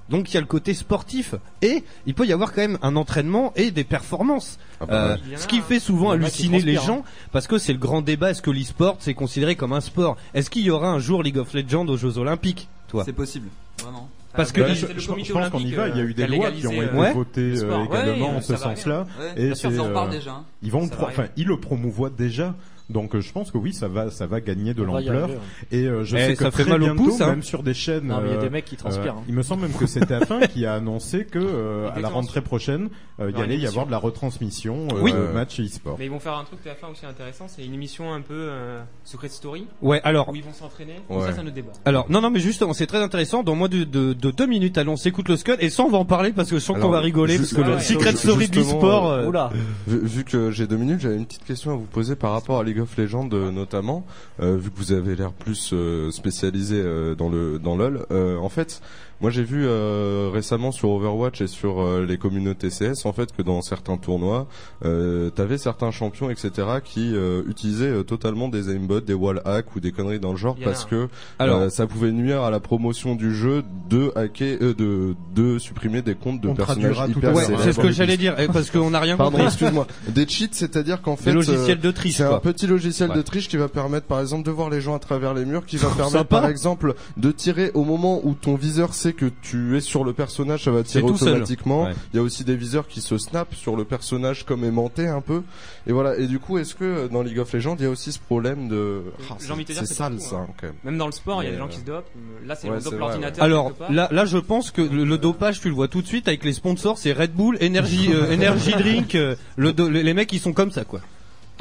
Speaker 8: Donc il y a le côté sportif et il peut y avoir quand même un entraînement et des performances. Euh, ce qui fait souvent
Speaker 10: Il y en a qui
Speaker 8: halluciner les
Speaker 10: transpirent, hein.
Speaker 8: gens parce que c'est le grand débat est-ce que l'e-sport c'est considéré comme un sport Est-ce qu'il y aura un jour League of Legends aux Jeux Olympiques Toi
Speaker 16: Ah, C'est possible, vraiment.
Speaker 8: Parce que
Speaker 13: Bah, je, je- je pense qu'on y va. Il
Speaker 16: euh,
Speaker 13: y a eu des lois qui ont été votées euh, également en ce sens-là.
Speaker 16: bien sûr,
Speaker 13: c'est,
Speaker 16: ça en parle
Speaker 13: euh,
Speaker 16: déjà, hein.
Speaker 13: Ils vont, le
Speaker 16: Ça
Speaker 13: pro-
Speaker 16: va arriver.
Speaker 13: enfin, ils le promouvoient déjà. Donc euh, je pense que oui, ça va, ça va gagner de
Speaker 10: On va y
Speaker 13: l'ampleur.
Speaker 10: arriver, ouais.
Speaker 13: Et euh, je
Speaker 10: Eh,
Speaker 13: sais que
Speaker 10: ça fait
Speaker 13: très
Speaker 10: mal au
Speaker 13: bientôt,
Speaker 10: pouce, hein.
Speaker 13: même sur des chaînes,
Speaker 10: Non, mais il y a
Speaker 13: euh,
Speaker 10: des mecs qui transpirent, hein.
Speaker 13: il me semble même que c'est TF1 qui a annoncé que euh, à la rentrée prochaine, euh, il y
Speaker 15: Dans
Speaker 13: allait y
Speaker 15: l'émission.
Speaker 13: avoir de la retransmission euh,
Speaker 8: Oui.
Speaker 13: de match e-sport.
Speaker 15: Mais ils vont faire un truc TF1 aussi intéressant, c'est une émission un peu euh, Secret Story.
Speaker 8: Ouais, alors.
Speaker 15: Où ils vont s'entraîner. Donc Ça, c'est un autre débat.
Speaker 8: Alors, non, non, mais justement, c'est très intéressant. Dans moins de, de, de deux minutes, allons, on s'écoute le Scud et ça, on va en parler parce que je sens qu'on
Speaker 11: Alors,
Speaker 8: va rigoler
Speaker 11: ju-
Speaker 8: parce que le
Speaker 11: ju-
Speaker 8: secret story du
Speaker 11: justement,
Speaker 8: sport.
Speaker 11: euh,
Speaker 8: euh,
Speaker 11: Vu, vu que j'ai deux minutes, j'avais une petite question à vous poser par rapport à League of Legends euh, notamment. Euh, vu que vous avez l'air plus euh, spécialisé euh, dans le dans lol, euh, en fait, moi j'ai vu euh, récemment sur Overwatch et sur euh, les communautés CS en fait que dans certains tournois, euh, t'avais certains champions etc qui euh, utilisaient euh, totalement des aimbots, des wall hacks ou des conneries dans le genre
Speaker 8: Il y en a
Speaker 11: parce
Speaker 8: un.
Speaker 11: que
Speaker 8: Alors-
Speaker 11: euh, ça pouvait nuire à la promotion du jeu de hacker, euh, de de supprimer des comptes de
Speaker 8: On
Speaker 11: personnages
Speaker 8: traduira tout
Speaker 11: hyper
Speaker 8: à l'heure. Ouais,
Speaker 11: célèbres.
Speaker 8: c'est ce que j'allais dire, eh, parce qu'on n'a rien
Speaker 11: Pardon,
Speaker 8: compris.
Speaker 11: excuse-moi. Des cheats, c'est-à-dire qu'en
Speaker 8: Des
Speaker 11: fait, euh,
Speaker 8: logiciels de triche,
Speaker 11: C'est
Speaker 8: quoi.
Speaker 11: un petit logiciel
Speaker 8: Ouais.
Speaker 11: de triche qui va permettre, par exemple, de voir les gens à travers les murs, qui va permettre,
Speaker 8: Sympa.
Speaker 11: par exemple, de tirer au moment où ton viseur sait que tu es sur le personnage, ça va tirer
Speaker 8: tout seul.
Speaker 11: automatiquement.
Speaker 8: Ouais.
Speaker 11: Il y a aussi des viseurs qui se snap sur le personnage comme aimanté un peu. Et voilà. Et du coup, est-ce que euh, dans League of Legends, il y a aussi ce problème de Ah,
Speaker 15: J'ai envie de te dire,
Speaker 11: c'est
Speaker 15: c'est
Speaker 11: sale
Speaker 15: partout,
Speaker 11: ça
Speaker 15: hein.
Speaker 11: quand même.
Speaker 15: Même dans le sport, il y a
Speaker 11: Mais,
Speaker 15: des gens
Speaker 11: euh,
Speaker 15: qui se dopent. Là, c'est
Speaker 11: ouais,
Speaker 15: le dope
Speaker 11: vrai,
Speaker 15: l'ordinateur.
Speaker 8: Alors
Speaker 15: quelque part.
Speaker 8: là, là, je pense que le, le dopage, tu le vois tout de suite avec les sponsors, c'est Red Bull, Energy, euh, Energy Drink. euh, le do- les, les mecs, ils sont comme ça, quoi.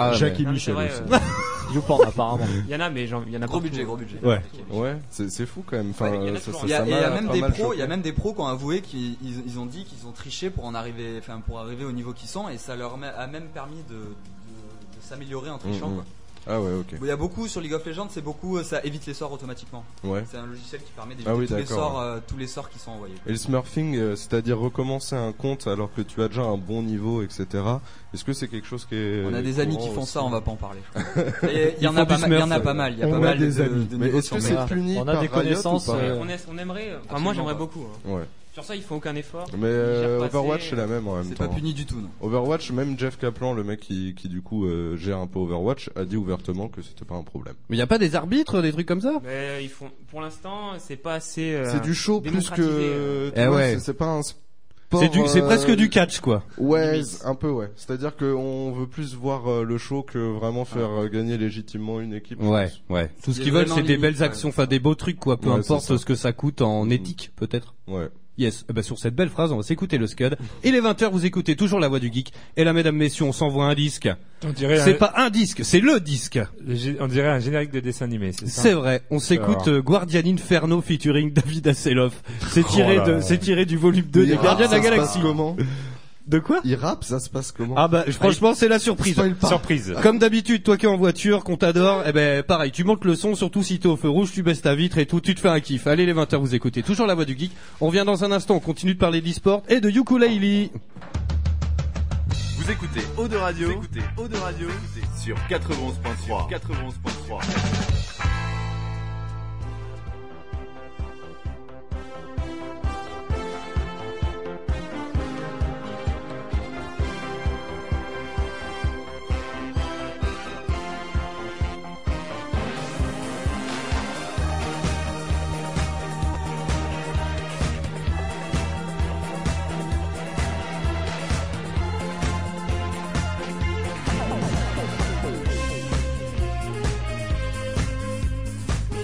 Speaker 8: Ah,
Speaker 11: Jacques
Speaker 15: et Non, mais Michel c'est vrai, aussi. euh,
Speaker 10: Youporn, apparemment.
Speaker 15: Il y en a, mais j'en- il y en a
Speaker 16: Gros
Speaker 15: partout,
Speaker 16: budget,
Speaker 15: hein.
Speaker 16: gros budget.
Speaker 8: Ouais.
Speaker 11: Ouais, c'est c'est fou quand même. Enfin, euh,
Speaker 16: Il y en a
Speaker 11: ça-
Speaker 16: toujours.
Speaker 11: ça-
Speaker 16: Il y a-
Speaker 11: ça
Speaker 16: et il y a
Speaker 11: m'a
Speaker 16: même
Speaker 11: pas
Speaker 16: des
Speaker 11: mal
Speaker 16: pros, il y a
Speaker 11: choqué.
Speaker 16: même des pros qui ont avoué qu'ils ils- ils ont dit qu'ils ont triché pour en arriver, enfin pour arriver au niveau qu'ils sont, et ça leur a même permis de, de- de s'améliorer en trichant.
Speaker 11: Mm, mm.
Speaker 16: quoi.
Speaker 11: Ah ouais, ok.
Speaker 16: Il y a beaucoup sur League of Legends, c'est beaucoup, euh, ça évite les sorts automatiquement.
Speaker 11: Ouais.
Speaker 16: C'est un logiciel qui permet d'éviter
Speaker 11: Ah oui,
Speaker 16: tous les
Speaker 11: d'accord,
Speaker 16: sorts,
Speaker 11: ouais.
Speaker 16: euh, tous les sorts qui sont envoyés.
Speaker 11: Et le smurfing, euh, c'est-à-dire recommencer un compte alors que tu as déjà un bon niveau, etc. Est-ce que c'est quelque chose qui est
Speaker 16: On a des amis qui
Speaker 11: courant
Speaker 16: font
Speaker 11: aussi
Speaker 16: ça, on va pas en parler. Et Il y,
Speaker 11: Ils
Speaker 16: en
Speaker 11: font
Speaker 16: a pas
Speaker 11: du
Speaker 16: mal, il y en a
Speaker 11: Smurf,
Speaker 16: pas
Speaker 11: ouais.
Speaker 16: mal, il y a
Speaker 11: On
Speaker 16: pas
Speaker 11: a
Speaker 16: mal
Speaker 11: des
Speaker 16: de,
Speaker 11: amis.
Speaker 16: de
Speaker 11: Mais
Speaker 16: niveaux
Speaker 11: est-ce que
Speaker 16: sur
Speaker 11: c'est
Speaker 16: Meta.
Speaker 11: puni On a par des Riot ou connaissances, pas euh,
Speaker 15: On, est- on aimerait. Enfin,
Speaker 16: Absolument
Speaker 15: moi, j'aimerais
Speaker 16: pas.
Speaker 15: beaucoup. hein.
Speaker 11: Ouais.
Speaker 15: Sur ça, ils font aucun effort.
Speaker 11: Mais
Speaker 15: Ils gèrent
Speaker 11: euh,
Speaker 15: pas
Speaker 11: Overwatch
Speaker 15: assez.
Speaker 11: c'est la même en même temps.
Speaker 16: pas puni du tout, non.
Speaker 11: Overwatch, même Jeff Kaplan, le mec qui, qui du coup euh, gère un peu Overwatch, a dit ouvertement que c'était pas un problème.
Speaker 8: Mais il y a pas des arbitres, des trucs comme ça
Speaker 15: Mais euh, ils font. Pour l'instant, c'est pas assez. euh,
Speaker 11: C'est du show plus
Speaker 15: démocratisé,
Speaker 11: que.
Speaker 15: euh.
Speaker 11: tu
Speaker 8: Eh
Speaker 11: vois,
Speaker 8: ouais.
Speaker 11: c'est- C'est pas un sport.
Speaker 8: C'est du- c'est
Speaker 11: euh,
Speaker 8: presque du catch, quoi.
Speaker 11: Ouais, un peu ouais. C'est-à-dire qu'on veut plus voir euh, le show que vraiment faire
Speaker 8: Ah.
Speaker 11: euh, gagner légitimement une équipe.
Speaker 8: Ouais, ouais. Tout ce qu'ils veulent, c'est des belles actions, enfin des beaux trucs, quoi. Peu
Speaker 11: Ouais, c'est
Speaker 8: importe
Speaker 11: ça.
Speaker 8: ce que ça coûte en éthique, peut-être.
Speaker 11: Ouais.
Speaker 8: Yes. Eh ben, sur cette belle phrase, on va s'écouter le Scud. Il est 20h, vous écoutez toujours la voix du geek. Et là, mesdames, messieurs, on s'envoie un disque.
Speaker 9: On dirait
Speaker 8: C'est
Speaker 9: un-
Speaker 8: pas un disque, c'est le disque.
Speaker 9: Le gé- On dirait un générique de dessin animé, c'est ça
Speaker 8: C'est vrai, on s'écoute
Speaker 9: Alors.
Speaker 8: euh, Guardian Inferno featuring David Hasselhoff. C'est
Speaker 9: Oh
Speaker 8: tiré
Speaker 9: là
Speaker 8: de
Speaker 9: là.
Speaker 8: c'est tiré du volume 2 des Gardiens de la Galaxie.
Speaker 11: Comment
Speaker 8: De quoi
Speaker 11: Il rappe, ça se passe comment
Speaker 8: Ah bah franchement, c'est la surprise. Ah.
Speaker 11: Spoil pas. Surprise.
Speaker 8: Comme d'habitude, toi qui es en voiture, qu'on t'adore, eh ben pareil, tu montes le son surtout si t'es au feu rouge, tu baisses ta vitre et tout, tu te fais un kiff. Allez les 20h vous écoutez toujours la voix du geek. On revient dans un instant, on continue de parler d'e-sport et de ukulele.
Speaker 12: Vous écoutez Eau de Radio, vous écoutez Eau de Radio vous écoutez sur 91.3. 91.3.
Speaker 17: Thank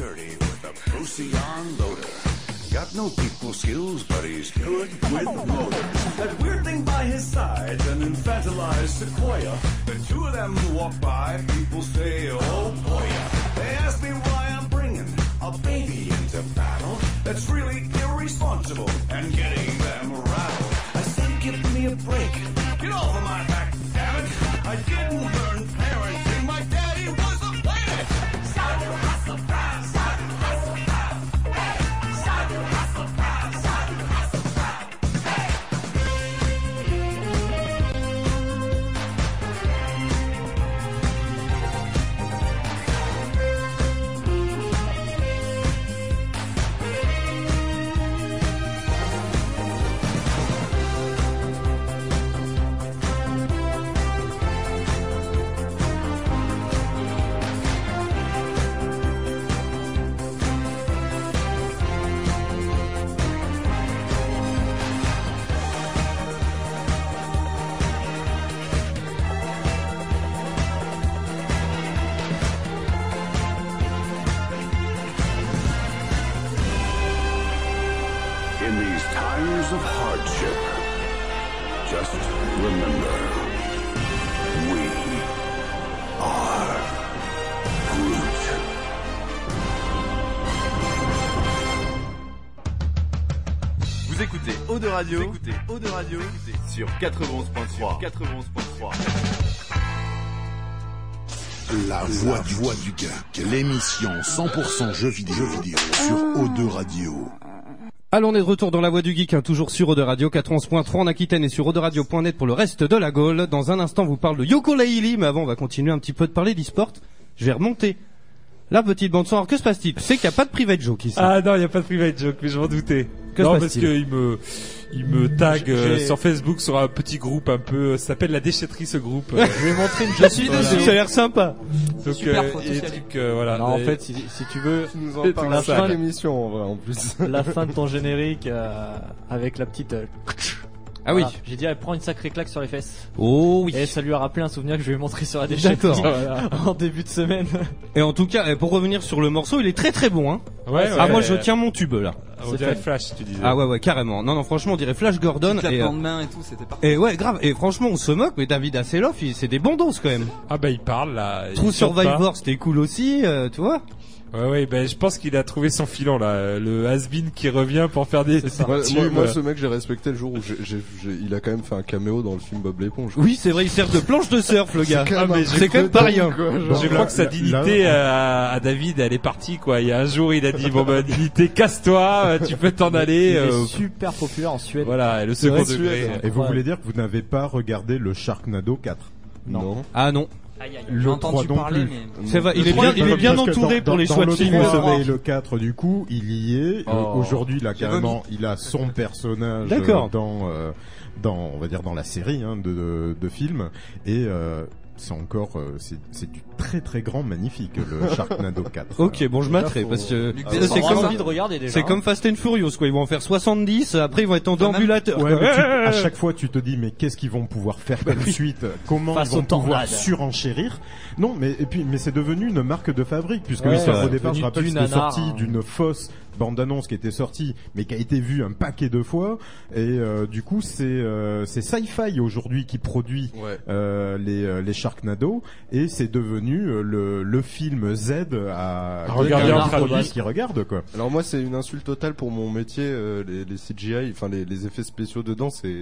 Speaker 17: the onloader. Got no people skills, but he's good with motors. That weird thing by his side, an infantilized sequoia. The two of them walk by, people say, oh boy. They ask me why I'm bringing a baby into battle. That's really irresponsible and getting them rattled. I said, give me a break. Get over my back, damn it. I didn't learn parenting. My daddy was a planet. Shout, hustle, proud. Shout, hustle, proud. Hey, shout, hustle, proud. Shout, hustle, proud. In these times of hardship, just remember, we are Groot.
Speaker 12: Vous écoutez Eau de Radio, vous écoutez Eau de Radio vous écoutez sur 91.3. 91.3.
Speaker 1: La voix du, voix du geek, l'émission 100% jeux vidéo, jeux vidéo sur O2 Radio.
Speaker 8: Allons, on est de retour dans la voie du geek, hein, toujours sur Ode Radio 411.3 en Aquitaine et sur Radio.net pour le reste de la Gaule. Dans un instant, on vous parle de Yoko Laili, mais avant, on va continuer un petit peu de parler d'e-sport. Je vais remonter. La petite bande son. Alors, que se passe-t-il C'est qu'il n'y a pas de private joke ici.
Speaker 9: Ah non, il n'y a pas de private joke, mais je m'en doutais.
Speaker 8: Que
Speaker 9: non,
Speaker 8: se
Speaker 9: parce
Speaker 8: passe-t-il
Speaker 9: qu'il me, il me tag euh,
Speaker 8: J'ai-
Speaker 9: sur Facebook sur un petit groupe un peu, ça s'appelle la déchetterie ce groupe. Euh, je vais montrer une
Speaker 8: Je
Speaker 9: joke,
Speaker 8: suis
Speaker 9: voilà.
Speaker 8: dessus, ça a l'air sympa.
Speaker 9: Donc,
Speaker 8: Super
Speaker 9: euh,
Speaker 8: photo,
Speaker 9: et des
Speaker 8: chérie.
Speaker 9: trucs, euh, voilà.
Speaker 10: Non, en
Speaker 9: Et-
Speaker 10: fait, si, si tu veux,
Speaker 9: Tu nous en parles
Speaker 10: la
Speaker 9: à
Speaker 10: fin
Speaker 9: chaque
Speaker 10: de
Speaker 9: émission, en vrai, en plus.
Speaker 10: la fin de ton générique euh, avec la petite. euh,
Speaker 8: Ah oui.
Speaker 10: J'ai dit, elle prend une sacrée claque sur les fesses.
Speaker 8: Oh oui.
Speaker 10: Et ça lui a rappelé un souvenir que je lui ai montré sur la déchetterie
Speaker 8: D'accord. Voilà.
Speaker 10: en début de semaine.
Speaker 8: Et en tout cas, euh, pour revenir sur le morceau, il est très très bon. Hein.
Speaker 10: Ouais,
Speaker 8: ah
Speaker 10: ouais.
Speaker 8: moi, je tiens mon tube là.
Speaker 9: Ah, On dirait Flash, tu disais.
Speaker 8: Ah ouais ouais carrément. Non non franchement on dirait Flash Gordon
Speaker 16: Petit
Speaker 8: et, euh,
Speaker 16: claquement de main et tout, c'était parfait.
Speaker 8: et ouais grave et franchement on se moque mais David Hasselhoff il- c'est des bandos quand même.
Speaker 9: Ah bah il parle là.
Speaker 8: True
Speaker 9: il chante pas.
Speaker 8: Survivor c'était cool aussi euh, tu vois.
Speaker 9: Ouais, ouais, ben je pense qu'il a trouvé son filon là, euh, le has-been qui revient pour faire des.
Speaker 11: Moi,
Speaker 9: des
Speaker 11: moi-
Speaker 9: tubes.
Speaker 11: moi, ce mec, j'ai respecté le jour où j'ai- j'ai- j'ai- il a quand même fait un caméo dans le film Bob l'éponge.
Speaker 8: Oui c'est vrai il sert de planche de surf le gars.
Speaker 11: C'est quand même
Speaker 8: Ah, mais
Speaker 11: un
Speaker 8: c'est
Speaker 11: truc
Speaker 8: quand même
Speaker 11: de
Speaker 8: pas
Speaker 11: dingue,
Speaker 8: rien.
Speaker 11: quoi, genre.
Speaker 9: euh, Je crois que sa dignité euh, à, à David, elle est partie quoi. Il y a un jour, il a dit bon bah dignité, casse-toi, euh, tu peux t'en aller.
Speaker 10: Il est
Speaker 9: euh,
Speaker 10: super populaire en Suède.
Speaker 9: Voilà, et le second
Speaker 10: C'est
Speaker 9: degré.
Speaker 10: vrai, Suède.
Speaker 13: Et vous
Speaker 10: Ouais.
Speaker 13: voulez dire que vous n'avez pas regardé le Sharknado 4
Speaker 10: Non.
Speaker 8: Ah non.
Speaker 10: Aïe, aïe, aïe.
Speaker 13: Le
Speaker 10: J'ai
Speaker 13: 3
Speaker 10: entendu
Speaker 13: non
Speaker 10: parler,
Speaker 13: plus.
Speaker 10: mais-
Speaker 13: Non.
Speaker 8: C'est vrai, il est
Speaker 13: Le
Speaker 8: bien-
Speaker 13: 3,
Speaker 8: il est bien
Speaker 13: parce que
Speaker 8: entouré
Speaker 13: dans-
Speaker 8: pour les
Speaker 13: dans
Speaker 8: choix de
Speaker 13: le
Speaker 8: films.
Speaker 13: 3,
Speaker 8: Ouais.
Speaker 13: mais le 4, du coup, il y est. Euh,
Speaker 8: Oh.
Speaker 13: Aujourd'hui, là,
Speaker 8: J'ai
Speaker 13: carrément, il a son personnage euh,
Speaker 8: D'accord.
Speaker 13: dans, euh, dans, on va dire, dans la série hein, de, de, de films. Et euh, c'est encore, euh, c'est c'est du très très grand, magnifique, le Sharknado 4.
Speaker 8: Ok, bon, je m'atterai parce que ça, c'est comme
Speaker 13: hein.
Speaker 8: C'est comme Fast and Furious quoi, ils vont en faire 70, après ils vont être en déambulateur.
Speaker 13: Ouais, mais tu- à chaque fois, tu te dis, mais qu'est-ce qu'ils vont pouvoir faire
Speaker 10: Bah
Speaker 13: comme suite Comment
Speaker 8: Face
Speaker 13: ils vont
Speaker 8: aux tornades.
Speaker 13: pouvoir surenchérir Non, mais et puis, mais c'est devenu une marque de fabrique puisque
Speaker 10: Ouais,
Speaker 13: oui, ça,
Speaker 10: ouais.
Speaker 13: au départ,
Speaker 10: Devenu
Speaker 13: je rappelle,
Speaker 10: du
Speaker 13: c'était
Speaker 10: nanar,
Speaker 13: sorti
Speaker 10: hein.
Speaker 13: d'une fausse bande-annonce qui était sortie, mais qui a été vue un paquet de fois. Et euh, du coup, c'est euh, c'est Sci-Fi aujourd'hui qui produit euh, les euh, les Sharknado, et c'est devenu euh, le le film Z à,
Speaker 10: Ah,
Speaker 11: À regarder en
Speaker 13: produit
Speaker 11: traduit.
Speaker 13: qui regarde quoi.
Speaker 11: Alors moi c'est une insulte totale pour mon métier euh, les, les CGI enfin les, les effets spéciaux dedans c'est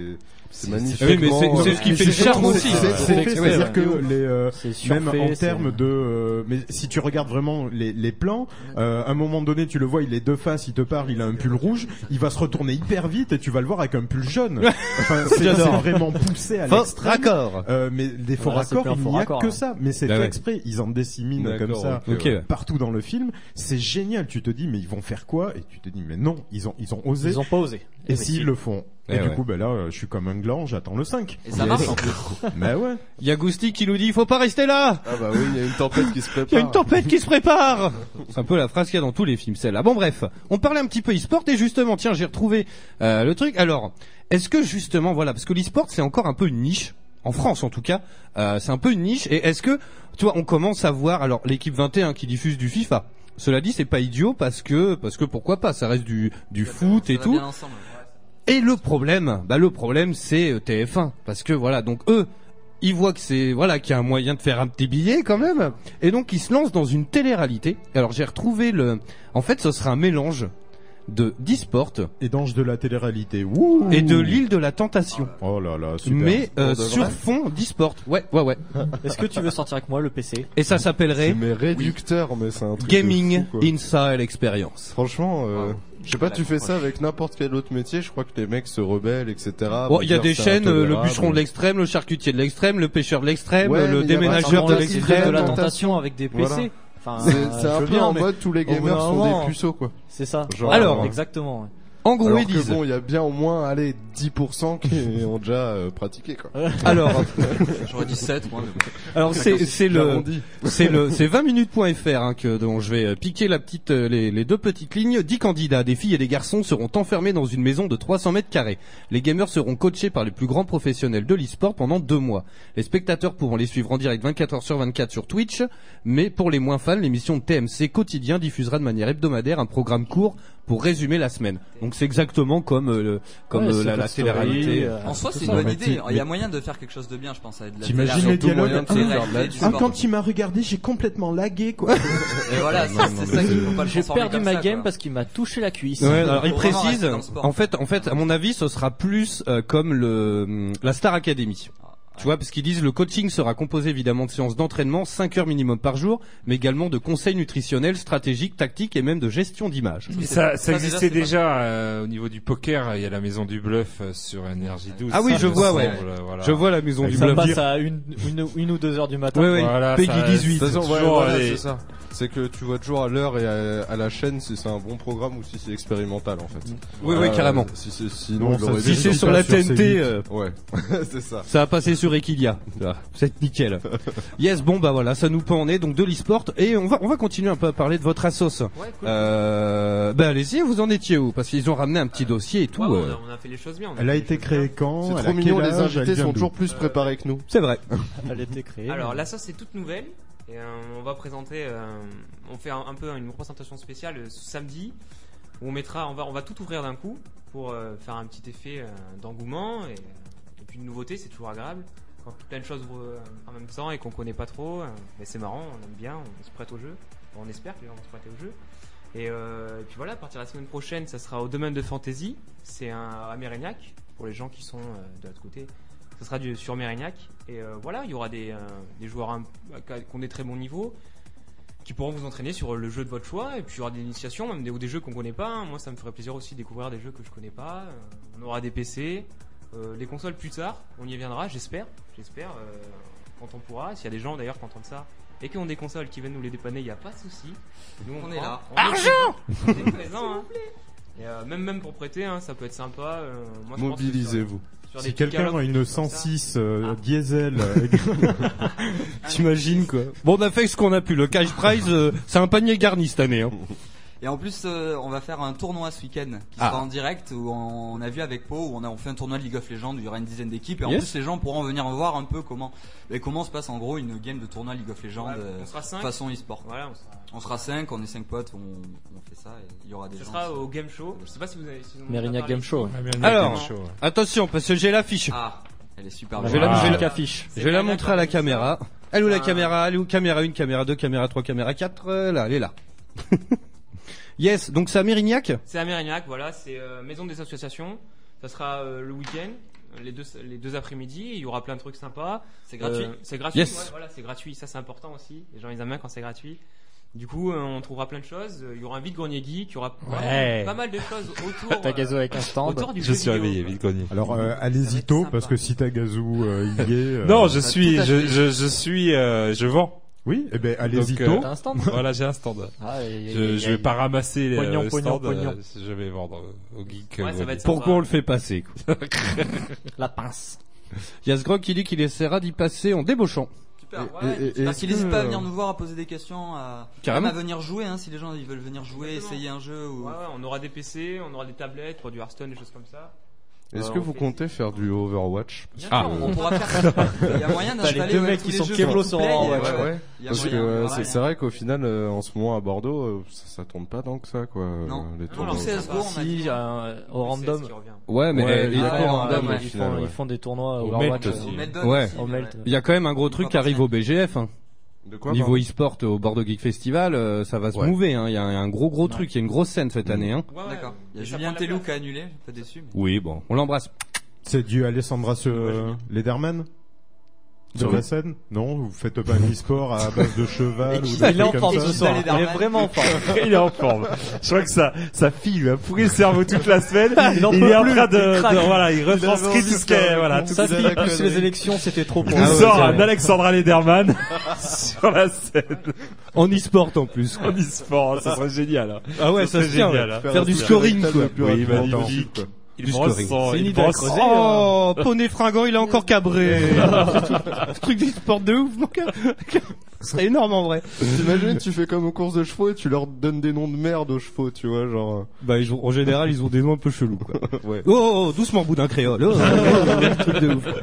Speaker 11: c'est euh, magnifique.
Speaker 8: oui, mais c'est- c'est ce qui fait le charme aussi.
Speaker 13: euh, C'est
Speaker 8: Ouais.
Speaker 13: c'est fait,
Speaker 8: Ouais.
Speaker 13: c'est-à-dire
Speaker 8: Ouais.
Speaker 13: que les euh,
Speaker 8: C'est
Speaker 13: même
Speaker 8: surfait,
Speaker 13: en
Speaker 8: c'est-
Speaker 13: termes de euh, mais si tu regardes vraiment les, les plans, euh, à un moment donné tu le vois il est deux faces, il te parle, il a un pull rouge, il va se retourner hyper vite et tu vas le voir avec un pull jaune. Enfin, c'est c'est
Speaker 8: J'adore.
Speaker 13: vraiment poussé à
Speaker 8: Faux
Speaker 13: l'extrême.
Speaker 8: raccord.
Speaker 13: Euh, mais des faux
Speaker 8: Voilà, c'est
Speaker 13: raccords
Speaker 8: plein
Speaker 13: il
Speaker 8: faux
Speaker 13: n'y a
Speaker 8: raccords,
Speaker 13: que
Speaker 8: hein.
Speaker 13: ça. Mais c'est
Speaker 8: Ah
Speaker 13: fait
Speaker 8: ouais.
Speaker 13: exprès, ils en disséminent comme
Speaker 8: D'accord,
Speaker 13: ça
Speaker 8: ok,
Speaker 13: euh,
Speaker 8: ouais.
Speaker 13: partout dans le film. C'est génial. Tu te dis mais ils vont faire quoi Et tu te dis mais non, ils ont ils ont osé.
Speaker 10: Ils ont pas osé.
Speaker 13: Et
Speaker 10: Eh
Speaker 13: s'ils
Speaker 10: oui.
Speaker 13: le font. Et,
Speaker 8: Eh
Speaker 13: du
Speaker 8: ouais.
Speaker 13: coup, ben là, euh, je suis comme un gland, j'attends le 5.
Speaker 8: Et ça marche, en plus.
Speaker 13: Bah ouais.
Speaker 8: Il y a Gusti qui nous dit il faut pas rester là.
Speaker 11: Ah bah oui, il y a une tempête qui se prépare.
Speaker 8: Il y a une tempête qui se prépare C'est un peu la phrase qu'il y a dans tous les films, celle-là. Bon, bref, on parlait un petit peu e-sport et justement, tiens, j'ai retrouvé euh, le truc. Alors, est-ce que justement, voilà, parce que l'e-sport, c'est encore un peu une niche. en France en tout cas, euh, c'est un peu une niche. Et est-ce que, tu vois, on commence à voir alors l'équipe 21 qui diffuse du FIFA. Cela dit, c'est pas idiot parce que parce que pourquoi pas, ça reste du du foot et
Speaker 16: va
Speaker 8: tout.
Speaker 16: bien ensemble,
Speaker 8: Et le problème, bah le problème c'est euh, TF1 parce que voilà, donc eux ils voient que c'est voilà qu'il y a un moyen de faire un petit billet quand même et donc ils se lancent dans une télé-réalité. Alors j'ai retrouvé le en fait ce sera un mélange de d'e-sport
Speaker 13: et d'ange de la télé-réalité
Speaker 8: et de l'île de la tentation.
Speaker 13: Oh là là, super.
Speaker 8: Mais euh,
Speaker 13: Pour de
Speaker 8: sur
Speaker 13: vrai
Speaker 8: fond d'e-sport. Ouais, ouais, ouais.
Speaker 10: Est-ce que tu veux sortir avec moi le PC
Speaker 8: Et ça s'appellerait
Speaker 11: C'est mais réducteur, mais c'est un truc. de
Speaker 8: Gaming
Speaker 11: fou, quoi.
Speaker 8: Inside Experience.
Speaker 11: Franchement, euh, je sais pas, tu fais ça avec n'importe quel autre métier, je crois que les mecs se rebellent, etc. vont
Speaker 8: Bon, il y a
Speaker 11: dire
Speaker 8: des
Speaker 11: c'est
Speaker 8: chaînes, euh, le
Speaker 11: intolérable.
Speaker 8: bûcheron de l'extrême, le charcutier de l'extrême, le pêcheur de l'extrême,
Speaker 11: Ouais, mais
Speaker 8: le
Speaker 11: il y a
Speaker 8: déménageur
Speaker 11: vraiment
Speaker 8: de
Speaker 11: la-
Speaker 8: l'extrême.
Speaker 10: de la tentation avec des PC.
Speaker 11: Voilà.
Speaker 10: Enfin,
Speaker 11: C'est-
Speaker 8: Ah,
Speaker 10: euh,
Speaker 11: c'est un
Speaker 10: je veux
Speaker 11: peu
Speaker 10: bien,
Speaker 11: en
Speaker 10: mais
Speaker 11: mode tous les
Speaker 10: au bout
Speaker 11: gamers
Speaker 10: d'un
Speaker 11: sont des
Speaker 10: moment,
Speaker 11: puceaux, quoi.
Speaker 10: C'est ça.
Speaker 11: Genre,
Speaker 10: Alors,
Speaker 11: euh,
Speaker 10: exactement. ouais.
Speaker 11: Alors que bon, il y a bien au moins, allez, 10% qui ont déjà euh, pratiqué, quoi.
Speaker 8: Alors,
Speaker 16: J'aurais dit 7, moi. mais bon.
Speaker 8: Alors c'est c'est le
Speaker 11: J'arrondis.
Speaker 8: c'est le c'est 20 minutes.fr hein, que dont je vais euh, piquer la petite euh, les, les deux petites lignes. 10 candidats, des filles et des garçons seront enfermés dans une maison de 300 mètres carrés. Les gamers seront coachés par les plus grands professionnels de l'e-sport pendant deux mois. Les spectateurs pourront les suivre en direct 24 heures sur 24 sur Twitch, mais pour les moins fans, l'émission TMC quotidien diffusera de manière hebdomadaire un programme court pour résumer la semaine. Donc c'est exactement comme euh, le- comme
Speaker 10: Ouais,
Speaker 8: euh,
Speaker 10: c'est
Speaker 8: la,
Speaker 10: Toy
Speaker 8: la
Speaker 10: Story,
Speaker 8: télé-réalité.
Speaker 10: euh,
Speaker 16: En soi,
Speaker 10: tout
Speaker 16: c'est
Speaker 10: ça.
Speaker 16: une bonne
Speaker 10: Mais
Speaker 16: idée.
Speaker 10: tu-
Speaker 16: Il y a
Speaker 10: mais-
Speaker 16: moyen de faire quelque chose de bien, je pense, avec de la
Speaker 13: T'imagines
Speaker 16: télé,
Speaker 13: les
Speaker 16: surtout moyen
Speaker 13: dialogues
Speaker 16: de faire de la télé,
Speaker 13: Ah,
Speaker 16: du sport.
Speaker 13: quand il m'a regardé, j'ai complètement lagué, quoi.
Speaker 16: Et voilà, c'est c'est ça qu'il faut pas le
Speaker 10: J'ai
Speaker 16: transformer
Speaker 10: perdu
Speaker 16: comme
Speaker 10: ma
Speaker 16: ça,
Speaker 10: game
Speaker 16: quoi.
Speaker 10: parce qu'il m'a touché la cuisse.
Speaker 8: Ouais, alors il
Speaker 10: Faut vraiment rester
Speaker 8: précise.
Speaker 10: dans le sport.
Speaker 8: En fait, en fait, à mon avis, ce sera plus euh, comme le hum, la Star Academy.
Speaker 10: Ah,
Speaker 8: Tu vois, parce qu'ils disent le coaching sera composé évidemment de séances d'entraînement, 5 heures minimum par jour, mais également de conseils nutritionnels, stratégiques, tactiques et même de gestion d'image.
Speaker 9: Mais ça, ça, existait déjà euh, au niveau du poker. Il y a la maison du bluff euh, sur Energy 12.
Speaker 8: Ah oui,
Speaker 9: ça
Speaker 8: je
Speaker 9: me
Speaker 8: vois,
Speaker 9: semble,
Speaker 8: ouais.
Speaker 9: voilà.
Speaker 8: Je vois la maison du
Speaker 10: Ça
Speaker 8: bluff.
Speaker 10: passe à une, une, une ou deux heures du matin.
Speaker 9: Voilà, ça-
Speaker 11: De toute façon, ouais,
Speaker 9: toujours,
Speaker 11: voilà,
Speaker 9: allez.
Speaker 11: c'est ça. C'est que tu vois toujours à l'heure et à, à la chaîne si c'est un bon programme ou si c'est expérimental en fait. Euh,
Speaker 8: Oui, oui, carrément.
Speaker 11: Si c'est sinon,
Speaker 8: Bon,
Speaker 11: il
Speaker 8: ça,
Speaker 11: aurait
Speaker 8: si
Speaker 11: dit
Speaker 8: c'est
Speaker 11: non,
Speaker 8: sur
Speaker 11: pas
Speaker 8: la TNT,
Speaker 11: C8.
Speaker 8: euh,
Speaker 11: Ouais, c'est ça.
Speaker 8: Ça a passé sur Equilia. C'est nickel. Yes, bon bah voilà, ça nous peut en est donc de l'e-sport et on va on va continuer un peu à parler de votre assos. Euh, bah allez-y, vous en étiez où Parce qu'ils ont ramené un petit dossier et tout.
Speaker 15: Ouais, ouais,
Speaker 8: euh.
Speaker 15: bah, on a fait les choses bien. on
Speaker 13: Elle a
Speaker 15: fait
Speaker 13: été
Speaker 15: les choses
Speaker 13: créée
Speaker 15: bien.
Speaker 13: quand
Speaker 11: C'est
Speaker 13: Elle
Speaker 11: trop
Speaker 13: a quel
Speaker 11: mignon, les
Speaker 13: âge Elle
Speaker 11: invités
Speaker 13: vient
Speaker 11: sont
Speaker 13: d'où
Speaker 11: toujours plus préparés que nous.
Speaker 8: C'est vrai.
Speaker 10: Elle était créée.
Speaker 15: Alors là, ça c'est toute nouvelle. Et euh, on va présenter, euh, on fait un, un peu une présentation spéciale euh, ce samedi où on mettra, on va, on va tout ouvrir d'un coup pour euh, faire un petit effet euh, d'engouement et, et puis une nouveauté, c'est toujours agréable quand plein de choses ouvrent, euh, en même temps et qu'on connaît pas trop. euh, mais c'est marrant, on aime bien, on se prête au jeu, Enfin, on espère que les gens vont se prêter au jeu. Et, euh, et puis voilà, à partir de la semaine prochaine, ça sera au domaine de fantasy. C'est un à Mérignac pour les gens qui sont euh, de l'autre côté. Ça sera du, sur Mérignac. Et euh, voilà, il y aura des, euh, des joueurs un- qui ont des très bons niveaux qui pourront vous entraîner sur le jeu de votre choix. Et puis il y aura des initiations, même des, ou des jeux qu'on connaît pas. hein. Moi, ça me ferait plaisir aussi de découvrir des jeux que je connais pas. Euh, On aura des PC, euh, les consoles plus tard. On y viendra, j'espère. J'espère euh, quand on pourra. S'il y a des gens d'ailleurs qui entendent ça et qui ont des consoles qui viennent nous les dépanner, il n'y a pas de souci. Nous,
Speaker 16: On est
Speaker 15: prend.
Speaker 16: là.
Speaker 15: On est
Speaker 16: Argent
Speaker 15: chez vous. On est présents, hein. Et, euh, même même pour prêter, hein, ça peut être sympa. euh, moi, je pense que sur-
Speaker 11: Mobilisez-vous.
Speaker 15: sur des
Speaker 13: Si
Speaker 15: petits
Speaker 13: quelqu'un
Speaker 15: calottes,
Speaker 13: a
Speaker 15: des
Speaker 13: une
Speaker 15: choses comme ça,
Speaker 13: 106
Speaker 15: Ah.
Speaker 13: euh, diesel, euh,
Speaker 8: T'imagines quoi Bon, on a fait ce qu'on a pu. Le cash prize, euh, c'est un panier garni cette année. Hein.
Speaker 16: Et en plus, euh, on va faire un tournoi ce week-end qui
Speaker 8: Ah.
Speaker 16: sera en direct où on, on a vu avec Pau où on a on fait un tournoi de League of Legends où il y aura une dizaine d'équipes et en
Speaker 8: Yes.
Speaker 16: plus les gens pourront venir voir un peu comment et comment se passe en gros une game de tournoi League of Legends euh,
Speaker 15: on sera cinq.
Speaker 16: façon e-sport.
Speaker 15: Voilà, on sera-
Speaker 16: on sera 5, on est 5 potes, on, on fait ça et il y aura des
Speaker 15: Ce
Speaker 16: gens.
Speaker 15: sera au game show. Je sais pas si vous avez. si on en a
Speaker 10: Mérignac
Speaker 15: parlé.
Speaker 10: Game Show,
Speaker 8: Ah,
Speaker 10: ouais.
Speaker 8: Alors, attention, parce que j'ai l'affiche.
Speaker 16: Ah, elle est super
Speaker 8: Je vais la,
Speaker 10: Ah.
Speaker 8: je vais la-
Speaker 10: Magnifique affiche.
Speaker 8: Je vais la montrer à la caméra. Elle est où la caméra Elle est où caméra 1, caméra 2, caméra 3, caméra 4 Euh, Là, elle est là. yes, donc c'est à Mérignac
Speaker 15: C'est à Mérignac, voilà, c'est euh, Maison des Associations. Ça sera euh, le week-end, les deux, les deux après-midi. Il y aura plein de trucs sympas. Euh,
Speaker 16: C'est gratuit
Speaker 15: C'est gratuit,
Speaker 16: Yes.
Speaker 15: ouais, voilà, c'est gratuit. Ça, c'est important aussi. Les gens, ils aiment bien quand c'est gratuit. Du coup, euh, on trouvera plein de choses. Euh, Il y aura un vide-grenier geek, il y aura pas-
Speaker 10: Ouais.
Speaker 15: pas mal de choses autour.
Speaker 10: T'as gazo
Speaker 15: euh,
Speaker 10: avec un stand.
Speaker 15: Autour du jeu vidéo.
Speaker 9: vite connu.
Speaker 13: Alors euh, allez-y tôt parce que si t'as gazou euh, il y est. euh,
Speaker 10: bah,
Speaker 9: Non, je suis, je, je, je suis, euh, je vends.
Speaker 13: Oui, eh ben allez-y
Speaker 9: Donc, euh,
Speaker 13: tôt.
Speaker 10: T'as un stand
Speaker 9: voilà, j'ai un stand.
Speaker 10: Ah, et-
Speaker 9: je,
Speaker 10: et-
Speaker 9: je
Speaker 10: et-
Speaker 9: vais pas ramasser les
Speaker 10: Pognon,
Speaker 9: le
Speaker 10: pognon,
Speaker 9: stand, euh,
Speaker 10: pognon.
Speaker 9: je vais vendre euh, aux geeks.
Speaker 10: Ouais, ça
Speaker 9: euh,
Speaker 10: va
Speaker 9: voilà.
Speaker 10: être Pourquoi on le
Speaker 8: fait passer
Speaker 10: La pince.
Speaker 8: Il y a ce grand qui dit qu'il essaiera d'y passer en débauchant.
Speaker 16: Super,
Speaker 8: Et-
Speaker 16: ouais,
Speaker 8: et- et
Speaker 16: j'espère
Speaker 8: est-ce
Speaker 16: qu'ils
Speaker 8: que-
Speaker 16: n'hésitent pas à venir nous voir, à poser des questions, à,
Speaker 8: Carrément.
Speaker 16: même à venir jouer hein, si les gens ils veulent venir jouer, essayer un jeu ou.
Speaker 15: Ouais, ouais, Euh, on aura des PC, on aura des tablettes pour du Hearthstone, des choses comme ça.
Speaker 11: Est-ce que vous comptez faire du Overwatch
Speaker 16: Bien sûr, on pourra faire- il y a moyen T'as les d'installer, deux ouais, mecs tous qui les sont jeux Keblo free-to-play, sur Overwatch, ouais. ouais. Il y a
Speaker 11: Parce que
Speaker 16: moyen,
Speaker 11: euh,
Speaker 16: voilà,
Speaker 11: c'est
Speaker 16: ouais.
Speaker 11: c'est vrai qu'au final, euh, en ce moment à Bordeaux, euh, ça, ça tourne pas tant que ça, quoi. euh,
Speaker 16: Non.
Speaker 11: Les
Speaker 16: Non,
Speaker 11: tournois.
Speaker 16: alors, CS:GO, on a
Speaker 10: Si, il y a un- au random.
Speaker 8: Ouais, mais euh, il y a
Speaker 10: Ah,
Speaker 8: quand même-
Speaker 10: au random,
Speaker 8: ouais,
Speaker 10: ils,
Speaker 8: final,
Speaker 10: font,
Speaker 8: ouais.
Speaker 10: ils font des tournois
Speaker 8: Au
Speaker 10: Overwatch.
Speaker 8: Melt aussi.
Speaker 10: euh,
Speaker 8: Ouais.
Speaker 10: au Melt.
Speaker 8: Il y a quand même un gros truc qui arrive au BGF. hein.
Speaker 11: De quoi,
Speaker 8: Niveau
Speaker 11: pardon
Speaker 8: e-sport au Bordeaux Geek Festival, euh, ça va se
Speaker 11: Ouais.
Speaker 8: mouver. hein. Il y a un un gros gros truc, il y a une grosse scène
Speaker 16: Mm.
Speaker 8: cette année. Hein.
Speaker 16: D'accord. Il y a Julien Tellou qui a annulé, j'étais pas déçu. mais-
Speaker 8: Oui, bon, on l'embrasse.
Speaker 13: C'est dû à l'embrasse euh, Lederman de
Speaker 8: Sur
Speaker 13: la
Speaker 8: le-
Speaker 13: scène Non, vous faites pas un e-sport à base de cheval ou
Speaker 12: Il
Speaker 13: d'un
Speaker 12: est en
Speaker 13: truc
Speaker 12: forme
Speaker 13: comme ça
Speaker 12: ce soir. Il est vraiment en forme. Il est en forme. Je crois que sa, sa fille lui a pourri le cerveau toute la semaine.
Speaker 10: Il en
Speaker 12: il
Speaker 10: peut
Speaker 12: est en
Speaker 10: plus,
Speaker 12: train
Speaker 10: il
Speaker 12: de,
Speaker 10: craque.
Speaker 12: de- voilà, il
Speaker 10: Il a
Speaker 12: retranscrit
Speaker 10: vraiment
Speaker 12: tout ce qu'est,
Speaker 10: tout
Speaker 12: voilà,
Speaker 10: ça,
Speaker 12: tout
Speaker 10: ça,
Speaker 12: ce
Speaker 10: puis
Speaker 12: qu'il a
Speaker 10: plus
Speaker 12: connu.
Speaker 10: les élections, c'était trop pour
Speaker 12: Il nous
Speaker 10: lui.
Speaker 12: sort
Speaker 10: Ah ouais,
Speaker 12: un
Speaker 10: c'est vrai.
Speaker 12: Alexandra Lederman sur la scène.
Speaker 8: En e-sport en plus.
Speaker 9: Ah
Speaker 12: En e-sport, ça serait génial. hein.
Speaker 8: Ah ouais, ça
Speaker 12: serait
Speaker 8: se tient,
Speaker 12: génial,
Speaker 8: ouais.
Speaker 12: hein.
Speaker 8: Faire Faire du du scoring, scoring, quoi. bah, le plus
Speaker 12: Oui,
Speaker 8: rapidement
Speaker 12: magnifique.
Speaker 8: possible.
Speaker 12: Il
Speaker 8: Du
Speaker 12: brosse
Speaker 8: scoring.
Speaker 12: son,
Speaker 8: C'est une
Speaker 12: il
Speaker 8: idée à
Speaker 12: brosse
Speaker 8: creuser,
Speaker 12: son-
Speaker 8: Oh, poney fringant, il est encore cabré. Ce truc d'e-sport de ouf, mon gars. Ce serait énorme en vrai.
Speaker 11: T'imagines, tu fais comme aux courses de chevaux et tu leur donnes des noms de merde aux chevaux, tu vois, genre. euh.
Speaker 8: Bah, ils ont- en général, ils ont des noms un peu chelous, quoi.
Speaker 11: Ouais.
Speaker 8: Oh, oh, oh, doucement, boudin créole. Oh, oh, oh, truc de ouf. quoi.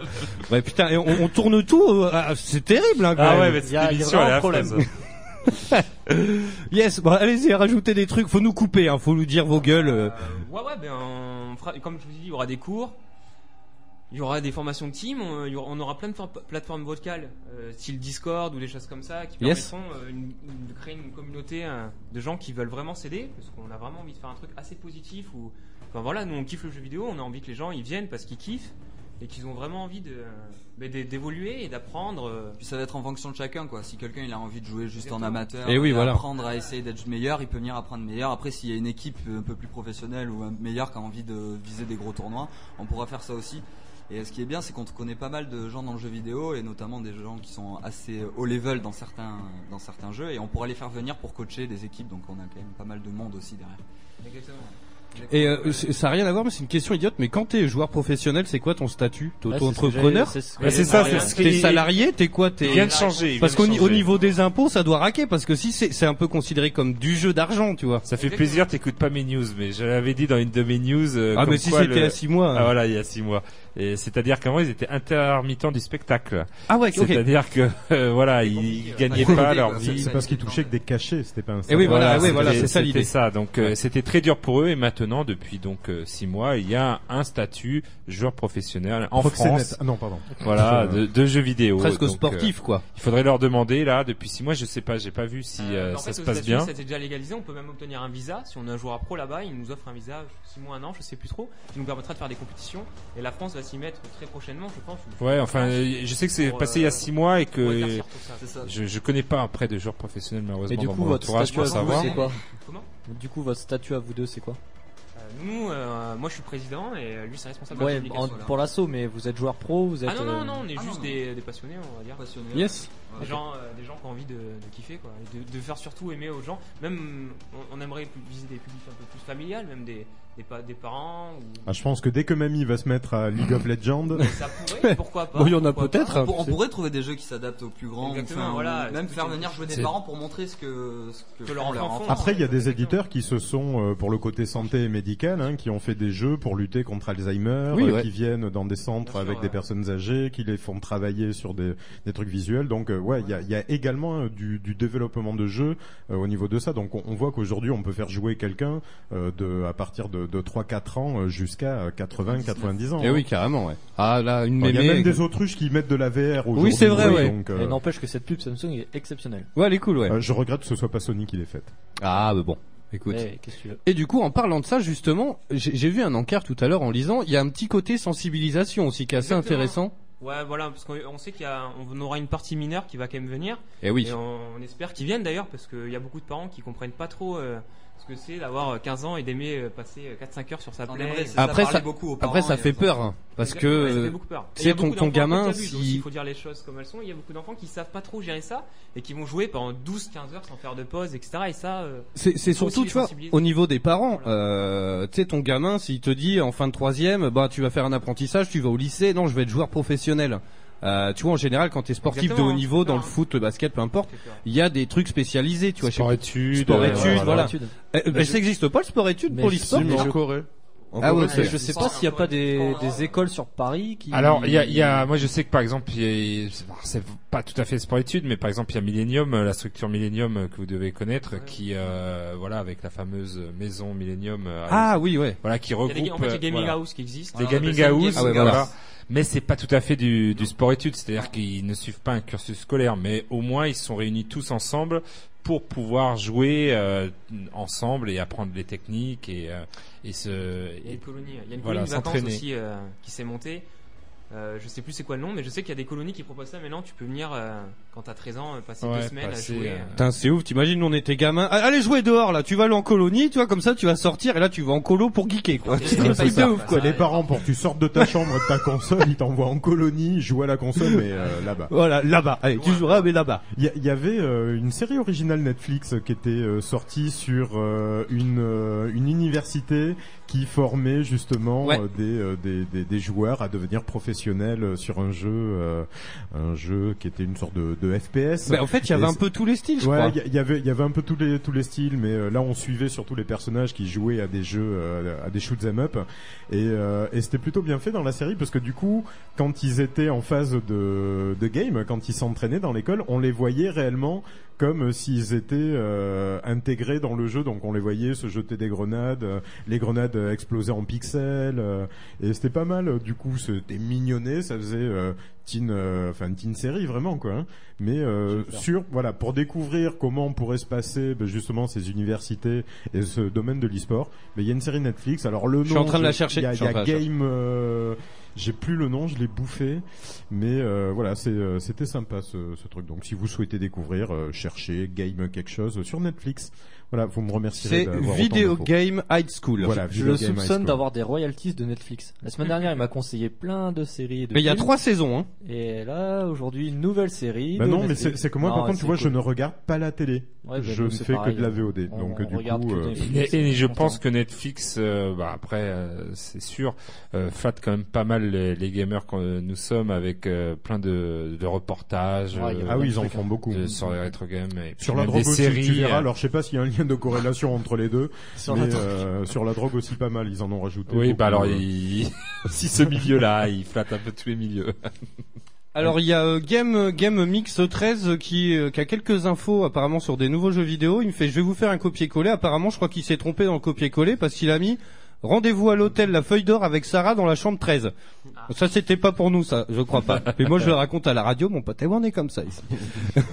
Speaker 8: Ouais, putain, et on, on tourne tout. euh, ah, c'est terrible, hein, quand
Speaker 12: Ah ouais,
Speaker 8: même.
Speaker 12: mais cette émission, elle est affreuse.
Speaker 8: yes, bon, allez-y, rajoutez des trucs. Faut nous couper, hein, faut nous dire vos gueules. euh.
Speaker 15: Ouais, ouais, ben, on fera- comme je vous dis, il y aura des cours, il y aura des formations de team, on, il y aura, on aura plein de for- plateformes vocales, euh, style Discord ou des choses comme ça, qui
Speaker 8: Yes.
Speaker 15: permettront euh, une- une- de créer une communauté euh, de gens qui veulent vraiment s'aider, parce qu'on a vraiment envie de faire un truc assez positif. Ou, enfin voilà, nous on kiffe le jeu vidéo, on a envie que les gens ils viennent parce qu'ils kiffent et qu'ils ont vraiment envie de ben, d'é- d'évoluer et d'apprendre. euh,
Speaker 16: Puis ça va être en fonction de chacun quoi. Si quelqu'un il a envie de jouer juste en
Speaker 15: Exactement.
Speaker 16: amateur,
Speaker 8: Eh oui, voilà.
Speaker 16: apprendre à essayer d'être meilleur, il peut venir apprendre meilleur. Après s'il y a une équipe un peu plus professionnelle ou un meilleur qui a envie de viser des gros tournois, on pourra faire ça aussi. Et ce qui est bien, c'est qu'on connaît pas mal de gens dans le jeu vidéo et notamment des gens qui sont assez haut level dans certains dans certains jeux et on pourra les faire venir pour coacher des équipes. Donc on a quand même pas mal de monde aussi derrière.
Speaker 15: Exactement.
Speaker 8: Et euh, c'est- ça a rien à voir, mais c'est une question idiote. Mais quand t'es joueur professionnel, c'est quoi ton statut T'es
Speaker 10: Ouais,
Speaker 8: auto-entrepreneur
Speaker 10: c'est ce que j'ai- c'est ce que j'ai- c'est ce que-
Speaker 8: T'es salarié T'es quoi T'es
Speaker 10: Il vient de changer, il
Speaker 8: Parce qu'au
Speaker 10: vient de
Speaker 8: ni- au
Speaker 10: changer.
Speaker 8: niveau des impôts, ça doit raquer. Parce que si c'est c'est un peu considéré comme du jeu d'argent, tu vois.
Speaker 9: Ça fait plaisir, t'écoutes pas mes news, mais je l'avais dit dans une de mes news. euh,
Speaker 8: Ah,
Speaker 9: comme
Speaker 8: mais si
Speaker 9: quoi
Speaker 8: c'était
Speaker 9: le-
Speaker 8: à six mois, hein.
Speaker 9: Ah voilà, il y a six mois. Et c'est-à-dire qu'avant ils étaient intermittents du spectacle.
Speaker 8: Ah ouais, ok.
Speaker 9: C'est-à-dire que euh, voilà, ils
Speaker 13: Ah
Speaker 9: gagnaient pas leur
Speaker 13: C'est-
Speaker 9: vie.
Speaker 13: C'est parce qu'ils touchaient que des cachets, c'était pas un
Speaker 8: Eh oui, voilà, oui, voilà,
Speaker 9: c'était-
Speaker 8: c'est ça l'idée.
Speaker 9: C'était ça. Donc euh, c'était très dur pour eux et maintenant depuis donc euh, six mois, il y a un statut joueur professionnel en
Speaker 13: Proxénète.
Speaker 9: France.
Speaker 13: Ah non, pardon.
Speaker 9: Voilà,
Speaker 13: Euh,
Speaker 9: de, de jeux vidéo.
Speaker 8: presque
Speaker 9: Donc, euh,
Speaker 8: sportif, quoi.
Speaker 9: Il faudrait leur demander là depuis six mois, je sais pas, j'ai pas vu si euh,
Speaker 15: En
Speaker 9: ça
Speaker 15: fait,
Speaker 9: se
Speaker 15: aux
Speaker 9: passe
Speaker 15: États-Unis,
Speaker 9: bien.
Speaker 15: Ça c'est déjà légalisé. On peut même obtenir un visa. Si on est un joueur pro là-bas, il nous offre un visa 6 mois, 1 an, je sais plus trop, qui nous permettra de faire des compétitions. Et la France va s'y mettre très prochainement, je pense.
Speaker 9: Ouais, enfin, euh, je sais que c'est
Speaker 15: Ah, Pour,
Speaker 9: passé il y a
Speaker 15: euh,
Speaker 9: six mois et
Speaker 15: pour
Speaker 9: que
Speaker 15: éclaircir tout ça. C'est ça.
Speaker 9: je, je connais pas après de joueurs professionnels malheureusement
Speaker 10: Mais du
Speaker 9: dans
Speaker 10: coup,
Speaker 9: mon
Speaker 10: votre
Speaker 9: entourage
Speaker 10: statut
Speaker 9: pour
Speaker 10: à vous,
Speaker 9: savoir.
Speaker 10: c'est quoi
Speaker 15: Comment
Speaker 10: Du coup, votre statut à vous deux, c'est quoi
Speaker 15: Euh, nous, euh, moi, je suis président et euh, lui, c'est responsable de la
Speaker 10: Ouais, en-
Speaker 15: communication. Voilà.
Speaker 10: pour l'assaut, mais vous êtes joueur pro, vous êtes.
Speaker 15: Ah non,
Speaker 10: euh,
Speaker 15: non, non, on est juste Des, des passionnés, on va dire. Passionnés.
Speaker 10: Yes.
Speaker 15: Des, gens, euh, des gens qui ont envie de, de kiffer, quoi. Et de, de faire surtout aimer aux gens. Même, on, on aimerait plus- viser des publics un peu plus familiales, même des, des, pa- des parents ou
Speaker 13: Ah, je pense que dès que Mamie va se mettre à League of Legends,
Speaker 15: Ça pourrait, pourquoi pas.
Speaker 13: Bon, il y en a
Speaker 15: Pourquoi
Speaker 13: peut-être,
Speaker 15: pas.
Speaker 13: hein,
Speaker 16: On pourrait trouver des jeux qui s'adaptent aux plus grands,
Speaker 15: Exactement,
Speaker 16: enfin,
Speaker 15: voilà.
Speaker 16: même faire venir jouer des parents pour montrer ce que ce que, font leurs enfants.
Speaker 13: Après, il y a des éditeurs qui se sont, euh, pour le côté santé et médical, hein, qui ont fait des jeux pour lutter contre Alzheimer,
Speaker 8: Oui,
Speaker 13: euh,
Speaker 8: ouais.
Speaker 13: qui viennent dans des centres avec des personnes âgées, qui les font travailler sur des, des trucs visuels. Donc, euh, ouais, il y a, il y a également euh, du, du développement de jeux euh, au niveau de ça. Donc, on, on voit qu'aujourd'hui, on peut faire jouer quelqu'un euh, de à partir de, de 3-4 ans euh, jusqu'à 80-90 ans.
Speaker 8: Eh oui,
Speaker 13: hein.
Speaker 8: carrément, ouais. Ah là, une
Speaker 13: Enfin, Il y a
Speaker 8: mémé-
Speaker 13: même des autruches qui mettent de la VR aujourd'hui.
Speaker 8: Oui, c'est vrai, ouais.
Speaker 13: donc, euh,
Speaker 10: Et n'empêche que cette pub Samsung est exceptionnelle.
Speaker 8: Ouais, elle est cool, ouais.
Speaker 13: euh, je regrette que ce soit pas Sony qui l'ait faite.
Speaker 8: Ah, bah bon. Écoute.
Speaker 10: Mais qu'est-ce que tu veux
Speaker 8: Et du coup, en parlant de ça, justement, j'ai j'ai vu un encart tout à l'heure en lisant, il y a un petit côté sensibilisation aussi qui est assez
Speaker 15: Exactement.
Speaker 8: intéressant.
Speaker 15: Ouais, voilà, parce qu'on on sait qu'il y a, on aura une partie mineure qui va quand même venir.
Speaker 8: Eh oui.
Speaker 15: on, on espère qu'ils viennent d'ailleurs, parce qu'il y a beaucoup de parents qui comprennent pas trop euh, ce que c'est d'avoir euh, 15 ans et d'aimer euh, passer euh, 4-5 heures sur sa play.
Speaker 8: après ça, après ça fait peur hein, parce que
Speaker 15: Exactement, ouais, ça fait
Speaker 8: euh,
Speaker 15: beaucoup peur. Et
Speaker 8: tu
Speaker 15: il y a
Speaker 8: sais ton,
Speaker 15: beaucoup
Speaker 8: ton
Speaker 15: d'enfants qui
Speaker 8: gamin
Speaker 15: abusent aussi,
Speaker 8: si
Speaker 15: Il faut dire les choses comme elles sont. Il y a beaucoup d'enfants qui savent pas trop gérer ça et qui vont jouer pendant 12-15 heures sans faire de pause, etc. Et ça. euh,
Speaker 8: c'est c'est
Speaker 15: faut aussi
Speaker 8: surtout
Speaker 15: les
Speaker 8: tu vois
Speaker 15: sensibiliser.
Speaker 8: au niveau des parents euh, tu sais ton gamin s'il te dit en fin de troisième bah tu vas faire un apprentissage tu vas au lycée non je vais être joueur professionnel euh, tu vois en général quand t'es sportif
Speaker 9: Exactement,
Speaker 8: de haut niveau dans le foot le basket peu importe il y a des trucs spécialisés tu vois
Speaker 9: Sport
Speaker 8: je sais-
Speaker 9: études,
Speaker 8: sport
Speaker 9: euh,
Speaker 8: études
Speaker 9: voilà.
Speaker 8: voilà
Speaker 9: Études.
Speaker 8: Eh, ben, ça existe pas le sport études
Speaker 9: Mais
Speaker 8: pour
Speaker 9: si,
Speaker 8: l'e-sport
Speaker 9: mais
Speaker 8: déjà
Speaker 9: en Corée.
Speaker 10: Ah ouais, je sais pas s'il n'y a pas des, des écoles sur Paris qui.
Speaker 9: Alors, il y a, il y a- moi je sais que par exemple, il y a- c'est- c'est pas tout à fait sport-études, mais par exemple, il y a Millennium, euh, la structure Millennium euh, que vous devez connaître, qui, euh, voilà, avec la fameuse maison Millennium. euh,
Speaker 8: Ah
Speaker 9: avec-
Speaker 8: oui, ouais.
Speaker 9: Voilà, qui
Speaker 8: Il y a
Speaker 9: regroupe.
Speaker 8: des- en fait, il y a
Speaker 9: euh,
Speaker 8: gaming
Speaker 9: voilà.
Speaker 8: house qui existe.
Speaker 9: Des
Speaker 8: Ah,
Speaker 9: gaming
Speaker 8: on appelle ça
Speaker 9: house,
Speaker 8: gaming house.
Speaker 9: voilà.
Speaker 8: Voilà.
Speaker 9: Mais c'est pas tout à fait du, du sport-études, c'est-à-dire qu'ils ne suivent pas un cursus scolaire, mais au moins ils sont réunis tous ensemble pour pouvoir jouer euh, ensemble et apprendre les techniques et, euh, et se
Speaker 15: Il y a une colonie, il y a une
Speaker 9: voilà,
Speaker 15: colonie de vacances
Speaker 9: s'entraîner.
Speaker 15: aussi euh, qui s'est montée. Euh, je sais plus c'est quoi le nom, mais je sais qu'il y a des colonies qui proposent ça. Maintenant, tu peux venir euh, quand t'as 13 ans, euh, passer
Speaker 9: Ouais,
Speaker 15: deux semaines
Speaker 9: passer,
Speaker 15: à jouer.
Speaker 9: euh,
Speaker 15: euh,
Speaker 8: Putain, c'est ouf, t'imagines, on était gamins. Ah, Allez jouer dehors, là, tu vas aller en colonie, tu vois, comme ça, tu vas sortir, et là, tu vas en colo pour geeker, quoi.
Speaker 13: Ouais,
Speaker 8: C'est un truc
Speaker 13: c'est
Speaker 8: de
Speaker 13: ça.
Speaker 8: ouf, quoi.
Speaker 13: Les parents, pour que tu sortes de ta chambre et de ta console, ils t'envoient en colonie jouer à la console, mais euh, là-bas.
Speaker 8: Voilà, là-bas. Allez, tu joueras, mais là-bas.
Speaker 13: Il y, a- il y avait euh, une série originale Netflix qui était euh, sortie sur euh, une, euh, une université qui formait justement
Speaker 8: Ouais.
Speaker 13: euh, des, euh, des, des, des joueurs à devenir professionnels euh, sur un jeu, euh, un jeu qui était une sorte de, de FPS.
Speaker 8: Bah, en fait, il y avait
Speaker 13: Et
Speaker 8: un
Speaker 13: c'est-
Speaker 8: peu tous les styles, je
Speaker 13: Ouais,
Speaker 8: crois.
Speaker 13: il y- il y avait il y avait un peu tous les tous les styles mais euh, là on suivait surtout les personnages qui jouaient à des jeux euh, à des shoot 'em up et euh, et c'était plutôt bien fait dans la série parce que du coup quand ils étaient en phase de de game quand ils s'entraînaient dans l'école on les voyait réellement comme s'ils étaient euh, intégrés dans le jeu donc on les voyait se jeter des grenades euh, les grenades euh, explosaient en pixels euh, et c'était pas mal euh, du coup c'était mignonné ça faisait euh, teen euh, enfin teen série vraiment quoi hein. mais euh,
Speaker 8: Super.
Speaker 13: sur voilà pour découvrir comment pourrait se passer ben, justement ces universités et ce domaine de l'e-sport mais il y a une série Netflix alors le nom
Speaker 8: Je suis en train de la chercher.
Speaker 13: il y a,
Speaker 8: Je
Speaker 13: il
Speaker 8: suis
Speaker 13: y
Speaker 8: en
Speaker 13: a
Speaker 8: train de la
Speaker 13: Game euh, j'ai plus le nom je l'ai bouffé mais euh, voilà c'est euh, c'était sympa ce, ce truc donc si vous souhaitez découvrir euh, cherchez Game quelque chose sur Netflix voilà vous me remercierez
Speaker 8: C'est
Speaker 13: d'avoir autant
Speaker 8: Video
Speaker 13: d'infos.
Speaker 8: Game High School.
Speaker 13: voilà
Speaker 10: je
Speaker 13: Video
Speaker 10: le
Speaker 13: Game High
Speaker 10: soupçonne
Speaker 13: School.
Speaker 10: d'avoir des royalties de Netflix. La semaine dernière, il m'a conseillé plein de séries. et de
Speaker 8: Mais il y a
Speaker 10: films.
Speaker 8: trois saisons, hein.
Speaker 10: Et là, aujourd'hui, une nouvelle série.
Speaker 13: Bah
Speaker 10: de
Speaker 13: non, mais
Speaker 10: Netflix.
Speaker 13: c'est c'est que moi,
Speaker 10: Non,
Speaker 13: par contre, tu
Speaker 10: c'est
Speaker 13: vois, je
Speaker 10: cool.
Speaker 13: ne regarde pas la télé.
Speaker 10: Ouais, bah,
Speaker 13: je
Speaker 10: nous,
Speaker 13: ne
Speaker 10: c'est
Speaker 13: fais
Speaker 10: pareil.
Speaker 13: que de la VOD. donc,
Speaker 10: on
Speaker 13: du
Speaker 10: regarde
Speaker 13: coup,
Speaker 10: que
Speaker 13: euh,
Speaker 10: des
Speaker 9: Et, et je pense que Netflix, euh, bah après, euh, c'est sûr, euh, flatte quand même pas mal les, les gamers que euh, nous sommes avec euh, plein de, de reportages.
Speaker 13: Ouais, il y a
Speaker 9: euh,
Speaker 13: ah oui, ils en
Speaker 9: de-
Speaker 10: hein.
Speaker 13: font beaucoup.
Speaker 9: de- sur les rétro games. et puis
Speaker 13: Sur la
Speaker 9: même
Speaker 13: drogue
Speaker 9: des
Speaker 13: aussi,
Speaker 9: séries.
Speaker 13: tu verras.
Speaker 9: euh,
Speaker 13: Alors, je sais pas s'il y a un lien de corrélation entre les deux.
Speaker 9: Sur
Speaker 13: mais,
Speaker 9: la drogue.
Speaker 13: euh, sur la drogue aussi, pas mal. Ils en ont rajouté.
Speaker 9: oui,
Speaker 13: beaucoup,
Speaker 9: bah alors,
Speaker 13: euh.
Speaker 9: il- si ce milieu-là, il flatte un peu tous les milieux.
Speaker 8: Alors il y a euh, Game Game Mix 13 qui euh, qui a quelques infos apparemment sur des nouveaux jeux vidéo. Il me fait je vais vous faire un copier-coller. Apparemment je crois qu'il s'est trompé dans le copier-coller parce qu'il a mis rendez-vous à l'hôtel La Feuille d'Or avec Sarah dans la chambre 13.
Speaker 10: Ah.
Speaker 8: Ça c'était pas pour nous ça, je crois pas. Mais moi je le raconte à la radio, mon pote, eh ben, on est comme ça ici.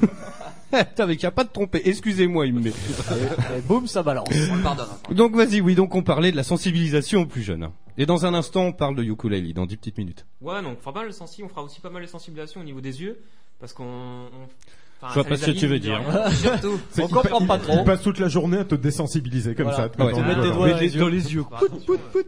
Speaker 8: Putain, mais qu'il n'y a pas de trompé. Excusez-moi, il me met.
Speaker 10: Et, et boum, ça balance. hein.
Speaker 8: Donc vas-y, oui, donc on parlait de la sensibilisation aux plus jeunes. Et dans un instant, on parle de ukulele dans 10 petites minutes.
Speaker 15: Ouais, donc on fera pas mal de sensi, on fera aussi pas mal de sensibilisation au niveau des yeux, parce qu'on. on- enfin,
Speaker 8: Je
Speaker 15: ça
Speaker 8: vois pas
Speaker 15: les
Speaker 8: ce que tu
Speaker 15: anime,
Speaker 8: veux
Speaker 15: de
Speaker 8: dire.
Speaker 15: rien. Ah, Surtout.
Speaker 13: C'est-
Speaker 15: On
Speaker 13: il
Speaker 15: comprend
Speaker 13: pa-
Speaker 15: pas
Speaker 13: il-
Speaker 15: trop.
Speaker 13: Il passe toute la journée à te désensibiliser comme
Speaker 15: Voilà.
Speaker 13: ça.
Speaker 15: Ouais. Te mettre tes doigts dans hein. les yeux.
Speaker 8: Quoi.
Speaker 15: Bah, attention, euh,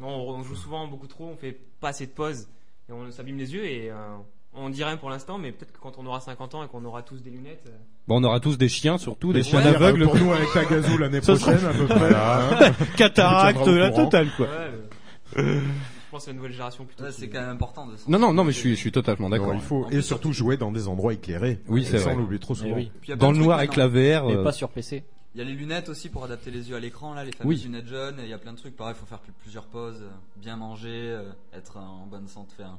Speaker 15: non, on, on joue souvent beaucoup trop, on fait pas assez de pauses et on s'abîme les yeux et euh, on dit rien pour l'instant, mais peut-être que quand on aura 50 ans et qu'on aura tous des lunettes. euh,
Speaker 8: Bon, on aura tous des chiens surtout, des
Speaker 13: Des
Speaker 8: chiens
Speaker 13: chiens,
Speaker 8: aveugles.
Speaker 13: pour nous, avec ta gazou l'année
Speaker 8: Ça se
Speaker 13: prochaine,
Speaker 8: trouve-
Speaker 13: à peu près.
Speaker 8: Voilà. Cataracte,
Speaker 13: Tu tiendras au
Speaker 8: la
Speaker 13: courant.
Speaker 8: totale quoi.
Speaker 15: Ouais, euh, je pense à la nouvelle génération plutôt.
Speaker 16: c'est quand même important de
Speaker 8: Non non non mais je suis je suis totalement d'accord.
Speaker 13: Il faut et surtout jouer dans des endroits éclairés.
Speaker 8: Oui, c'est
Speaker 13: Ça,
Speaker 8: vrai.
Speaker 13: on l'oublie trop souvent.
Speaker 8: Eh oui. Dans le noir avec la VR. euh,
Speaker 10: PC.
Speaker 16: hein. Il y a les lunettes aussi pour adapter les yeux à l'écran, là, les fameuses
Speaker 8: Oui.
Speaker 16: lunettes jaunes, et il y a plein de trucs. Pareil, il faut faire plus- plusieurs pauses, euh, bien manger, euh, être en bonne santé. Faire...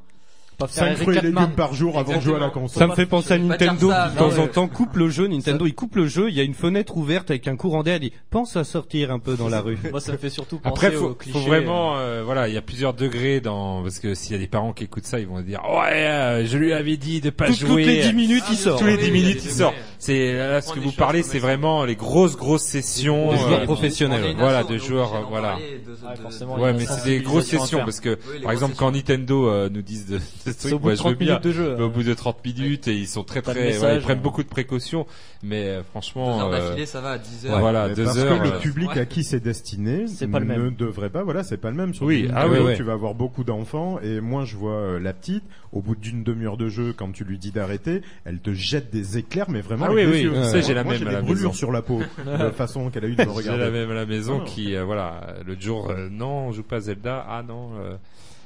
Speaker 13: Pas faire Cinq Eric fruits et Cartman. légumes par jour avant de jouer à la console.
Speaker 8: Ça me fait penser à
Speaker 16: Je vais pas dire
Speaker 8: Nintendo
Speaker 16: ça,
Speaker 8: qui de
Speaker 16: mais-
Speaker 8: temps en temps coupe le jeu. Nintendo il coupe le jeu. Il y a une fenêtre ouverte avec un courant d'air. Il dit pense à sortir un peu dans la rue.
Speaker 10: Moi, ça me fait surtout penser
Speaker 9: Après, faut,
Speaker 10: aux clichés.
Speaker 9: faut vraiment, euh, voilà, il y a plusieurs degrés dans parce que s'il y a des parents qui écoutent ça, ils vont se dire ouais, euh, je lui avais dit de pas
Speaker 8: Toutes-
Speaker 9: jouer.
Speaker 8: toutes les 10 minutes, il
Speaker 9: Ah,
Speaker 8: sort.
Speaker 9: Tous les
Speaker 8: Oui,
Speaker 9: 10
Speaker 8: il y a
Speaker 9: minutes,
Speaker 8: des
Speaker 9: il sort.
Speaker 8: degrés.
Speaker 9: C'est là, là, ce que vous parlez, c'est vraiment les grosses grosses sessions euh,
Speaker 8: Des joueurs professionnels, ouais.
Speaker 9: Voilà,
Speaker 8: On est
Speaker 9: de joueurs, euh, voilà.
Speaker 16: Ouais, forcément,
Speaker 9: Ouais,
Speaker 16: il y a
Speaker 9: mais
Speaker 16: la
Speaker 9: c'est des grosses
Speaker 16: sensibilisation à
Speaker 9: sessions
Speaker 16: faire.
Speaker 9: parce que
Speaker 16: Oui, les
Speaker 9: par exemple quand Nintendo euh, nous disent de, de ce truc,
Speaker 10: au bout
Speaker 9: moi,
Speaker 10: de
Speaker 9: je veux
Speaker 10: 30
Speaker 9: bien,
Speaker 10: minutes de jeu,
Speaker 9: mais au bout de 30 minutes et ils sont très
Speaker 10: Pas de
Speaker 9: très, ouais, ils
Speaker 10: message,
Speaker 9: prennent
Speaker 10: hein.
Speaker 9: beaucoup de précautions, mais euh, franchement,
Speaker 16: Deux heures
Speaker 9: euh,
Speaker 16: d'affilée, ça va, à 10 heures.
Speaker 9: ouais, Voilà,
Speaker 13: Mais
Speaker 9: deux
Speaker 13: parce
Speaker 9: heures.
Speaker 13: que
Speaker 9: euh,
Speaker 13: le public à qui c'est destiné
Speaker 16: C'est pas le
Speaker 13: ne
Speaker 16: même.
Speaker 13: devrait pas voilà c'est pas le même sur
Speaker 9: Oui,
Speaker 13: une
Speaker 9: ah
Speaker 13: vidéo,
Speaker 9: oui,
Speaker 13: tu
Speaker 9: oui.
Speaker 13: vas avoir beaucoup d'enfants et moi je vois euh, la petite au bout d'une demi-heure de jeu quand tu lui dis d'arrêter elle te jette des éclairs mais vraiment
Speaker 9: Ah oui,
Speaker 13: avec les
Speaker 9: oui,
Speaker 13: yeux.
Speaker 9: tu sais,
Speaker 13: Moi,
Speaker 9: j'ai la
Speaker 13: moi,
Speaker 9: même à
Speaker 13: des
Speaker 9: la
Speaker 13: brûlures
Speaker 9: maison.
Speaker 13: sur la peau de la façon qu'elle a eu de me regarder
Speaker 9: J'ai la même à la maison
Speaker 13: Ah.
Speaker 9: qui, euh, voilà, le jour, euh, non, on joue pas à Zelda, ah non, euh,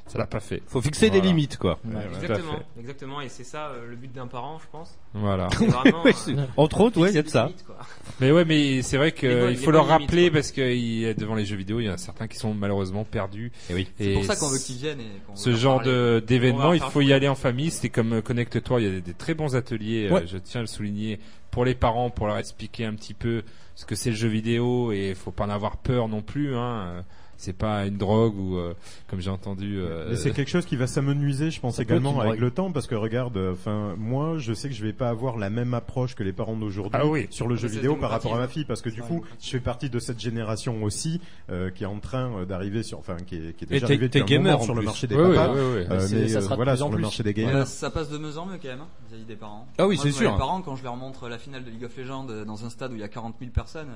Speaker 9: ça l'a pas fait.
Speaker 8: Faut fixer des limites, quoi.
Speaker 9: Ouais, ouais, tout à
Speaker 15: exactement,
Speaker 9: fait.
Speaker 15: exactement, et c'est ça euh, le but d'un parent, je pense.
Speaker 9: Voilà.
Speaker 15: C'est vraiment,
Speaker 8: Ouais, c'est-
Speaker 15: euh,
Speaker 8: Entre autres, ouais, il y a de
Speaker 15: fixer
Speaker 8: ça.
Speaker 15: des limites, quoi.
Speaker 9: Mais ouais, mais c'est vrai qu'il
Speaker 15: Les bonnes-
Speaker 9: faut
Speaker 15: les
Speaker 9: leur
Speaker 15: bonnes limites,
Speaker 9: rappeler parce que il- devant les jeux vidéo, il y en a certains qui sont malheureusement perdus. Et oui.
Speaker 16: C'est pour ça qu'on veut qu'ils viennent et qu'on veut
Speaker 9: ce
Speaker 16: leur
Speaker 9: genre
Speaker 16: parler.
Speaker 9: de
Speaker 16: On
Speaker 9: d'événement,
Speaker 16: va
Speaker 9: il
Speaker 16: faire
Speaker 9: faut y aller en famille. C'était comme euh, connecte-toi. Il y a des, des très bons ateliers. euh,
Speaker 16: Ouais.
Speaker 9: je tiens à le souligner pour les parents, pour leur expliquer un petit peu ce que c'est le jeu vidéo et il faut pas en avoir peur non plus. Hein. Euh, C'est pas une drogue ou euh, comme j'ai entendu. euh,
Speaker 13: Mais c'est quelque chose qui va s'amenuiser, je pense
Speaker 9: Ça peut être
Speaker 13: également
Speaker 9: une
Speaker 13: avec
Speaker 9: drogue.
Speaker 13: le temps, parce que regarde, euh, enfin moi, je sais que je vais pas avoir la même approche que les parents d'aujourd'hui
Speaker 9: Ah oui.
Speaker 13: sur le
Speaker 9: Mais
Speaker 13: jeu
Speaker 9: c'est
Speaker 13: vidéo par
Speaker 9: démocratique.
Speaker 13: rapport à ma fille, parce que du
Speaker 9: Ouais,
Speaker 13: coup, je fais partie de cette génération aussi euh, qui est en train euh, d'arriver sur, enfin qui est, qui est
Speaker 8: Et
Speaker 13: déjà
Speaker 8: t'es-
Speaker 13: arrivée
Speaker 8: t'es
Speaker 13: depuis un
Speaker 8: gamer
Speaker 13: moment
Speaker 8: en
Speaker 13: sur le
Speaker 8: plus.
Speaker 13: marché des
Speaker 8: Ouais,
Speaker 13: papas,
Speaker 8: ouais, ouais, ouais.
Speaker 13: euh,
Speaker 8: C'est-
Speaker 13: mais
Speaker 8: ça
Speaker 13: euh,
Speaker 8: sera de
Speaker 13: voilà
Speaker 8: plus en
Speaker 13: sur le
Speaker 8: plus.
Speaker 13: marché des
Speaker 16: Ouais,
Speaker 13: gamers.
Speaker 16: ça passe de mieux en mieux quand même hein, vis-à-vis des parents.
Speaker 8: Ah oui,
Speaker 16: Moi,
Speaker 8: c'est
Speaker 16: je vois
Speaker 8: sûr.
Speaker 16: Les parents, quand je leur montre la finale de League of Legends euh, dans un stade où il y a 40 000 personnes,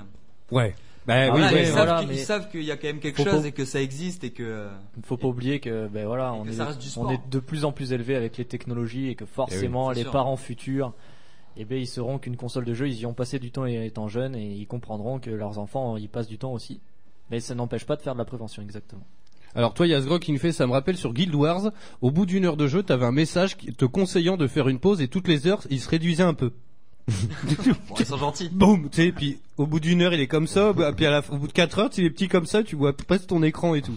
Speaker 8: Ouais. Bah
Speaker 10: Ah
Speaker 8: oui,
Speaker 10: ouais,
Speaker 8: ouais,
Speaker 10: ils
Speaker 16: ils,
Speaker 10: voilà,
Speaker 16: savent qu'il-
Speaker 10: mais-
Speaker 16: ils savent qu'il y a quand même quelque
Speaker 10: Faut
Speaker 16: chose
Speaker 10: pas-
Speaker 16: et que ça existe et que.
Speaker 10: Faut pas oublier que ben voilà, on
Speaker 16: que
Speaker 10: est,
Speaker 16: ça reste du sport.
Speaker 10: on
Speaker 16: Eh
Speaker 10: est de plus en plus élevé avec les technologies et que forcément
Speaker 16: c'est
Speaker 10: les
Speaker 16: sûr.
Speaker 10: parents futurs, eh ben ils sauront qu'une console de jeu, ils y ont passé du temps étant jeunes et ils comprendront que leurs enfants y passent du temps aussi. Mais ça n'empêche pas de faire de la prévention exactement.
Speaker 8: Alors toi, Yasgro qui nous fait, ça me rappelle sur Guild Wars, au bout d'une heure de jeu, t'avais un message qui- te conseillant de faire une pause et toutes les heures, il se réduisait un peu.
Speaker 16: Bon, ils sont gentils.
Speaker 8: Boum, tu sais, puis au bout d'une heure, il est comme ça, bah, puis à la, au bout de quatre heures, tu es petit comme ça, tu vois presque ton écran et tout.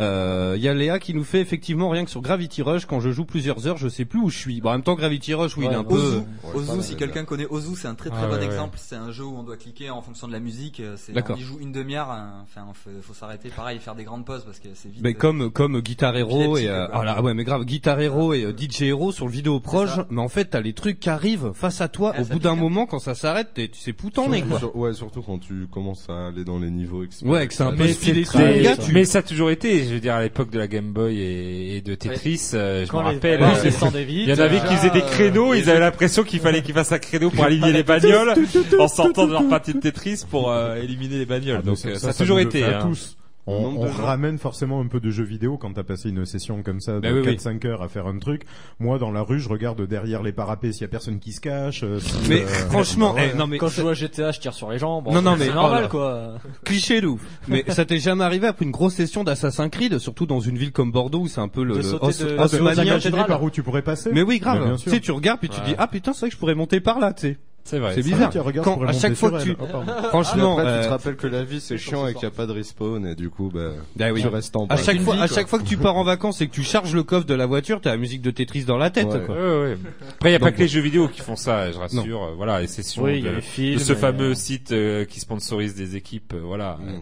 Speaker 8: Euh, Il y a Léa qui nous fait effectivement rien que sur Gravity Rush, quand je joue plusieurs heures, je sais plus où je suis. Bon, en même temps, Gravity Rush, oui, il est un
Speaker 16: Ozu,
Speaker 8: peu...
Speaker 16: Ozu, si quelqu'un connaît Ozu, c'est un très très
Speaker 8: Ah,
Speaker 16: bon
Speaker 8: ouais, ouais.
Speaker 16: exemple. C'est un jeu où on doit cliquer en fonction de la musique. euh, C'est,
Speaker 8: D'accord.
Speaker 16: on y joue une demi-heure. hein, Enfin, faut, faut s'arrêter. Pareil, faire des grandes pauses parce que c'est vite.
Speaker 8: Mais comme comme Guitar Hero et
Speaker 16: Épileptique,
Speaker 8: euh,
Speaker 16: quoi.
Speaker 8: ah là, ouais mais grave Guitar Hero et euh, DJ Hero sur le vidéo proche mais en fait t'as les trucs qui arrivent face à toi au bout d'un moment quand ça s'arrête t'es- tu sais plus où t'en es quoi
Speaker 11: Sur- ouais, surtout quand tu commences à aller dans les niveaux. etc.
Speaker 8: Ouais, que c'est un peu
Speaker 9: mais,
Speaker 8: stylé
Speaker 9: c'est
Speaker 8: sur le
Speaker 9: très-
Speaker 8: gars, tu-
Speaker 9: mais ça a toujours été, je veux dire, à l'époque de la Game Boy et, et de Tetris, euh, je me
Speaker 10: Quand les-
Speaker 9: rappelle.
Speaker 10: ouais,
Speaker 9: euh,
Speaker 10: ils descendaient vite,
Speaker 9: il y en avait
Speaker 10: euh,
Speaker 9: qui faisaient des créneaux, ils avaient l'impression qu'il fallait qu'ils fassent un créneau pour aligner les bagnoles en sortant de leur partie de Tetris pour euh, éliminer les bagnoles.
Speaker 8: Ah,
Speaker 9: Donc euh, ça a toujours
Speaker 13: nous le
Speaker 9: été.
Speaker 13: fait à
Speaker 9: hein.
Speaker 13: tous. On,
Speaker 9: Nombre
Speaker 13: on
Speaker 9: de gens.
Speaker 13: ramène forcément un peu de jeux vidéo quand t'as passé une session comme ça de
Speaker 9: Bah oui, oui.
Speaker 13: 4-5 heures à faire un truc. Moi, dans la rue, je regarde derrière les parapets s'il y a personne qui se cache. euh, si,
Speaker 8: Mais
Speaker 13: euh,
Speaker 8: franchement,
Speaker 13: bah ouais.
Speaker 8: eh, non mais
Speaker 10: Quand je joue à GTA, je tire sur les gens. Bon,
Speaker 8: non non
Speaker 10: c'est
Speaker 8: mais
Speaker 10: normal
Speaker 8: oh là.
Speaker 10: quoi.
Speaker 8: cliché de ouf. Mais ça t'est jamais arrivé après une grosse session d'Assassin's Creed, surtout dans une ville comme Bordeaux où c'est un peu le,
Speaker 13: De
Speaker 8: le
Speaker 13: sauter de-
Speaker 8: Hauss-
Speaker 13: Ah,
Speaker 8: Haussmannien.
Speaker 13: de t'imaginer par où tu pourrais passer.
Speaker 8: Mais oui
Speaker 13: Mais
Speaker 8: grave.
Speaker 13: bien
Speaker 8: Tu
Speaker 13: sûr.
Speaker 8: sais tu regardes puis tu
Speaker 13: Ouais.
Speaker 8: dis ah putain c'est vrai que je pourrais monter par là tu sais.
Speaker 9: C'est vrai.
Speaker 8: C'est
Speaker 9: c'est
Speaker 8: bizarre.
Speaker 9: vrai.
Speaker 13: regarde,
Speaker 8: quand
Speaker 13: je pourrais
Speaker 8: à chaque
Speaker 13: monter
Speaker 8: fois
Speaker 13: sur
Speaker 8: que tu
Speaker 13: elle. Oh, pardon.
Speaker 8: franchement
Speaker 11: Après, tu
Speaker 8: euh,
Speaker 11: te rappelles que la vie c'est chiant et qu'il n'y a pas de respawn et du coup, bah,
Speaker 8: Ah oui.
Speaker 11: tu restes en
Speaker 8: à
Speaker 11: bas.
Speaker 8: chaque fois, à chaque fois que tu pars en vacances et que tu charges le coffre de la voiture, t'as la musique de Tetris dans la tête.
Speaker 11: Ouais.
Speaker 8: Quoi.
Speaker 9: Ouais, ouais. Après, il n'y a pas
Speaker 8: Donc,
Speaker 9: que les jeux vidéo qui font ça, je rassure. euh, Voilà, et c'est sur
Speaker 10: Oui, il y
Speaker 9: de,
Speaker 10: a les films,
Speaker 9: de ce
Speaker 10: et,
Speaker 9: fameux
Speaker 10: euh,
Speaker 9: site euh, qui sponsorise des équipes, euh, voilà,
Speaker 8: Mm.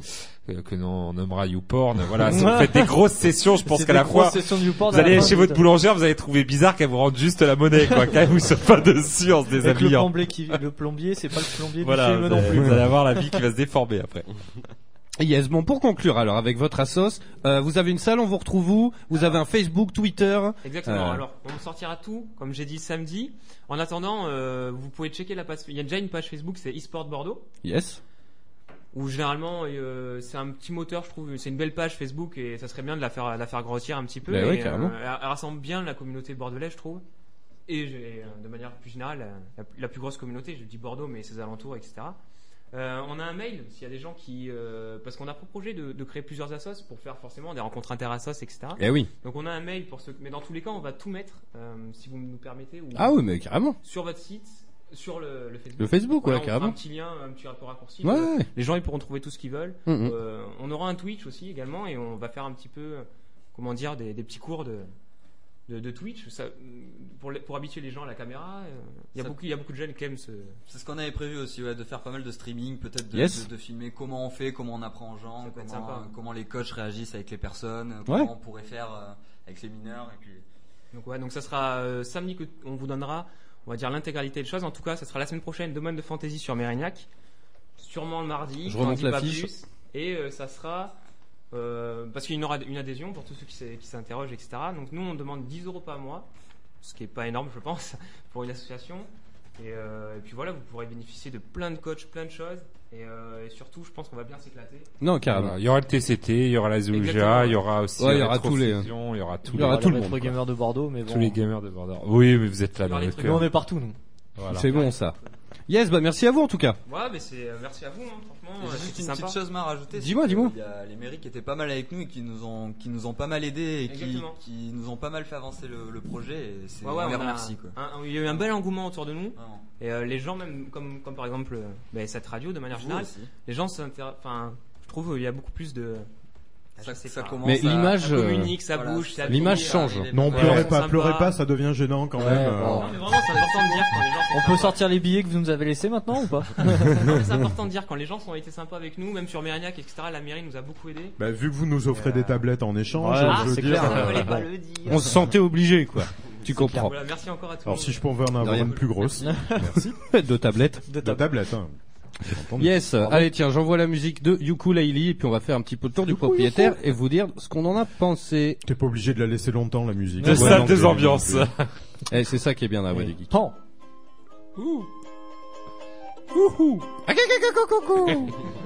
Speaker 9: euh, que l'on nommera YouPorn. Voilà, si vous faites des grosses sessions, je pense
Speaker 10: C'est
Speaker 9: qu'à
Speaker 10: des
Speaker 9: la fois,
Speaker 10: grosses sessions de YouPorn
Speaker 9: vous
Speaker 10: à la
Speaker 9: allez
Speaker 10: fin,
Speaker 9: chez votre
Speaker 10: putain.
Speaker 9: boulangère, vous allez trouver bizarre qu'elle vous rende juste la monnaie, quoi, qu'elle vous soit pas dessus en se
Speaker 10: Avec le
Speaker 9: déshabillant.
Speaker 10: plombier qui, le plombier, c'est pas le plombier
Speaker 9: Voilà,
Speaker 10: du film
Speaker 9: vous
Speaker 10: non
Speaker 9: allez,
Speaker 10: plus.
Speaker 9: vous allez avoir la vie qui va se déformer après.
Speaker 8: Yes, bon, pour conclure alors avec votre assos, euh, vous avez une salle, on vous retrouve où Vous avez un Facebook, Twitter
Speaker 15: Exactement.
Speaker 8: Euh,
Speaker 15: Alors, on sortira tout, comme j'ai dit samedi. En attendant, euh, vous pouvez checker la page. Il y a déjà une page Facebook, c'est eSport Bordeaux,
Speaker 8: Yes.
Speaker 15: où généralement euh, c'est un petit moteur, je trouve. C'est une belle page Facebook et ça serait bien de la faire, la faire grossir un petit peu.
Speaker 8: Bah
Speaker 15: et,
Speaker 8: ouais, carrément.
Speaker 15: euh, elle, elle rassemble bien la communauté bordelaise, je trouve. Et j'ai, euh, de manière plus générale, euh, la, la plus grosse communauté, je dis Bordeaux, mais ses alentours, etc. Euh, on a un mail s'il y a des gens qui euh, parce qu'on a proposé de, de créer plusieurs assos pour faire forcément des rencontres interassos etc.
Speaker 8: Eh oui.
Speaker 15: Donc on a un mail pour ce mais dans tous les cas on va tout mettre euh, si vous nous permettez ou
Speaker 8: Ah oui, mais carrément.
Speaker 15: sur votre site sur le, Facebook.
Speaker 8: Le Facebook, ouais,
Speaker 15: Voilà, on fera
Speaker 8: carrément.
Speaker 15: Un petit lien, un petit rapport raccourci.
Speaker 8: Ouais,
Speaker 15: Euh,
Speaker 8: ouais.
Speaker 15: Les gens ils pourront trouver tout ce qu'ils veulent.
Speaker 8: Mhm.
Speaker 15: Euh, on aura un Twitch aussi également et on va faire un petit peu euh, comment dire des, des petits cours de de, de Twitch ça, pour les- pour habituer les gens à la caméra. euh, Il y a
Speaker 16: Ça-
Speaker 15: beaucoup il y a beaucoup de jeunes qui aiment ce
Speaker 16: C'est ce qu'on avait prévu aussi, ouais, de faire pas mal de streaming, peut-être de,
Speaker 8: Yes.
Speaker 16: de- de filmer comment on fait, comment on apprend aux gens,
Speaker 15: peut être
Speaker 16: comment,
Speaker 15: sympa.
Speaker 16: comment les coachs réagissent avec les personnes, euh,
Speaker 8: Ouais.
Speaker 16: comment on pourrait faire euh, avec les mineurs. Et puis...
Speaker 15: Donc ouais, donc ça sera euh, samedi que on vous donnera, on va dire l'intégralité des choses. En tout cas, ça sera la semaine prochaine, Domaine de Fantasy sur Mérignac, sûrement le mardi.
Speaker 8: Je
Speaker 15: j'en
Speaker 8: remonte
Speaker 15: dis
Speaker 8: la
Speaker 15: pas
Speaker 8: fiche.
Speaker 15: plus. Et euh, ça sera euh, parce qu'il y aura une adhésion pour tous ceux qui s'est- qui s'interrogent, etc. Donc nous, on demande 10 euros par mois, ce qui est pas énorme, je pense, pour une association. Et, euh, et puis voilà, vous pourrez bénéficier de plein de coachs, plein de choses. Et, euh, et surtout, je pense qu'on va bien s'éclater.
Speaker 8: Non, carrément.
Speaker 9: Voilà, Il y aura le TCT, il y aura la Zouja,
Speaker 15: Exactement.
Speaker 9: il y aura aussi euh,
Speaker 8: Ouais, il y
Speaker 9: la
Speaker 8: aura tous les-
Speaker 9: Rétrofusion, il y aura tous
Speaker 8: Il y
Speaker 9: les-
Speaker 8: aura tout le
Speaker 10: Pour
Speaker 8: monde.
Speaker 10: les gamers de Bordeaux, Oh, mais bon.
Speaker 9: tous les gamers de Bordeaux. Oui, mais vous êtes là dans
Speaker 15: les
Speaker 9: le
Speaker 15: trucs.
Speaker 10: Mais on
Speaker 9: cœur.
Speaker 10: est partout nous.
Speaker 9: Voilà.
Speaker 8: C'est bon ça. Yes, bah merci à vous en tout cas.
Speaker 15: Ouais, mais c'est euh, merci à vous, hein, franchement.
Speaker 16: Et
Speaker 15: euh,
Speaker 16: j'ai Juste
Speaker 15: c'était
Speaker 16: une
Speaker 15: sympa.
Speaker 16: petite chose m'a rajouté.
Speaker 8: Dis-moi, dis-moi.
Speaker 16: Il y a les mairies qui étaient pas mal avec nous et qui nous ont, qui nous ont pas mal aidés et qui,
Speaker 15: Exactement.
Speaker 16: qui nous ont pas mal fait avancer le, le projet. Et c'est,
Speaker 15: Ouais, ouais,
Speaker 16: on les
Speaker 15: on a-
Speaker 16: remercie, quoi.
Speaker 15: un- un- il y a eu un bel engouement autour de nous. Et euh, les gens, même comme, comme par exemple euh, bah, cette radio, de manière
Speaker 16: Vous
Speaker 15: générale,
Speaker 16: aussi.
Speaker 15: les gens s'intéressent. Enfin, je trouve euh, il y a beaucoup plus de. je sais pas.
Speaker 8: Mais l'image,
Speaker 15: Ça communique,
Speaker 8: euh,
Speaker 15: ça
Speaker 8: voilà,
Speaker 15: bouge, ça
Speaker 8: l'image
Speaker 15: brille,
Speaker 8: change. Eh, oh.
Speaker 15: euh, les-
Speaker 13: Non,
Speaker 15: les
Speaker 13: pleurez
Speaker 15: gens
Speaker 13: pas,
Speaker 15: sont
Speaker 13: pleurez
Speaker 15: sympas.
Speaker 13: pas, ça devient gênant Euh, quand
Speaker 15: Ouais,
Speaker 13: même.
Speaker 15: bon. Non, mais vraiment, c'est important de dire quand les gens sont
Speaker 10: On peut sortir les billets que vous nous avez laissés maintenant ou pas
Speaker 15: Non, mais c'est important de dire quand les gens ont été sympas avec nous, même sur Mérignac, etc. La mairie nous a beaucoup aidés.
Speaker 13: Bah, vu que vous nous offrez des tablettes en échange,
Speaker 15: voilà,
Speaker 13: je veux
Speaker 15: Ah, c'est
Speaker 13: dire,
Speaker 15: clair,
Speaker 13: euh,
Speaker 15: on voulait pas
Speaker 13: bon.
Speaker 15: le dire.
Speaker 8: On se sentait obligé quoi. Tu comprends.
Speaker 15: Voilà, merci encore à tous.
Speaker 13: Alors si je pouvais en avoir
Speaker 8: rien.
Speaker 13: une plus grosse. Merci.
Speaker 8: Deux tablettes.
Speaker 13: Deux tablettes. hein. Entendu.
Speaker 8: Yes, allez tiens, j'envoie la musique de Ukulele et puis on va faire un petit peu le tour du propriétaire et vous dire ce qu'on en a pensé.
Speaker 13: T'es pas obligé de la laisser longtemps la musique.
Speaker 8: Le
Speaker 13: Ouais,
Speaker 8: sale
Speaker 13: non,
Speaker 8: des
Speaker 13: t'es-
Speaker 8: ambiances.
Speaker 13: t'es-
Speaker 8: Eh, c'est ça qui est bien dans la voix du geek.
Speaker 17: Ouh.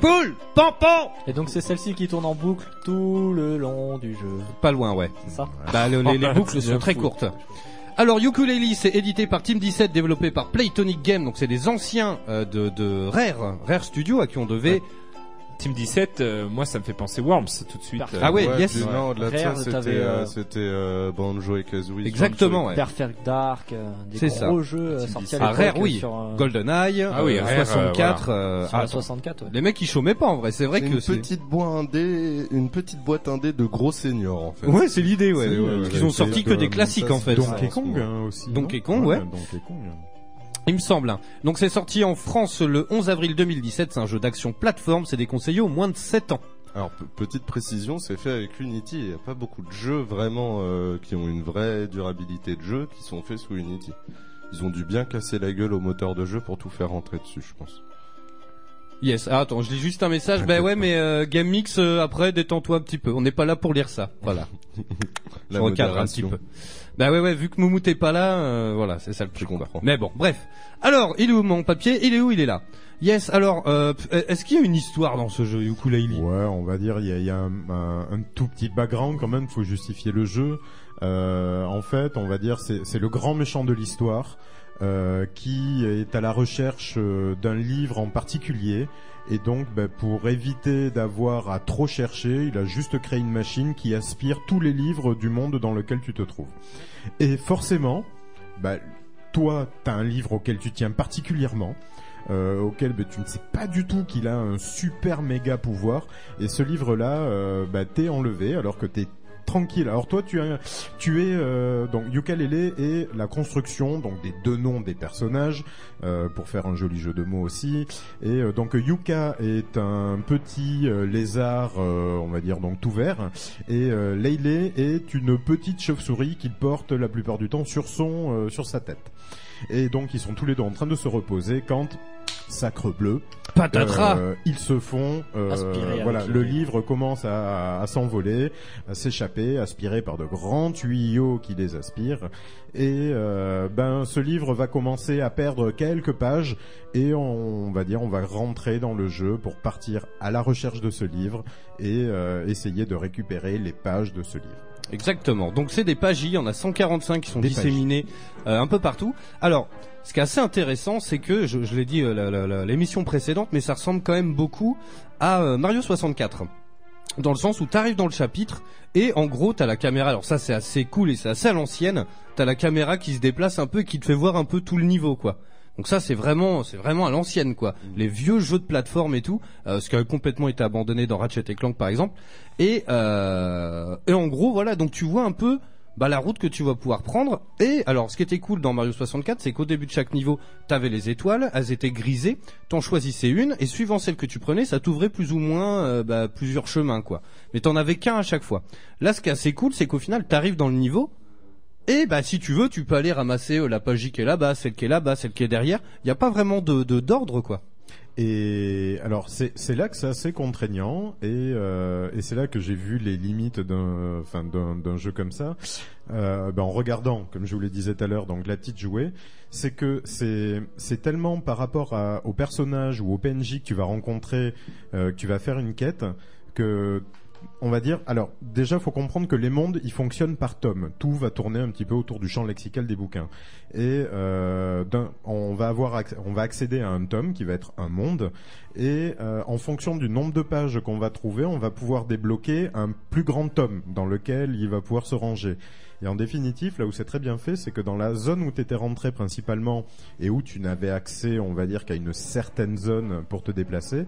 Speaker 8: Poule Pompon
Speaker 10: Et donc c'est celle-ci qui tourne en boucle tout le long du jeu.
Speaker 8: Pas loin, ouais.
Speaker 10: C'est ça
Speaker 8: Bah, le- les, les boucles sont très courtes. Alors, Ukulele, c'est édité par Team 17, développé par Playtonic Game, donc c'est des anciens euh, de, de Rare, Rare Studio, à qui on devait...
Speaker 9: Team 17, euh, moi ça me fait penser Worms tout de suite.
Speaker 8: Perfect. Ah ouais, yes.
Speaker 11: puis Non, au-delà de ça,
Speaker 10: Frère,
Speaker 11: c'était
Speaker 10: t'avais,
Speaker 11: euh,
Speaker 10: euh,
Speaker 11: c'était, euh, Banjo et Kazooie.
Speaker 8: Exactement, ouais.
Speaker 10: Perfect Dark, euh, des
Speaker 8: C'est
Speaker 10: gros
Speaker 8: ça.
Speaker 10: jeux euh, sortis à
Speaker 8: Ah,
Speaker 10: l'époque,
Speaker 8: Rare, oui.
Speaker 10: euh, sur, euh,
Speaker 8: GoldenEye,
Speaker 11: Ah oui,
Speaker 8: euh,
Speaker 11: Rare, euh,
Speaker 8: 64...
Speaker 11: voilà.
Speaker 8: euh,
Speaker 10: Sur la
Speaker 8: attends.
Speaker 10: 64, ouais.
Speaker 8: Les mecs, ils chômaient pas, en vrai. C'est vrai que
Speaker 11: une
Speaker 8: c'est...
Speaker 11: petite boîte indé, une petite boîte indé de gros seniors en fait.
Speaker 8: Ouais, c'est l'idée, ouais.
Speaker 11: C'est-
Speaker 8: Ils ont sorti que
Speaker 11: euh,
Speaker 8: des
Speaker 11: ça,
Speaker 8: classiques,
Speaker 11: c'est
Speaker 8: en fait.
Speaker 11: Donkey
Speaker 8: Ouais.
Speaker 11: Kong hein, aussi.
Speaker 8: Donkey
Speaker 11: non
Speaker 8: Kong, ouais.
Speaker 11: Donkey Kong. hein.
Speaker 8: Il me semble. hein. Donc c'est sorti en France le 11 avril 2017. C'est un jeu d'action plateforme. C'est déconseillé aux moins de 7 ans.
Speaker 11: Alors pe- petite précision, c'est fait avec Unity. Il n'y a pas beaucoup de jeux vraiment euh, qui ont une vraie durabilité de jeu qui sont faits sous Unity. Ils ont dû bien casser la gueule au moteur de jeu pour tout faire rentrer dessus, je pense.
Speaker 8: Yes. Ah, attends, je lis juste un message. Ben ouais, mais euh, Game Mix, euh, après, détends-toi un petit peu. On n'est pas là pour lire ça. Voilà. je
Speaker 11: La
Speaker 8: recadre un petit
Speaker 11: modération.
Speaker 8: peu. Bah ouais, ouais, vu que Moumou t'es pas là, euh, voilà, c'est ça le truc. quoi. Mais bon, bref. Alors, il est où mon papier Il est où Il est là. Yes, alors, euh, p- est-ce qu'il y a une histoire dans ce jeu ukulele
Speaker 13: Ouais, on va dire il y a, il y a un, un- un tout petit background quand même. Faut justifier le jeu. Euh, en fait, on va dire c'est c'est le grand méchant de l'histoire euh, qui est à la recherche euh, d'un livre en particulier. Et donc, bah, pour éviter d'avoir à trop chercher, il a juste créé une machine qui aspire tous les livres du monde dans lequel tu te trouves. Et forcément, bah, toi, t'as un livre auquel tu tiens particulièrement, euh, auquel bah, tu ne sais pas du tout qu'il a un super méga pouvoir, et ce livre-là, euh, bah, t'es enlevé alors que t'es tranquille. Alors toi, tu, as, tu es euh, donc ukulele et la construction donc des deux noms des personnages euh, pour faire un joli jeu de mots aussi. Et euh, donc Yuka est un petit euh, lézard, euh, on va dire donc tout vert, et euh, Leile est une petite chauve-souris qu'il porte la plupart du temps sur son euh, sur sa tête. Et donc ils sont tous les deux en train de se reposer quand sacre bleu
Speaker 8: Patatras
Speaker 13: euh, ils se font euh,
Speaker 1: hein,
Speaker 8: Aspirer,
Speaker 13: voilà
Speaker 8: aspirer.
Speaker 13: le livre commence à, à s'envoler à s'échapper aspiré par de grands tuyaux qui les aspirent et euh, ben ce livre va commencer à perdre quelques pages et on, va dire on va rentrer dans le jeu pour partir à la recherche de ce livre et euh, essayer de récupérer les pages de ce livre
Speaker 8: Exactement. Donc c'est des pages, il y en a 145 qui sont
Speaker 13: Des
Speaker 8: disséminées euh, un peu partout. Alors, ce qui est assez intéressant, c'est que, je, je l'ai dit euh, la- la- la- l'émission précédente, mais ça ressemble quand même beaucoup à euh, Mario 64. Dans le sens où t'arrives dans le chapitre et en gros t'as la caméra. Alors ça c'est assez cool et c'est assez à l'ancienne. T'as la caméra qui se déplace un peu et qui te fait voir un peu tout le niveau quoi. Donc ça c'est vraiment c'est vraiment à l'ancienne quoi. Les vieux jeux de plateforme et tout, euh, ce qui a complètement été abandonné dans Ratchet et Clank par exemple. Et euh, et en gros voilà donc tu vois un peu bah, la route que tu vas pouvoir prendre. Et alors, ce qui était cool dans Mario 64, c'est qu'au début de chaque niveau, t'avais les étoiles, elles étaient grisées, t'en choisissais une, et suivant celle que tu prenais, ça t'ouvrait plus ou moins euh, bah, plusieurs chemins, quoi. Mais t'en avais qu'un à chaque fois. Là, ce qui est assez cool, c'est qu'au final, t'arrives dans le niveau, et bah si tu veux, tu peux aller ramasser euh, la page qui est là-bas, celle qui est là-bas, celle qui est derrière. Il n'y a pas vraiment de de- d'ordre, quoi.
Speaker 13: Et alors c'est c'est là que c'est assez contraignant et euh, et c'est là que j'ai vu les limites d'un enfin d'un d'un jeu comme ça euh, ben, en regardant comme je vous le disais tout à l'heure donc la petite jouée c'est que c'est c'est tellement par rapport à, au personnage ou au PNJ que tu vas rencontrer euh, que tu vas faire une quête que on va dire, alors déjà, faut comprendre que les mondes, ils fonctionnent par tome. Tout va tourner un petit peu autour du champ lexical des bouquins. Et euh, d'un- on va avoir, acc- on va accéder à un tome qui va être un monde. Et euh, en fonction du nombre de pages qu'on va trouver, on va pouvoir débloquer un plus grand tome dans lequel il va pouvoir se ranger. Et en définitive, là où c'est très bien fait, c'est que dans la zone où tu étais rentré principalement et où tu n'avais accès, on va dire, qu'à une certaine zone pour te déplacer,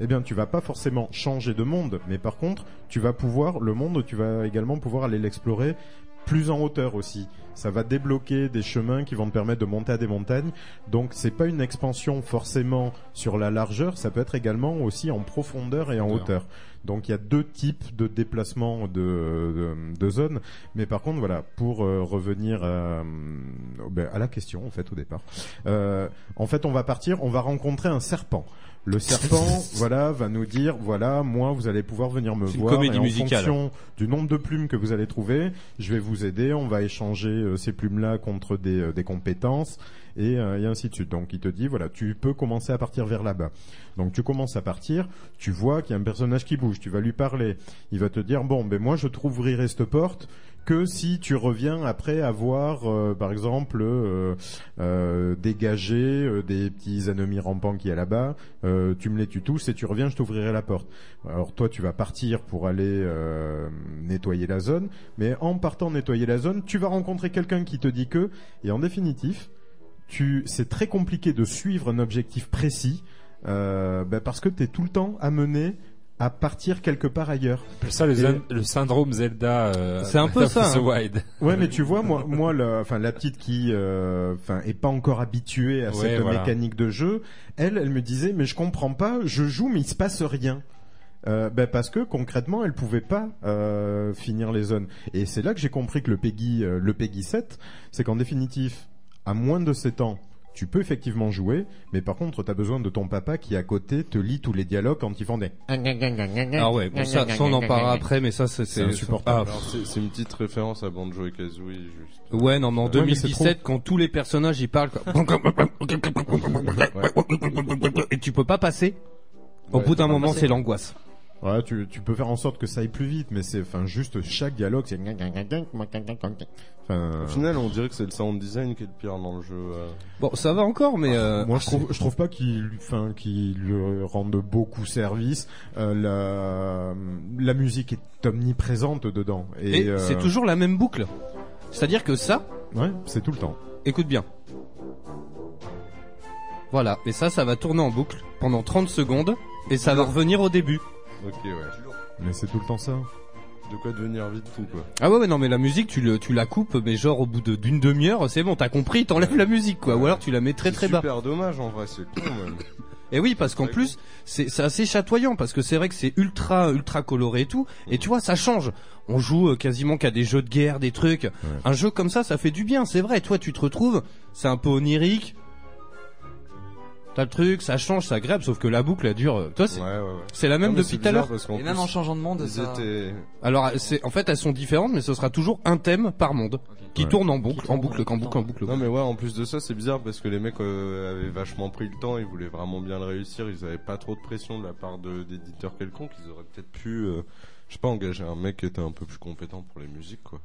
Speaker 13: eh bien, tu vas pas forcément changer de monde, mais par contre, tu vas pouvoir, le monde, tu vas également pouvoir aller l'explorer plus en hauteur aussi. Ça va débloquer des chemins qui vont te permettre de monter à des montagnes. Donc, c'est pas une expansion forcément sur la largeur, ça peut être également aussi en profondeur et en hauteur. Donc, il y a deux types de déplacements de, de, de zones. Mais par contre, voilà, pour euh, revenir euh, ben, à la question, en fait, au départ. Euh, en fait, on va partir, on va rencontrer un serpent. Le serpent, voilà, va nous dire, voilà, moi, vous allez pouvoir venir me
Speaker 14: C'est une
Speaker 13: voir.
Speaker 14: comédie
Speaker 13: et en
Speaker 14: musicale.
Speaker 13: fonction du nombre de plumes que vous allez trouver, je vais vous aider, on va échanger euh, ces plumes-là contre des, euh, des compétences et, euh, et ainsi de suite. Donc il te dit voilà, tu peux commencer à partir vers là-bas. Donc tu commences à partir, tu vois qu'il y a un personnage qui bouge, tu vas lui parler, il va te dire bon ben moi je t'ouvrirai cette porte que si tu reviens après avoir euh, par exemple euh, euh, dégagé euh, des petits ennemis rampants qu'il y a là-bas, euh, tu me les tues tous et tu reviens, je t'ouvrirai la porte. Alors toi, tu vas partir pour aller euh, nettoyer la zone, mais en partant nettoyer la zone, tu vas rencontrer quelqu'un qui te dit que, et en définitif, tu, c'est très compliqué de suivre un objectif précis euh, bah, parce que tu es tout le temps amené à partir quelque part ailleurs.
Speaker 9: ça le,
Speaker 13: Et-
Speaker 9: zyn- le syndrome Zelda. euh,
Speaker 13: c'est un peu
Speaker 9: Breath of
Speaker 13: ça.
Speaker 9: the
Speaker 13: hein.
Speaker 9: Wild.
Speaker 13: Ouais, mais tu vois, moi, moi, la, enfin, la petite qui, euh, enfin, est pas encore habituée à
Speaker 9: Ouais,
Speaker 13: cette
Speaker 9: voilà.
Speaker 13: mécanique de jeu, elle, elle me disait, mais je comprends pas, je joue, mais il se passe rien. Euh, ben parce que concrètement, elle pouvait pas euh, finir les zones. Et c'est là que j'ai compris que le Peggy, euh, le Peggy 7, c'est qu'en définitif, à moins de 7 ans, tu peux effectivement jouer, mais par contre, t'as besoin de ton papa qui à côté te lit tous les dialogues quand ils font des.
Speaker 8: Ah ouais, bon, ça- ça, on en parlera après, mais ça, c'est- c'est-
Speaker 11: insupportable.
Speaker 8: ah.
Speaker 11: Alors, c'est- C'est une petite référence à Banjo et Kazooie, juste.
Speaker 8: Ouais, non, mais en
Speaker 11: Ouais, mais c'est
Speaker 8: 2017, quand tous les personnages y parlent, quoi. et tu peux pas passer. Au
Speaker 13: Ouais,
Speaker 8: bout d'un
Speaker 13: faut pas
Speaker 8: moment,
Speaker 13: passer.
Speaker 8: c'est l'angoisse.
Speaker 13: Ouais, tu, tu peux faire en sorte que ça aille plus vite, mais c'est, enfin, juste chaque dialogue, c'est. Enfin,
Speaker 8: euh,
Speaker 11: Au final, on dirait que c'est le sound design qui est le pire dans le jeu. euh.
Speaker 8: Bon, ça va encore, mais euh,
Speaker 13: Moi, je trouve, je trouve pas qu'il, enfin, qu'il lui rende beaucoup service. Euh, la, la musique est omniprésente dedans. Et,
Speaker 8: Et
Speaker 13: euh,
Speaker 8: c'est toujours la même boucle. C'est-à-dire que ça,
Speaker 13: Ouais, c'est tout le temps.
Speaker 8: écoute bien. Voilà, et ça, ça va tourner en boucle pendant 30 secondes, et ça va revenir au début.
Speaker 11: Ok, ouais.
Speaker 13: Mais c'est tout le temps ça.
Speaker 11: De quoi devenir vite fou, quoi.
Speaker 8: Ah ouais, ouais, non, mais la musique, tu, le, tu la coupes, mais genre au bout de- d'une demi-heure, c'est bon, t'as compris, t'enlèves la musique, quoi. Ou alors tu la mets très très
Speaker 11: C'est
Speaker 8: bas.
Speaker 11: super dommage, en vrai, c'est con, même.
Speaker 8: Et oui, parce qu'en plus, c'est c'est assez chatoyant, parce que c'est vrai que c'est ultra, ultra coloré et tout. Et tu vois, ça change. On joue euh, quasiment qu'à des jeux de guerre, des trucs. Un jeu comme ça, ça fait du bien, c'est vrai. Toi, tu te retrouves, c'est un peu onirique. T'as le truc, ça change, ça grèbe, sauf que la boucle, elle dure. euh, Toi, c'est c'est la même
Speaker 11: Non, mais
Speaker 8: depuis
Speaker 11: c'est
Speaker 8: tout à
Speaker 11: bizarre
Speaker 8: l'heure.
Speaker 11: parce qu'en Et même plus, en changeant de monde, ils ça- étaient-
Speaker 8: Alors, c'est en fait, elles sont différentes, mais ce sera toujours un thème par monde qui
Speaker 11: Ouais.
Speaker 8: tourne en boucle, en boucle, en boucle, en boucle.
Speaker 11: Non mais ouais, en plus de ça, c'est bizarre parce que les mecs euh, avaient vachement pris le temps, ils voulaient vraiment bien le réussir, ils avaient pas trop de pression de la part de- d'éditeurs quelconques, ils auraient peut-être pu, euh, je sais pas, engager un mec qui était un peu plus compétent pour les musiques quoi.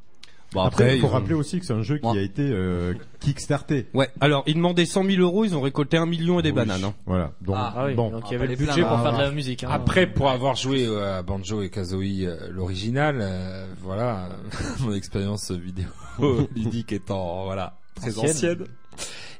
Speaker 13: après, euh, il faut rappeler aussi que c'est un jeu qui a été euh, kickstarté.
Speaker 8: Ouais. Alors, ils demandaient 100 000 euros, ils ont récolté un million et des bananes. hein.
Speaker 13: Voilà. Donc,
Speaker 10: Ah oui,
Speaker 13: bon.
Speaker 10: donc il y avait le budget pour faire de la musique. hein.
Speaker 9: Après, pour avoir joué euh, à Banjo et Kazooie euh, l'original, euh, voilà, mon expérience vidéo ludique étant voilà très
Speaker 10: Ancienne.
Speaker 9: ancienne.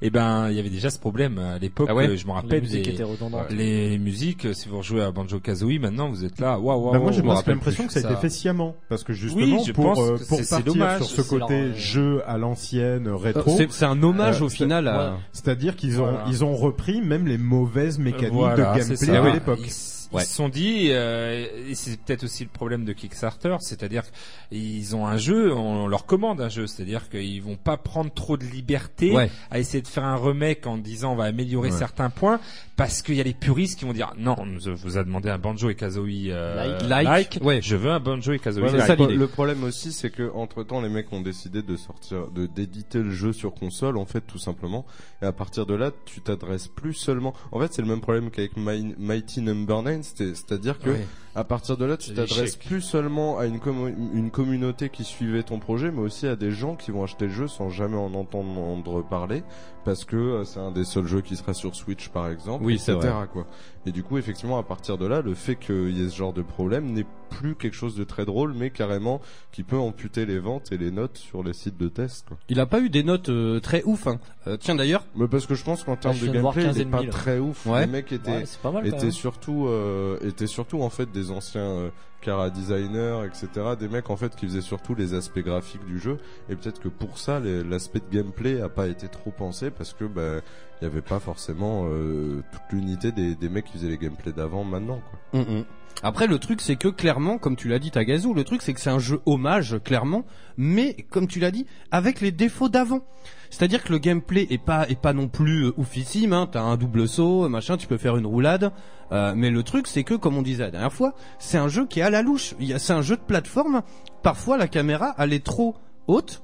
Speaker 9: Et ben, il y avait déjà ce problème à l'époque.
Speaker 10: Ah ouais
Speaker 9: euh, je me rappelle
Speaker 10: Les musiques
Speaker 9: des-
Speaker 10: étaient redondantes.
Speaker 9: Les, les musiques, euh, si vous rejouez à Banjo Kazooie, maintenant vous êtes là. Waouh, waouh.
Speaker 13: Bah, moi,
Speaker 9: waouh, je
Speaker 13: j'ai
Speaker 9: me
Speaker 13: presque
Speaker 9: rappelle
Speaker 13: l'impression
Speaker 9: plus
Speaker 13: que ça a été fait sciemment, parce que justement
Speaker 9: Oui, je
Speaker 13: pour
Speaker 9: pense
Speaker 13: euh,
Speaker 9: que
Speaker 13: pour
Speaker 9: c'est- c'est
Speaker 13: partir
Speaker 9: dommage.
Speaker 13: sur ce
Speaker 9: C'est Euh, leur-
Speaker 13: côté jeu à l'ancienne rétro.
Speaker 8: C'est- c'est un hommage au
Speaker 13: c'est-
Speaker 8: final à-
Speaker 13: ouais. C'est-à-dire qu'ils ont
Speaker 8: Voilà.
Speaker 13: ils ont repris même les mauvaises mécaniques
Speaker 9: Voilà,
Speaker 13: de
Speaker 9: c'est
Speaker 13: gameplay
Speaker 9: ça. Ah
Speaker 13: à l'époque.
Speaker 9: Ils s- ils se sont dit, euh, et c'est peut-être aussi le problème de Kickstarter, c'est-à-dire qu'ils ont un jeu, on leur commande un jeu, c'est-à-dire qu'ils vont pas prendre trop de liberté
Speaker 8: Ouais.
Speaker 9: à essayer de faire un remake en disant on va améliorer
Speaker 8: Ouais.
Speaker 9: certains points, parce qu'il y a les puristes qui vont dire non, on nous- vous a demandé un Banjo et Kazooie euh,
Speaker 8: Like. Like. Ouais.
Speaker 9: je veux un Banjo et Kazooie.
Speaker 11: Ouais, mais
Speaker 9: like.
Speaker 11: le pro- le problème aussi, c'est que entre temps, les mecs ont décidé de sortir, de d'éditer le jeu sur console, en fait, tout simplement. Et à partir de là, tu t'adresses plus seulement. En fait, c'est le même problème qu'avec Mi- Mighty Number 9 c'est-à-dire que
Speaker 9: Ouais.
Speaker 11: À partir de là, tu t'adresses
Speaker 18: l'échec.
Speaker 11: plus seulement à une, commu- une communauté qui suivait ton projet, mais aussi à des gens qui vont acheter le jeu sans jamais en entendre parler, parce que euh, c'est un des seuls jeux qui sera sur Switch, par exemple,
Speaker 8: Oui, c'est
Speaker 11: etc.
Speaker 8: vrai.
Speaker 11: Quoi. Et du coup, effectivement, à partir de là, le fait qu'il y ait ce genre de problème n'est plus quelque chose de très drôle, mais carrément qui peut amputer les ventes et les notes sur les sites de test. Quoi.
Speaker 8: Il a pas eu des notes euh, très ouf. Hein. Euh, tiens d'ailleurs.
Speaker 11: Mais parce que Bah, je pense qu'en
Speaker 8: termes
Speaker 11: termes de gameplay, il est pas très ouf.
Speaker 8: Ouais.
Speaker 11: Les mecs étaient, étaient surtout, euh, étaient surtout en fait des anciens euh, cara designers, etc. Des mecs en fait qui faisaient surtout les aspects graphiques du jeu. Et peut-être que pour ça, les- l'aspect de gameplay a pas été trop pensé parce que bah, il y avait pas forcément euh, toute l'unité des, des mecs qui faisaient les gameplays d'avant maintenant. Quoi.
Speaker 8: Mm, mm. Après le truc c'est que clairement, comme tu l'as dit Tagazu, le truc c'est que c'est un jeu hommage clairement, mais comme tu l'as dit, avec les défauts d'avant. C'est-à-dire que le gameplay est pas est pas non plus euh, oufissime. Hein. T'as un double saut, machin, tu peux faire une roulade. Euh, mais le truc c'est que comme on disait la dernière fois, c'est un jeu qui est à la louche. Il y a- C'est un jeu de plateforme. Parfois la caméra elle est trop haute.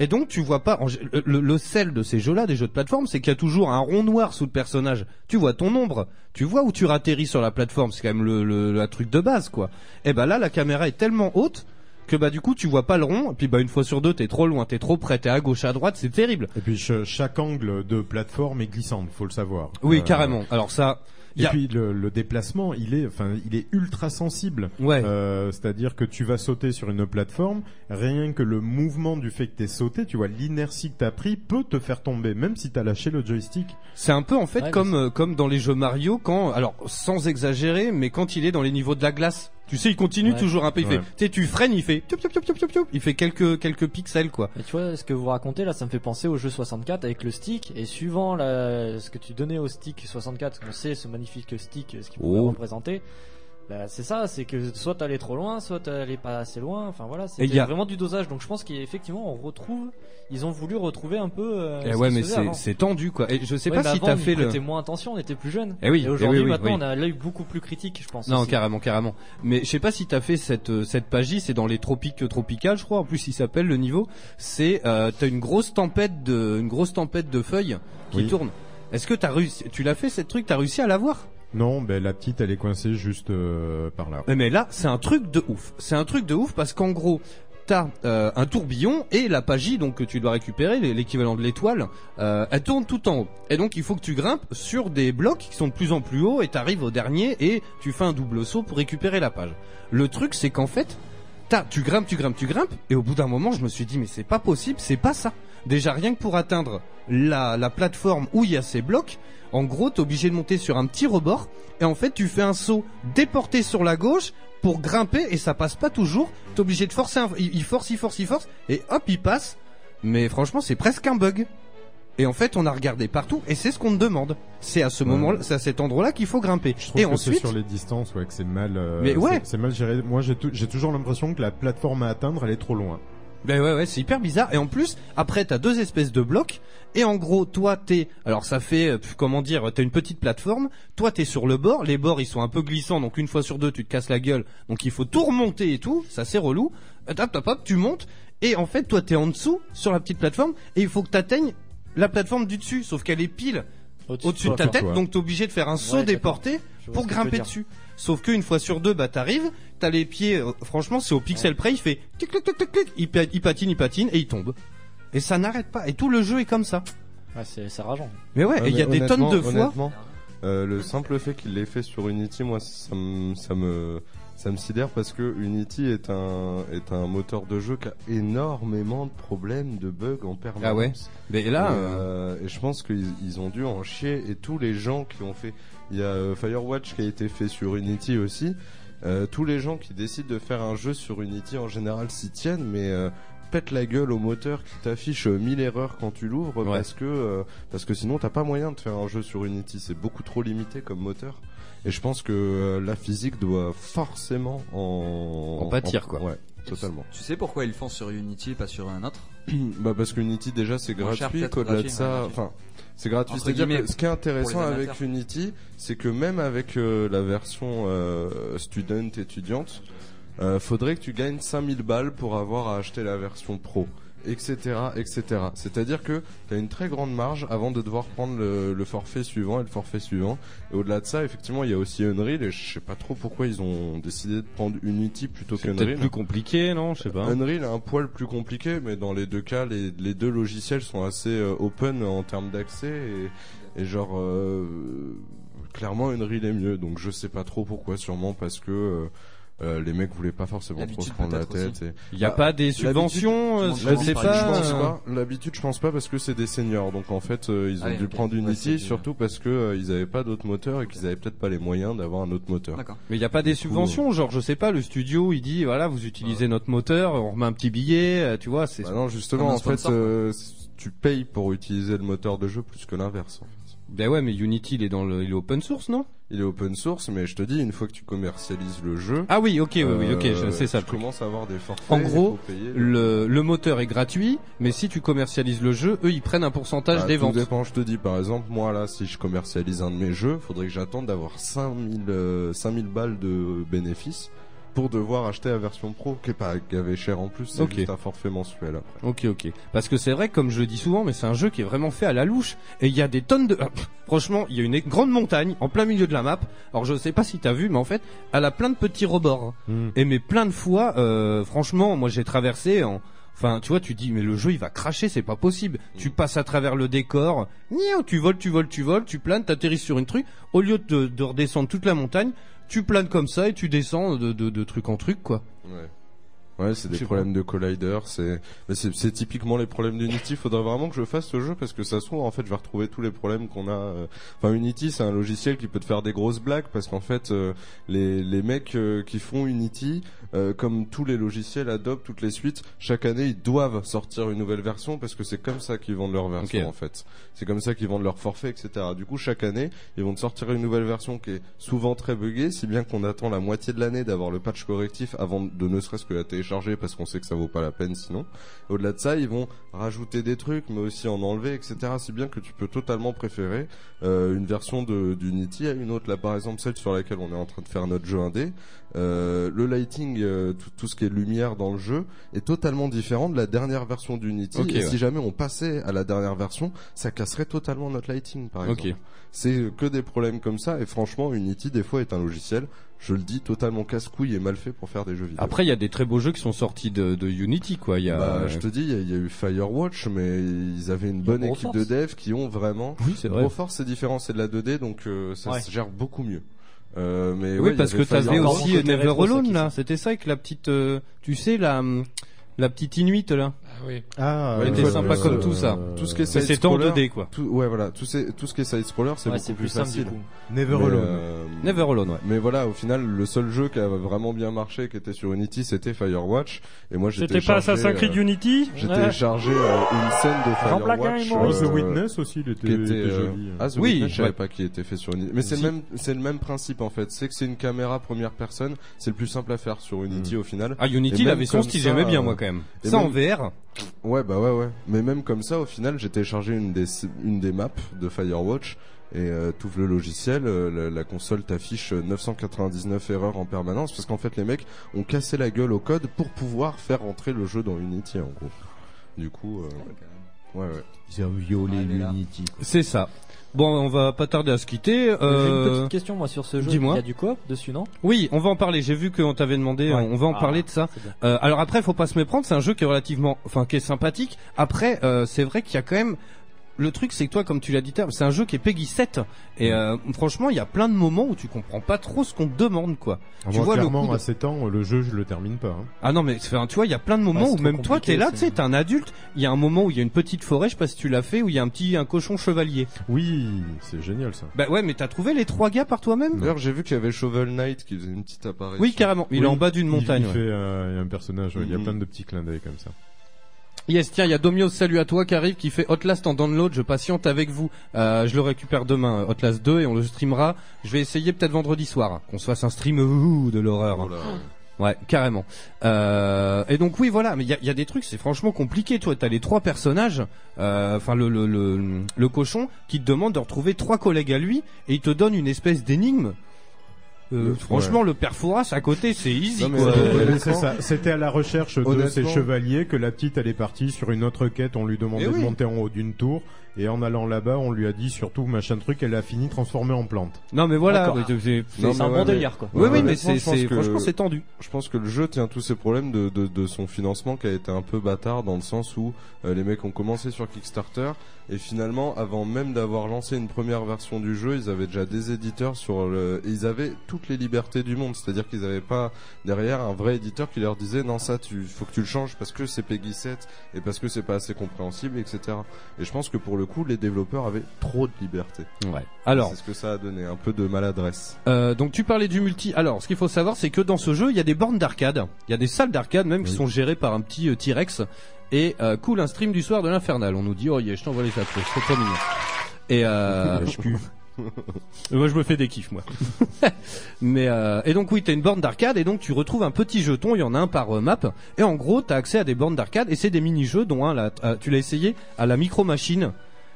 Speaker 8: Et donc tu vois pas en gé- le, le- le sel de ces jeux-là, des jeux de plateforme, c'est qu'il y a toujours un rond noir sous le personnage. Tu vois ton ombre, tu vois où tu atterris sur la plateforme, c'est quand même le, le, la truc de base quoi. Et bah là la caméra est tellement haute que bah du coup tu vois pas le rond et puis bah une fois sur deux t'es trop loin, t'es trop près, t'es à gauche, à droite, c'est terrible.
Speaker 13: Et puis ch- chaque angle de plateforme est glissant, faut le savoir.
Speaker 8: Oui,
Speaker 13: Euh,
Speaker 8: carrément. Alors ça,
Speaker 13: Et
Speaker 8: y a-
Speaker 13: puis le, le déplacement, il est, enfin, il est ultra sensible. Euh, C'est-à-dire que tu vas sauter sur une plateforme, rien que le mouvement du fait que t'es sauté, tu vois, l'inertie que t'as pris peut te faire tomber, même si t'as lâché le joystick.
Speaker 8: C'est un peu en fait
Speaker 13: Ouais, mais
Speaker 8: comme euh, comme dans les jeux Mario quand alors sans exagérer mais quand il est dans les niveaux de la glace tu sais il continue
Speaker 10: Ouais.
Speaker 8: toujours un peu il
Speaker 10: Ouais.
Speaker 8: fait tu sais tu freines il fait tiop, tiop, tiop, tiop, tiop, tiop. il fait quelques quelques pixels quoi
Speaker 10: Mais tu vois, ce que vous racontez là, ça me fait penser au jeu 64 avec le stick. Et suivant la- ce que tu donnais au stick 64, ce qu'on sait, ce magnifique stick, ce qu'il pouvait
Speaker 8: Oh.
Speaker 10: représenter, bah, c'est ça, c'est que soit t'allais trop loin, soit t'allais pas assez loin. Enfin voilà,
Speaker 8: Et il
Speaker 10: c'était
Speaker 8: y a-
Speaker 10: vraiment du dosage. Donc je pense qu'effectivement, on retrouve, ils ont voulu retrouver un peu. euh,
Speaker 8: Eh
Speaker 10: ce
Speaker 8: ouais
Speaker 10: qui se
Speaker 8: mais
Speaker 10: faisait
Speaker 8: c'est
Speaker 10: avant.
Speaker 8: c'est tendu quoi et je sais
Speaker 10: Ouais,
Speaker 8: pas
Speaker 10: mais
Speaker 8: si
Speaker 10: avant,
Speaker 8: t'as
Speaker 10: on y
Speaker 8: fait le
Speaker 10: prêtait moins attention, on était plus jeune.
Speaker 8: Eh oui, eh oui,
Speaker 10: aujourd'hui,
Speaker 8: oui,
Speaker 10: maintenant,
Speaker 8: oui.
Speaker 10: on a l'œil beaucoup plus critique, je pense.
Speaker 8: non
Speaker 10: aussi.
Speaker 8: carrément carrément mais je sais pas si t'as fait cette euh, cette pagie c'est dans les tropiques euh, tropicales je crois en plus il s'appelle le niveau c'est euh, t'as une grosse tempête de une grosse tempête de feuilles qui
Speaker 13: Oui.
Speaker 8: tourne est-ce que t'as réussi tu l'as fait cette truc t'as réussi à l'avoir
Speaker 13: Non, ben la petite, elle est coincée juste euh, par là.
Speaker 8: Ouais, Mais là, c'est un truc de ouf. C'est un truc de ouf parce qu'en gros, t'as euh, un tourbillon et la pagie, donc que tu dois récupérer, l'é- l'équivalent de l'étoile, euh, elle tourne tout en haut. Et donc, il faut que tu grimpes sur des blocs qui sont de plus en plus hauts et t'arrives au dernier et tu fais un double saut pour récupérer la page. Le truc, c'est qu'en fait, T'as- tu grimpes, tu grimpes, tu grimpes, et au bout d'un moment, je me suis dit, mais c'est pas possible, c'est pas ça. Déjà, rien que pour atteindre la, la plateforme où il y a ces blocs, en gros, t'es obligé de monter sur un petit rebord, et en fait, tu fais un saut déporté sur la gauche pour grimper, et ça passe pas toujours. T'es obligé de forcer, un- il il force, il force, il force, et hop, il passe. Mais franchement, c'est presque un bug. Et en fait, on a regardé partout, et c'est ce qu'on te demande. C'est à ce moment-là, c'est à cet endroit-là qu'il faut grimper.
Speaker 13: Je trouve
Speaker 8: Et
Speaker 13: que c'est
Speaker 8: ensuite,
Speaker 13: sur les distances, ouais, que c'est mal. euh,
Speaker 8: Mais
Speaker 13: c'est-
Speaker 8: ouais.
Speaker 13: c'est mal géré. Moi, j'ai tou- j'ai toujours l'impression que la plateforme à atteindre, elle est trop loin.
Speaker 8: Ben ouais, ouais, c'est hyper bizarre. Et en plus, après, t'as deux espèces de blocs. Et en gros, toi, t'es, alors ça fait, euh, pff, comment dire, t'as une petite plateforme. Toi, t'es sur le bord. Les bords, ils sont un peu glissants. Donc une fois sur deux, tu te casses la gueule. Donc il faut tout remonter et tout. Ça, c'est relou. Hop, hop, hop, hop, tu montes. Et en fait, toi, t'es en dessous, sur la petite plateforme. Et il faut que t'atteignes la plateforme du dessus. Sauf qu'elle est pile au-dessus, de ta
Speaker 13: toi,
Speaker 8: tête.
Speaker 13: toi.
Speaker 8: Donc t'es obligé de faire un saut
Speaker 13: Ouais, d'accord.
Speaker 8: déporté
Speaker 13: Je vois
Speaker 8: pour
Speaker 13: ce que tu veux
Speaker 8: grimper
Speaker 13: dire.
Speaker 8: dessus. Sauf qu'une fois sur deux, bah t'arrives, t'as les pieds, euh, franchement c'est au pixel près, il fait clic clic clic clic clic, il, pa- il patine, il patine et il tombe. Et ça n'arrête pas, et tout le jeu est comme ça.
Speaker 10: Ouais, c'est c'est rageant.
Speaker 8: Mais ouais,
Speaker 11: Ah,
Speaker 8: et il y a des tonnes
Speaker 11: honnêtement-
Speaker 8: de fois.
Speaker 11: honnêtement, euh, le simple fait qu'il l'ait fait sur Unity, moi, ça me, ça me, ça me sidère parce que Unity est un, est un moteur de jeu qui a énormément de problèmes, de bugs en permanence.
Speaker 8: Ah ouais Mais là,
Speaker 11: Et, euh, et je pense qu'ils ils ont dû en chier et tous les gens qui ont fait, il y a euh, Firewatch qui a été fait sur Unity aussi. Euh, tous les gens qui décident de faire un jeu sur Unity en général s'y tiennent, mais euh, pète la gueule au moteur qui t'affiche euh, 1000 erreurs quand tu l'ouvres parce que euh, parce que sinon t'as pas moyen de faire un jeu sur Unity, c'est beaucoup trop limité comme moteur. Et je pense que euh, la physique doit forcément en,
Speaker 8: En pâtir, quoi.
Speaker 11: Ouais, totalement.
Speaker 16: Tu sais pourquoi ils le font sur Unity et pas sur un autre
Speaker 11: bah parce que Unity déjà c'est
Speaker 16: Moins cher,
Speaker 11: gratuit,
Speaker 16: peut-être,
Speaker 11: qu'au-delà de
Speaker 16: gratuit, ouais,
Speaker 11: ça,
Speaker 16: gratuit.
Speaker 11: enfin c'est gratuit.
Speaker 16: Entre
Speaker 11: C'est-à-dire
Speaker 16: guillemets,
Speaker 11: que ce qui est
Speaker 16: pour
Speaker 11: intéressant
Speaker 16: les
Speaker 11: avec
Speaker 16: amateurs.
Speaker 11: Unity, c'est que même avec euh, la version euh, student étudiante, euh, faudrait que tu gagnes 5000 balles pour avoir à acheter la version pro. etc., etc. C'est-à-dire que tu as une très grande marge avant de devoir prendre le, le forfait suivant et le forfait suivant. Et au-delà de ça, effectivement, il y a aussi Unreal et je sais pas trop pourquoi ils ont décidé de prendre Unity plutôt
Speaker 8: C'est
Speaker 11: qu'Unreal.
Speaker 8: peut-être plus compliqué, non Je sais pas.
Speaker 11: Unreal est un poil plus compliqué, mais dans les deux cas, les, les deux logiciels sont assez euh, open en termes d'accès et, et genre euh, clairement Unreal est mieux. Donc je sais pas trop pourquoi, sûrement parce que euh, euh, les mecs voulaient pas forcément trop se
Speaker 8: L'habitude
Speaker 11: prendre la
Speaker 8: peut-être
Speaker 11: tête.
Speaker 8: aussi.
Speaker 11: et-
Speaker 8: Y a pas des
Speaker 11: l'habitude,
Speaker 8: subventions, euh,
Speaker 11: tout
Speaker 8: je
Speaker 11: le monde
Speaker 8: sais
Speaker 11: parle.
Speaker 8: pas,
Speaker 11: Je pense
Speaker 8: euh,
Speaker 11: pas. L'habitude, je pense pas parce que c'est des seniors. Donc en fait, euh, ils ont
Speaker 16: Ah oui,
Speaker 11: dû
Speaker 16: ok.
Speaker 11: prendre
Speaker 16: Ouais,
Speaker 11: Unity,
Speaker 16: c'est-
Speaker 11: surtout parce que euh, ils avaient pas d'autres moteurs et qu'ils avaient peut-être pas les moyens d'avoir un autre moteur.
Speaker 8: Mais il n'y a pas des subventions, genre je sais pas, le studio il dit voilà vous utilisez notre moteur, on remet un petit billet, euh, tu vois, c'est.
Speaker 11: Bah non Justement, en fait, euh, c- tu payes pour utiliser le moteur de jeu plus que l'inverse. En fait.
Speaker 8: Ben ouais, mais Unity, il est dans le, il est open source, non
Speaker 11: Il est open source, mais je te dis, une fois que tu commercialises le jeu.
Speaker 8: Ah oui, ok, oui, oui, ok,
Speaker 11: euh,
Speaker 8: je- c'est ça. le
Speaker 11: Tu
Speaker 8: truc.
Speaker 11: commences à avoir des forfaits.
Speaker 8: En
Speaker 11: il
Speaker 8: gros,
Speaker 11: faut payer. euh.
Speaker 8: le, le moteur est gratuit, mais si tu commercialises le jeu, eux ils prennent un pourcentage
Speaker 11: Bah,
Speaker 8: des
Speaker 11: tout
Speaker 8: ventes.
Speaker 11: dépend, je te dis, par exemple, moi là, si je commercialise un de mes jeux, faudrait que j'attende d'avoir 5000, euh, 5000 balles de bénéfices pour devoir acheter la version pro, qui est pas, qui avait cher en plus, c'est
Speaker 8: Ok.
Speaker 11: juste un forfait mensuel après.
Speaker 8: Ok, ok. Parce que c'est vrai, comme je le dis souvent, mais c'est un jeu qui est vraiment fait à la louche. Et il y a des tonnes de... Ah, pff, franchement, il y a une é- grande montagne en plein milieu de la map. Alors je sais pas si t'as vu, mais en fait, elle a plein de petits rebords.
Speaker 14: Hmm.
Speaker 8: Et mais plein de fois, euh, franchement, moi j'ai traversé en... Enfin, tu vois, tu dis, mais le jeu il va cracher, c'est pas possible. Tu passes à travers le décor, miaou, tu voles, tu voles, tu voles, tu planes, t'atterris sur une truc. Au lieu de, de redescendre toute la montagne, tu planes comme ça et tu descends de, de, de truc en truc, quoi.
Speaker 11: Ouais. Ouais, c'est des problèmes de collider, c'est mais c'est c'est typiquement les problèmes d'Unity, faudrait vraiment que je fasse ce jeu parce que ça se trouve en fait, je vais retrouver tous les problèmes qu'on a euh, enfin Unity, c'est un logiciel qui peut te faire des grosses blagues parce qu'en fait euh, les les mecs euh, qui font Unity euh, comme tous les logiciels Adobe, toutes les suites, chaque année, ils doivent sortir une nouvelle version parce que c'est comme ça qu'ils vendent leur version
Speaker 8: Ok.
Speaker 11: en fait. C'est comme ça qu'ils vendent leur forfait etc. Du coup, chaque année, ils vont te sortir une nouvelle version qui est souvent très buggée, si bien qu'on attend la moitié de l'année d'avoir le patch correctif avant de ne serait-ce que la télécharger parce qu'on sait que ça vaut pas la peine sinon. Au-delà de ça, ils vont rajouter des trucs, mais aussi en enlever, etc. Si bien que tu peux totalement préférer euh, une version de- d'Unity à une autre. Là, par exemple, celle sur laquelle on est en train de faire notre jeu indé, euh, le lighting, euh, tout, tout ce qui est lumière dans le jeu, est totalement différent de la dernière version d'Unity.
Speaker 8: Ok,
Speaker 11: et si
Speaker 8: ouais.
Speaker 11: jamais on passait à la dernière version, ça casserait totalement notre lighting, par exemple.
Speaker 8: Ok.
Speaker 11: C'est que des problèmes comme ça, et franchement, Unity, des fois, est un logiciel, je le dis, totalement casse-couille et mal fait pour faire des jeux vidéo.
Speaker 8: Après, il y a des très beaux jeux qui sont sortis de, de Unity, quoi. Il y a...
Speaker 11: Bah, je te dis, il y a- il y, a eu Firewatch, mais ils avaient une bonne équipe
Speaker 8: Broforce.
Speaker 11: de devs qui ont vraiment.
Speaker 8: Oui, c'est vrai.
Speaker 11: Broforce, c'est différent, c'est de la 2D, donc euh, ça
Speaker 8: Ouais.
Speaker 11: se gère beaucoup mieux. Euh, mais
Speaker 8: oui,
Speaker 11: ouais, il y
Speaker 8: parce que
Speaker 11: avait
Speaker 8: t'avais
Speaker 11: Firewatch.
Speaker 8: aussi euh, Never Alone là. C'était ça avec la petite, euh, tu sais la hum, la petite Inuit là.
Speaker 9: oui.
Speaker 8: Ah.
Speaker 11: Ouais,
Speaker 8: Elle était
Speaker 11: une fois
Speaker 8: sympa
Speaker 11: de plus,
Speaker 8: comme
Speaker 11: euh,
Speaker 8: tout ça.
Speaker 11: Tout ce qui est
Speaker 8: Mais
Speaker 11: side
Speaker 8: c'était en
Speaker 11: scroller,
Speaker 8: 2D quoi.
Speaker 11: Tout, ouais, voilà. Tout, c'est- tout ce qui est side scroller, c'est
Speaker 8: Ouais,
Speaker 11: beaucoup
Speaker 8: c'est
Speaker 11: plus,
Speaker 8: plus simple,
Speaker 11: facile.
Speaker 8: du coup. Never
Speaker 11: Mais,
Speaker 8: Alone.
Speaker 11: euh,
Speaker 8: Never Alone, ouais.
Speaker 11: Mais voilà, au final, le seul jeu qui a vraiment bien marché, qui était sur Unity, c'était Firewatch. Et moi, j'ai
Speaker 19: C'était pas
Speaker 11: téléchargé,
Speaker 19: Assassin's Creed
Speaker 11: euh,
Speaker 19: Unity
Speaker 11: J'ai
Speaker 19: Ouais.
Speaker 11: téléchargé euh, une scène de
Speaker 19: Remplace
Speaker 11: Firewatch.
Speaker 19: carrément.
Speaker 11: euh,
Speaker 13: Ah, The Witness aussi, il était-
Speaker 11: qui
Speaker 13: était
Speaker 11: euh,
Speaker 13: joli. hein.
Speaker 11: Ah, The
Speaker 13: Oui,
Speaker 11: Witness, je savais
Speaker 13: ouais.
Speaker 11: pas qui était fait sur Unity. Mais c'est
Speaker 13: Si.
Speaker 11: le même, c'est le même principe en fait. C'est que c'est une caméra première personne. C'est le plus simple à faire sur Unity au final.
Speaker 8: Ah, Unity,
Speaker 11: Et
Speaker 8: la
Speaker 11: même
Speaker 8: version
Speaker 11: comme
Speaker 8: style,
Speaker 11: ça,
Speaker 8: j'aimais bien,
Speaker 11: euh,
Speaker 8: moi, quand même.
Speaker 11: et
Speaker 8: Ça, en
Speaker 11: même-
Speaker 8: VR.
Speaker 11: Ouais, bah ouais, ouais. Mais même comme ça, au final, j'ai téléchargé une des, une des maps de Firewatch et euh, t'ouvres le logiciel, euh, la, la console t'affiche euh, 999 erreurs en permanence parce qu'en fait les mecs ont cassé la gueule au code pour pouvoir faire rentrer le jeu dans Unity en gros. Du coup, euh, ouais, ouais.
Speaker 20: Ils ont violé l'Unity.
Speaker 8: C'est ça. Bon, on va pas tarder à se quitter.
Speaker 10: J'ai
Speaker 8: euh,
Speaker 10: une petite question moi sur ce jeu.
Speaker 8: Dis-moi.
Speaker 10: Il y a du coop dessus, non
Speaker 8: Oui, on va en parler. J'ai vu qu'on t'avait demandé. euh,
Speaker 10: Ouais.
Speaker 8: On va en
Speaker 10: Ah,
Speaker 8: parler de ça.
Speaker 10: c'est bien.
Speaker 8: Euh, alors après, faut pas se méprendre. C'est un jeu qui est relativement, enfin, qui est sympathique. Après, euh, c'est vrai qu'il y a quand même. Le truc, c'est que toi, comme tu l'as dit, Terme, c'est un jeu qui est Peggy 7. Et euh, franchement, il y a plein de moments où tu comprends pas trop ce qu'on te demande, quoi. tu vois le
Speaker 13: Ah, clairement,
Speaker 8: coup de-
Speaker 13: à 7 ans, le jeu, je le termine pas. hein.
Speaker 8: Ah non mais enfin, tu vois il y a plein de moments
Speaker 13: Ouais, c'est
Speaker 8: où
Speaker 13: trop
Speaker 8: même toi
Speaker 13: compliqué,
Speaker 8: t'es là
Speaker 13: c'est-
Speaker 8: tu sais t'es un adulte il y a un moment où il y a une petite forêt je sais pas si tu l'as fait où il y a un petit un cochon chevalier
Speaker 13: oui c'est génial ça
Speaker 8: bah ouais mais t'as trouvé les trois gars par toi-même
Speaker 11: D'ailleurs, j'ai vu qu'il y avait Shovel Knight qui faisait une petite apparition.
Speaker 8: Oui, carrément. Il est en bas d'une
Speaker 13: il-
Speaker 8: montagne,
Speaker 13: Il,
Speaker 8: ouais.
Speaker 13: fait euh, il y a un personnage, ouais,
Speaker 11: Mm.
Speaker 13: il y a
Speaker 8: Mhm.
Speaker 13: plein de petits clins d'œil comme ça.
Speaker 8: Yes, tiens, il y a Domios, salut à toi, qui arrive, qui fait Outlast en download, je patiente avec vous. Euh, je le récupère demain, Outlast 2, et on le streamera. Je vais essayer peut-être vendredi soir, hein, qu'on se fasse un stream ouh, de l'horreur. hein. Ouais, carrément. Euh, et donc oui, voilà, mais il y a, il y a des trucs, c'est franchement compliqué. Toi, t'as les trois personnages, euh, enfin le, le, le, le cochon, qui te demande de retrouver trois collègues à lui, et il te donne une espèce d'énigme. euh, franchement, le père Fouras à côté, c'est easy.
Speaker 13: Non, mais
Speaker 8: quoi.
Speaker 13: c'est-
Speaker 8: Euh,
Speaker 13: c'est ça. C'était à la recherche de
Speaker 8: Honnêtement-
Speaker 13: ces chevaliers que la petite elle est partie sur une autre quête. On lui demandait
Speaker 8: Eh oui.
Speaker 13: de monter en haut d'une tour et en allant là-bas, on lui a dit surtout machin truc. Elle a fini transformée en plante.
Speaker 8: Non, mais voilà,
Speaker 13: D'accord.
Speaker 8: ouais, c'est- c'est-
Speaker 13: Non,
Speaker 8: c'est un
Speaker 13: mais
Speaker 8: bon
Speaker 13: ouais,
Speaker 8: délire, quoi. Oui, oui, mais c'est- c'est- franchement, c'est tendu.
Speaker 11: Je pense que le jeu tient tous ces problèmes de, de, de son financement qui a été un peu bâtard dans le sens où euh, les mecs ont commencé sur Kickstarter et finalement avant même d'avoir lancé une première version du jeu, ils avaient déjà des éditeurs sur le et ils avaient toutes les libertés du monde, c'est-à-dire qu'ils n'avaient pas derrière un vrai éditeur qui leur disait non ça tu faut que tu le changes parce que c'est Peggy 7 et parce que c'est pas assez compréhensible etc. Et je pense que pour le coup les développeurs avaient trop de liberté.
Speaker 8: Ouais. Alors.
Speaker 11: c'est ce que ça a donné un peu de maladresse.
Speaker 8: Euh, donc tu parlais du multi. Alors, ce qu'il faut savoir, c'est que dans ce jeu, il y a des bornes d'arcade. Il y a des salles d'arcade même qui sont gérées par un petit euh, T-Rex. Et euh, cool, un stream du soir de l'infernal. On nous dit, oh yeah, je t'envoie les applaudissements, c'est trop mignon. Et euh,
Speaker 14: Je cuve.
Speaker 8: Euh, Moi, je me fais des kiffs, moi. Mais euh, et donc oui, t'as une borne d'arcade et donc tu retrouves un petit jeton. Il y en a un par euh, map. Et en gros, t'as accès à des bornes d'arcade et c'est des mini-jeux dont un, là, t- euh, tu l'as essayé à la micro machine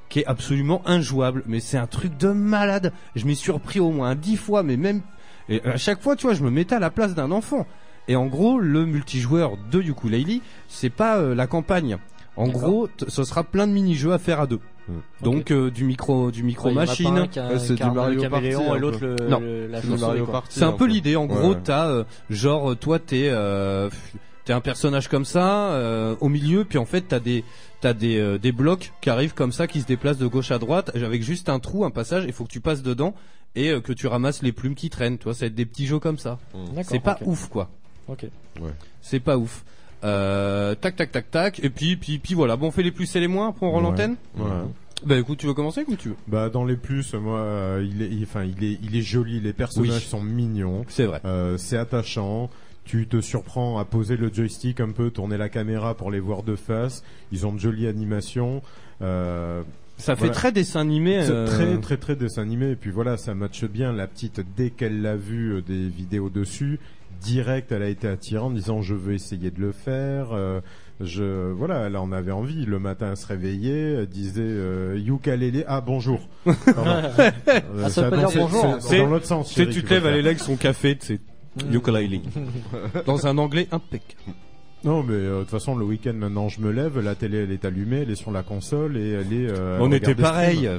Speaker 8: qui est absolument injouable. Mais c'est un truc de malade. Je m'y suis repris au moins dix fois, mais même et à chaque fois, tu vois, je me mettais à la place d'un enfant. Et en gros, le multijoueur de ukulele, c'est pas euh, la campagne. En gros, t- ce sera plein de mini-jeux à faire à deux. Donc euh, du micro du micro
Speaker 10: Ouais, il y en a pas
Speaker 8: machine
Speaker 10: un qui a- Ouais, c'est qui a du un Mario caméléon Party, et un l'autre peu. le-
Speaker 8: Non.
Speaker 10: le- la C'est du chauve-souris, Mario quoi. Party,
Speaker 8: c'est un
Speaker 10: un
Speaker 8: peu
Speaker 10: peu.
Speaker 8: l'idée en gros
Speaker 10: Ouais.
Speaker 8: t'as euh, genre euh, toi t'es euh, pff, t'es un personnage comme ça euh, au milieu puis en fait t'as des t'as des euh, des blocs qui arrivent comme ça qui se déplacent de gauche à droite avec juste un trou un passage il faut que tu passes dedans et euh, que tu ramasses les plumes qui traînent tu vois ça va être des petits jeux comme ça
Speaker 10: D'accord,
Speaker 8: c'est pas
Speaker 10: ok.
Speaker 8: ouf quoi
Speaker 10: Ok.
Speaker 8: c'est pas ouf euh, tac tac tac tac et puis puis puis voilà bon on fait les plus et les moins après on rend
Speaker 13: Ouais.
Speaker 8: l'antenne
Speaker 13: Ouais.
Speaker 8: bah écoute tu veux commencer comme tu veux
Speaker 13: Bah dans les plus, moi, euh, il est, il- enfin, il est, il est joli. Les personnages
Speaker 8: Oui.
Speaker 13: sont mignons. Euh,
Speaker 8: C'est vrai.
Speaker 13: c'est attachant. Tu te surprends à poser le joystick un peu, tourner la caméra pour les voir de face. Ils ont de jolies animations. Euh,
Speaker 8: Ça fait très dessin animé,
Speaker 13: C'est
Speaker 8: euh.
Speaker 13: Très très très dessin animé. Et puis voilà, ça matche bien. La petite, dès qu'elle l'a vu euh, des vidéos dessus, direct, elle a été attirée en disant je veux essayer de le faire. Euh, je voilà, elle en avait envie. Le matin, elle se réveillait, elle disait euh, ukulélé, ah bonjour. Pardon.
Speaker 8: Ah,
Speaker 13: Euh,
Speaker 8: ça
Speaker 13: c'est-
Speaker 8: veut pas dire
Speaker 13: c'est-
Speaker 8: bonjour,
Speaker 13: c'est- C'est
Speaker 8: hein.
Speaker 13: dans l'autre sens.
Speaker 8: Tu sais,
Speaker 13: chérie,
Speaker 8: tu te
Speaker 13: qu'il
Speaker 8: lèves,
Speaker 13: faut
Speaker 8: elle est là
Speaker 13: faire.
Speaker 8: avec son café, tu sais. Ukulele. Dans un anglais impeccable.
Speaker 13: Non, mais euh, de toute façon, le week-end, maintenant, je me lève, la télé, elle est allumée, elle est sur la console et elle est. euh,
Speaker 8: On
Speaker 13: regarde
Speaker 8: était
Speaker 13: des streams.
Speaker 8: pareil.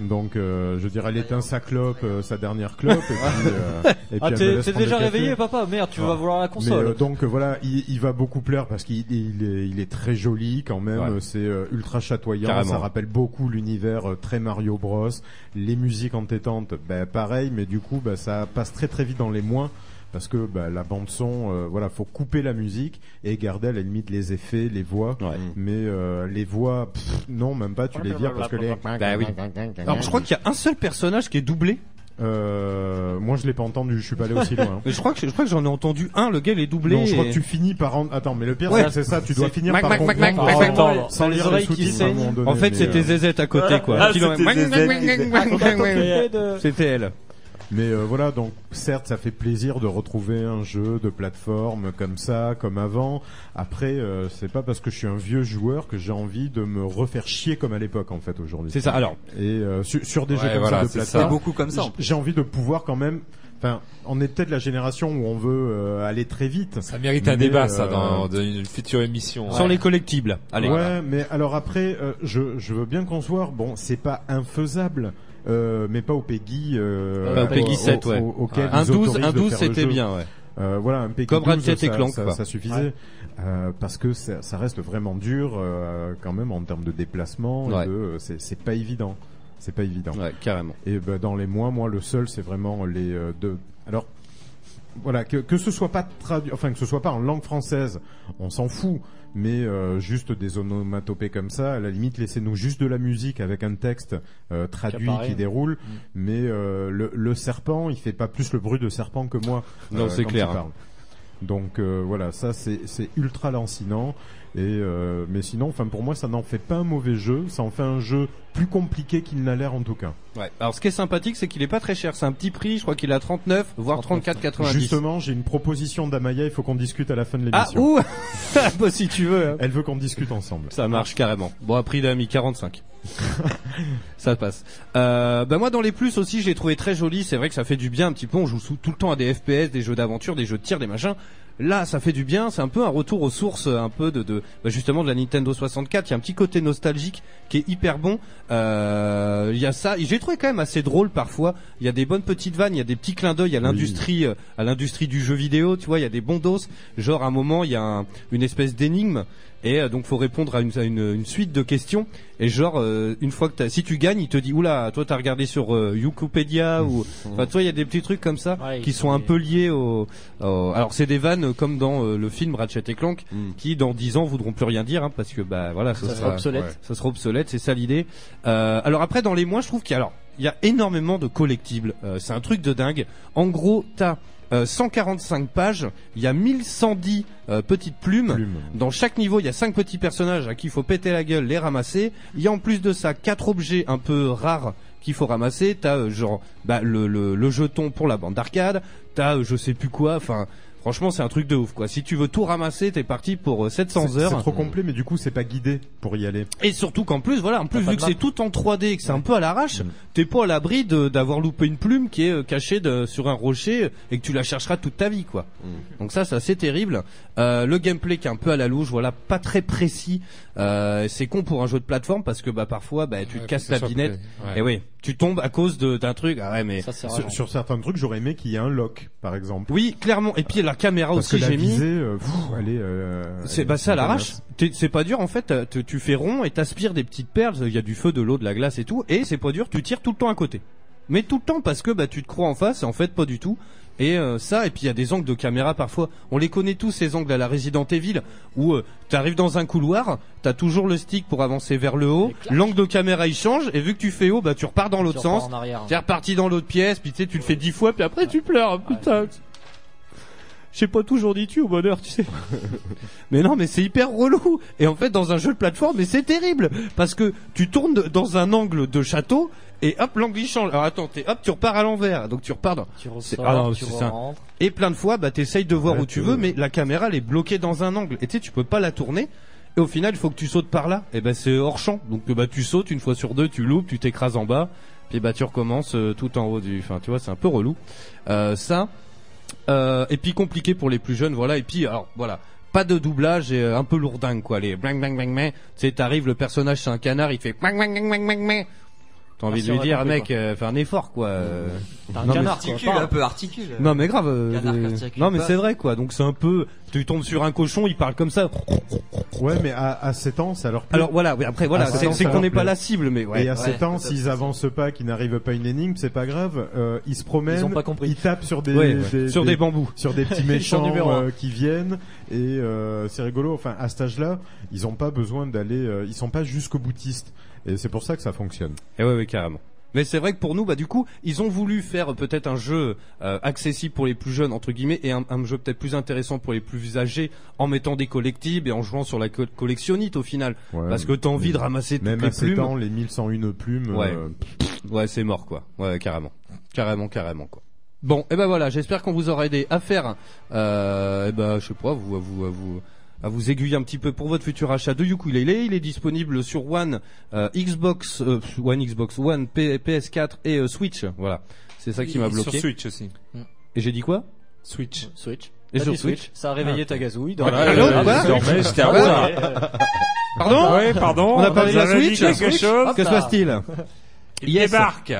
Speaker 13: Donc, euh, je dirais, elle éteint sa clope, euh, sa dernière clope. et puis, euh, et
Speaker 10: Ah,
Speaker 13: puis elle me
Speaker 10: t'es-
Speaker 13: laisse
Speaker 10: t'es
Speaker 13: prendre
Speaker 10: déjà
Speaker 13: le café.
Speaker 10: réveillé, papa Merde, tu vas vouloir la console.
Speaker 13: Mais, euh, donc euh, voilà, il, il va beaucoup plaire parce qu'il il est, il est très joli quand même.
Speaker 8: Ouais.
Speaker 13: euh, C'est euh, ultra chatoyant.
Speaker 8: Carrément.
Speaker 13: Ça rappelle beaucoup l'univers euh, très Mario Bros. Les musiques entêtantes, bah, pareil, mais du coup, bah, ça passe très très vite dans les moins. Parce que bah, la bande son, euh, voilà, faut couper la musique et garder à la limite les effets, les voix.
Speaker 8: Mm.
Speaker 13: Mais euh, les voix, pff, non, même pas. Tu les vires parce que les.
Speaker 8: Bah oui. Alors, je crois qu'il y a un seul personnage qui est doublé.
Speaker 13: Euh, moi, je l'ai pas entendu. Je suis pas allé aussi loin.
Speaker 8: Mais je crois que je crois que j'en ai entendu un. Le gars il est doublé.
Speaker 13: Non, je crois
Speaker 8: et-
Speaker 13: que tu finis par rendre. Attends, mais le pire,
Speaker 8: Ouais.
Speaker 13: c'est que c'est ça, tu dois
Speaker 8: C'est-
Speaker 13: finir
Speaker 8: Mac,
Speaker 13: par
Speaker 8: Mac, Mac,
Speaker 13: comprendre
Speaker 8: Mac, Mac,
Speaker 13: sans-
Speaker 8: Mac,
Speaker 13: sans
Speaker 8: Mac,
Speaker 13: lire
Speaker 8: Mac,
Speaker 13: les
Speaker 8: Mac,
Speaker 13: sous-titres à un moment donné,
Speaker 8: En fait,
Speaker 13: mais,
Speaker 8: c'était
Speaker 13: euh,
Speaker 8: ZZ à côté, quoi. Ah, Qui l'ont- c'était ZZ. C'était elle.
Speaker 13: Mais euh, voilà, donc certes, ça fait plaisir de retrouver un jeu de plateforme comme ça, comme avant. Après, euh, c'est pas parce que je suis un vieux joueur que j'ai envie de me refaire chier comme à l'époque, en fait, aujourd'hui.
Speaker 8: C'est ça, alors.
Speaker 13: Et euh, sur, sur des
Speaker 8: Ouais,
Speaker 13: jeux comme
Speaker 8: voilà,
Speaker 13: ça de
Speaker 8: c'est ça.
Speaker 13: plateforme,
Speaker 8: C'est beaucoup comme ça, en
Speaker 13: j- J'ai envie de pouvoir quand même. Enfin, on est peut-être la génération où on veut euh, aller très vite.
Speaker 9: Ça mérite un débat, ça, dans,
Speaker 13: euh,
Speaker 9: dans une future émission.
Speaker 13: Sans les
Speaker 8: collectibles.
Speaker 13: ouais, mais alors après, euh, je, je veux bien qu'on soit. Bon, c'est pas infaisable. euh, mais pas au Peggy, euh,
Speaker 8: Pas au Peggy
Speaker 13: au-
Speaker 8: 7, ouais.
Speaker 13: auquel
Speaker 8: Ouais.
Speaker 13: ils
Speaker 8: Un 12,
Speaker 13: autorisent
Speaker 8: un
Speaker 13: de
Speaker 8: 12,
Speaker 13: faire le
Speaker 8: c'était
Speaker 13: jeu.
Speaker 8: bien, ouais.
Speaker 13: Euh, voilà, un Peggy
Speaker 8: Comme
Speaker 13: 12,
Speaker 8: Ratchet et
Speaker 13: ça-
Speaker 8: Clank,
Speaker 13: ça,
Speaker 8: quoi.
Speaker 13: ça suffisait.
Speaker 8: Ouais.
Speaker 13: Euh, parce que ça, ça reste vraiment dur euh, quand même en termes de déplacement. et
Speaker 8: Ouais.
Speaker 13: de, euh, c'est- c'est pas évident. C'est pas évident.
Speaker 8: carrément.
Speaker 13: Et ben, dans les mois, moi le seul, c'est vraiment les euh, deux. Alors voilà, que, que ce soit pas traduit, enfin que ce soit pas en langue française, on s'en fout. Mais euh, juste des onomatopées comme ça, à la limite, laissez-nous juste de la musique avec un texte euh, traduit
Speaker 8: apparaît.
Speaker 13: qui déroule. Mm. Mais euh, le, le serpent, il fait pas plus le bruit de serpent que moi. euh,
Speaker 8: Non, c'est
Speaker 13: quand
Speaker 8: clair.
Speaker 13: il parle. Donc euh, voilà, ça c'est c'est ultra lancinant. Et euh, mais sinon, enfin pour moi, ça n'en fait pas un mauvais jeu. Ça en fait un jeu plus compliqué qu'il n'a l'air en tout cas.
Speaker 8: Ouais. Alors ce qui est sympathique, c'est qu'il est pas très cher. C'est un petit prix. Je crois qu'il est à 39, voire 34,90.
Speaker 13: Justement, j'ai une proposition d'Amaya. Il faut qu'on discute à la fin de
Speaker 8: Ah
Speaker 13: l'émission.
Speaker 8: ouh Bah, si tu veux. hein.
Speaker 13: Elle veut qu'on discute ensemble.
Speaker 8: Ça marche carrément. Bon, à prix d'ami 45. ça passe. Euh, bah moi dans les plus aussi, je l'ai trouvé très joli. C'est vrai que ça fait du bien un petit peu. On joue sous- tout le temps à des FPS, des jeux d'aventure, des jeux de tir, des machins. Là, ça fait du bien. C'est un peu un retour aux sources, un peu de, de bah, justement de la Nintendo 64. Il y a un petit côté nostalgique qui est hyper bon. Euh, Il y a ça. Et J'ai trouvé quand même assez drôle parfois. Il y a des bonnes petites vannes. Il y a des petits clins d'œil à l'industrie, euh, à l'industrie du jeu vidéo. Tu vois, il y a des bons dos. Genre à un moment, il y a un- une espèce d'énigme. Et euh, donc faut répondre à une, à une- une suite de questions. Et genre euh, une fois que t'as, si tu gagnes, il te dit oula, toi t'as regardé sur euh, Wikipédia ou enfin toi il y a des petits trucs comme ça
Speaker 14: Ouais,
Speaker 8: qui sont un peu liés au. au- Alors c'est des vannes comme dans euh, le film Ratchet et Clank qui dans 10 ans voudront plus rien dire hein, parce que bah voilà ça,
Speaker 10: Ça sera obsolète.
Speaker 8: ouais, ça sera obsolète, c'est ça l'idée. Euh, alors après dans les mois, je trouve qu'il y a alors il y a énormément de collectibles. Euh, c'est un truc de dingue. En gros, t'as euh, 145 pages, il y a 1110 euh, petites plumes. Dans chaque niveau, il y a 5 petits personnages à qui il faut péter la gueule, les ramasser. Il y a en plus de ça 4 objets un peu rares qu'il faut ramasser. T'as euh, genre bah, le, le, le jeton pour la bande d'arcade, t'as euh, je sais plus quoi, enfin... Franchement, c'est un truc de ouf, quoi. Si tu veux tout ramasser, t'es parti pour euh, 700
Speaker 13: C'est-
Speaker 8: heures.
Speaker 13: C'est trop complet, mais du coup, c'est pas guidé pour y aller.
Speaker 8: Et surtout qu'en plus, voilà, en plus
Speaker 13: pas de Mm.
Speaker 8: vu que
Speaker 13: map.
Speaker 8: c'est tout en 3D et que c'est un peu à l'arrache, t'es pas à l'abri de- d'avoir loupé une plume qui est euh, cachée de- sur un rocher et que tu la chercheras toute ta vie, quoi.
Speaker 13: Mm.
Speaker 8: Donc ça, c'est assez terrible. Euh, le gameplay qui est un peu à la louche, voilà, pas très précis. Euh, c'est con pour un jeu de plateforme parce que bah parfois, bah tu te casses
Speaker 13: faut
Speaker 8: ta
Speaker 13: que ça
Speaker 8: binette.
Speaker 13: plaît. Ouais.
Speaker 8: Et oui, tu tombes à cause de- d'un truc. Ah ouais, mais
Speaker 13: sur, sur certains trucs, j'aurais aimé qu'il y ait un lock, par exemple.
Speaker 8: Oui, clairement. Et puis la caméra
Speaker 13: Parce
Speaker 8: Ah, aussi,
Speaker 13: que la
Speaker 8: j'ai mis.
Speaker 13: visée, euh, pff, elle est, euh,
Speaker 8: C'est
Speaker 13: elle
Speaker 8: bah
Speaker 13: est
Speaker 8: ça à l'arrache.
Speaker 13: dégueulasse.
Speaker 8: T'es- C'est pas dur en fait. T'as- Tu tu fais rond et t'aspires des petites perles. Il y a du feu, de l'eau, de la glace et tout. Et c'est pas dur. Tu tires tout le temps à côté. Mais tout le temps parce que bah tu te crois en face et en fait pas du tout. Et euh, ça et puis il y a des angles de caméra parfois. On les connaît tous ces angles à la Resident Evil où euh, t'arrives dans un couloir, t'as toujours le stick pour avancer vers le haut. L'angle de caméra il change et vu que tu fais haut bah tu repars dans l'autre
Speaker 10: repars
Speaker 8: sens.
Speaker 10: en arrière, hein.
Speaker 8: T'es reparti dans l'autre pièce puis tu sais tu le fais dix fois puis après tu pleures putain. J'ai pas toujours dit tu au bonheur, tu sais. mais non, mais c'est hyper relou. Et en fait, dans un jeu de plateforme, mais c'est terrible parce que tu tournes de- dans un angle de château et hop, l'angle il change. Alors attends, t'es- hop, tu repars à l'envers. Donc tu repars dans. C'est- ah
Speaker 10: ressors, tu
Speaker 8: c'est ça.
Speaker 10: rentres.
Speaker 8: Et plein de fois, bah t'essayes de voir
Speaker 10: Ouais,
Speaker 8: où tu
Speaker 10: tu
Speaker 8: veux,
Speaker 10: veux.
Speaker 8: mais la caméra elle est bloquée dans un angle. Et tu sais, tu peux pas la tourner. Et au final, il faut que tu sautes par là. Et ben c'est hors champ. Donc bah tu sautes une fois sur deux, tu loupes, tu t'écrases en bas. Puis bah tu recommences euh, tout en haut du. Enfin, tu vois, c'est un peu relou. Euh, ça. Euh, et puis compliqué pour les plus jeunes, voilà. Et puis alors voilà, pas de doublage et euh, un peu lourdingue quoi. Les bang bang bang bang. Tu sais, t'arrives, le personnage c'est un canard, il fait bang bang bang bang bang bang. T'as envie
Speaker 16: Ah,
Speaker 8: de
Speaker 16: c'est
Speaker 8: lui
Speaker 16: vrai,
Speaker 8: dire,
Speaker 16: complet,
Speaker 8: mec, euh, fais un effort quoi. euh.
Speaker 16: T'as un
Speaker 8: Non, mais-
Speaker 16: canard, quoi, Articule, parle. un peu articule.
Speaker 8: Non mais grave. euh,
Speaker 16: Canard
Speaker 8: euh,
Speaker 16: qui articule
Speaker 8: non mais
Speaker 16: pas.
Speaker 8: c'est vrai quoi. Donc c'est un peu, tu tombes sur un cochon, il parle comme ça.
Speaker 13: Ouais, mais à, à 7 ans, ça leur plaît.
Speaker 8: Alors voilà, oui, après, voilà,
Speaker 13: À
Speaker 8: c'est-
Speaker 13: 7 ans,
Speaker 8: c'est
Speaker 13: ça
Speaker 8: qu'on
Speaker 13: leur
Speaker 8: n'est pas
Speaker 13: plaît.
Speaker 8: la cible, mais ouais.
Speaker 13: Et à
Speaker 8: Ouais,
Speaker 13: 7 ans,
Speaker 8: peut-être.
Speaker 13: s'ils avancent pas, qu'ils n'arrivent pas à une énigme, c'est pas grave. euh, ils se promènent,
Speaker 8: Ils ont pas compris.
Speaker 13: tapent sur des,
Speaker 8: Ouais, ouais. Sur des bambous.
Speaker 13: sur des petits
Speaker 8: Ils sont
Speaker 13: méchants
Speaker 8: numéro un.
Speaker 13: euh, qui viennent. Et euh, c'est rigolo. Enfin, à cet âge-là, ils ont pas besoin d'aller. euh, ils sont pas jusqu'au boutiste. Et c'est pour ça que ça fonctionne.
Speaker 8: Et Eh ouais, ouais, carrément. Mais c'est vrai que pour nous, bah du coup, ils ont voulu faire euh, peut-être un jeu euh, accessible pour les plus jeunes entre guillemets et un, un jeu peut-être plus intéressant pour les plus âgés en mettant des collectibles et en jouant sur la co- collectionnite au final, parce que t'as envie de ramasser toutes
Speaker 13: Même
Speaker 8: les
Speaker 13: à 7
Speaker 8: plumes.
Speaker 13: ans, les 1101 plumes.
Speaker 8: Ouais.
Speaker 13: euh,
Speaker 8: Ouais, c'est mort quoi. Ouais, carrément. Carrément, carrément quoi. Bon, et ben voilà, j'espère qu'on vous aura aidé à faire euh, eh ben je sais pas, vous à vous à vous à vous aiguiller un petit peu pour votre futur achat de ukulélé, il est disponible sur One euh, Xbox euh, One Xbox One P- PS4 et euh, Switch, voilà. C'est ça qui m'a
Speaker 9: Et
Speaker 8: bloqué.
Speaker 9: Sur Switch aussi.
Speaker 8: Et j'ai dit quoi
Speaker 9: Switch.
Speaker 10: Switch.
Speaker 8: Et
Speaker 10: T'as
Speaker 8: sur
Speaker 10: dit
Speaker 8: Switch,
Speaker 10: Ça a réveillé ta gazouille. dans
Speaker 9: Voilà, euh,
Speaker 10: la- Ah,
Speaker 9: voilà.
Speaker 10: d'accord.
Speaker 9: Désormais, j'étais en
Speaker 10: Ouais,
Speaker 9: retard.
Speaker 10: ouais, ouais.
Speaker 8: Ah Pardon
Speaker 9: Ouais, pardon.
Speaker 8: On a parlé de la
Speaker 9: Vous avez dit
Speaker 8: Switch
Speaker 9: quelque chose
Speaker 8: Que se passe-t-il
Speaker 9: Il débarque.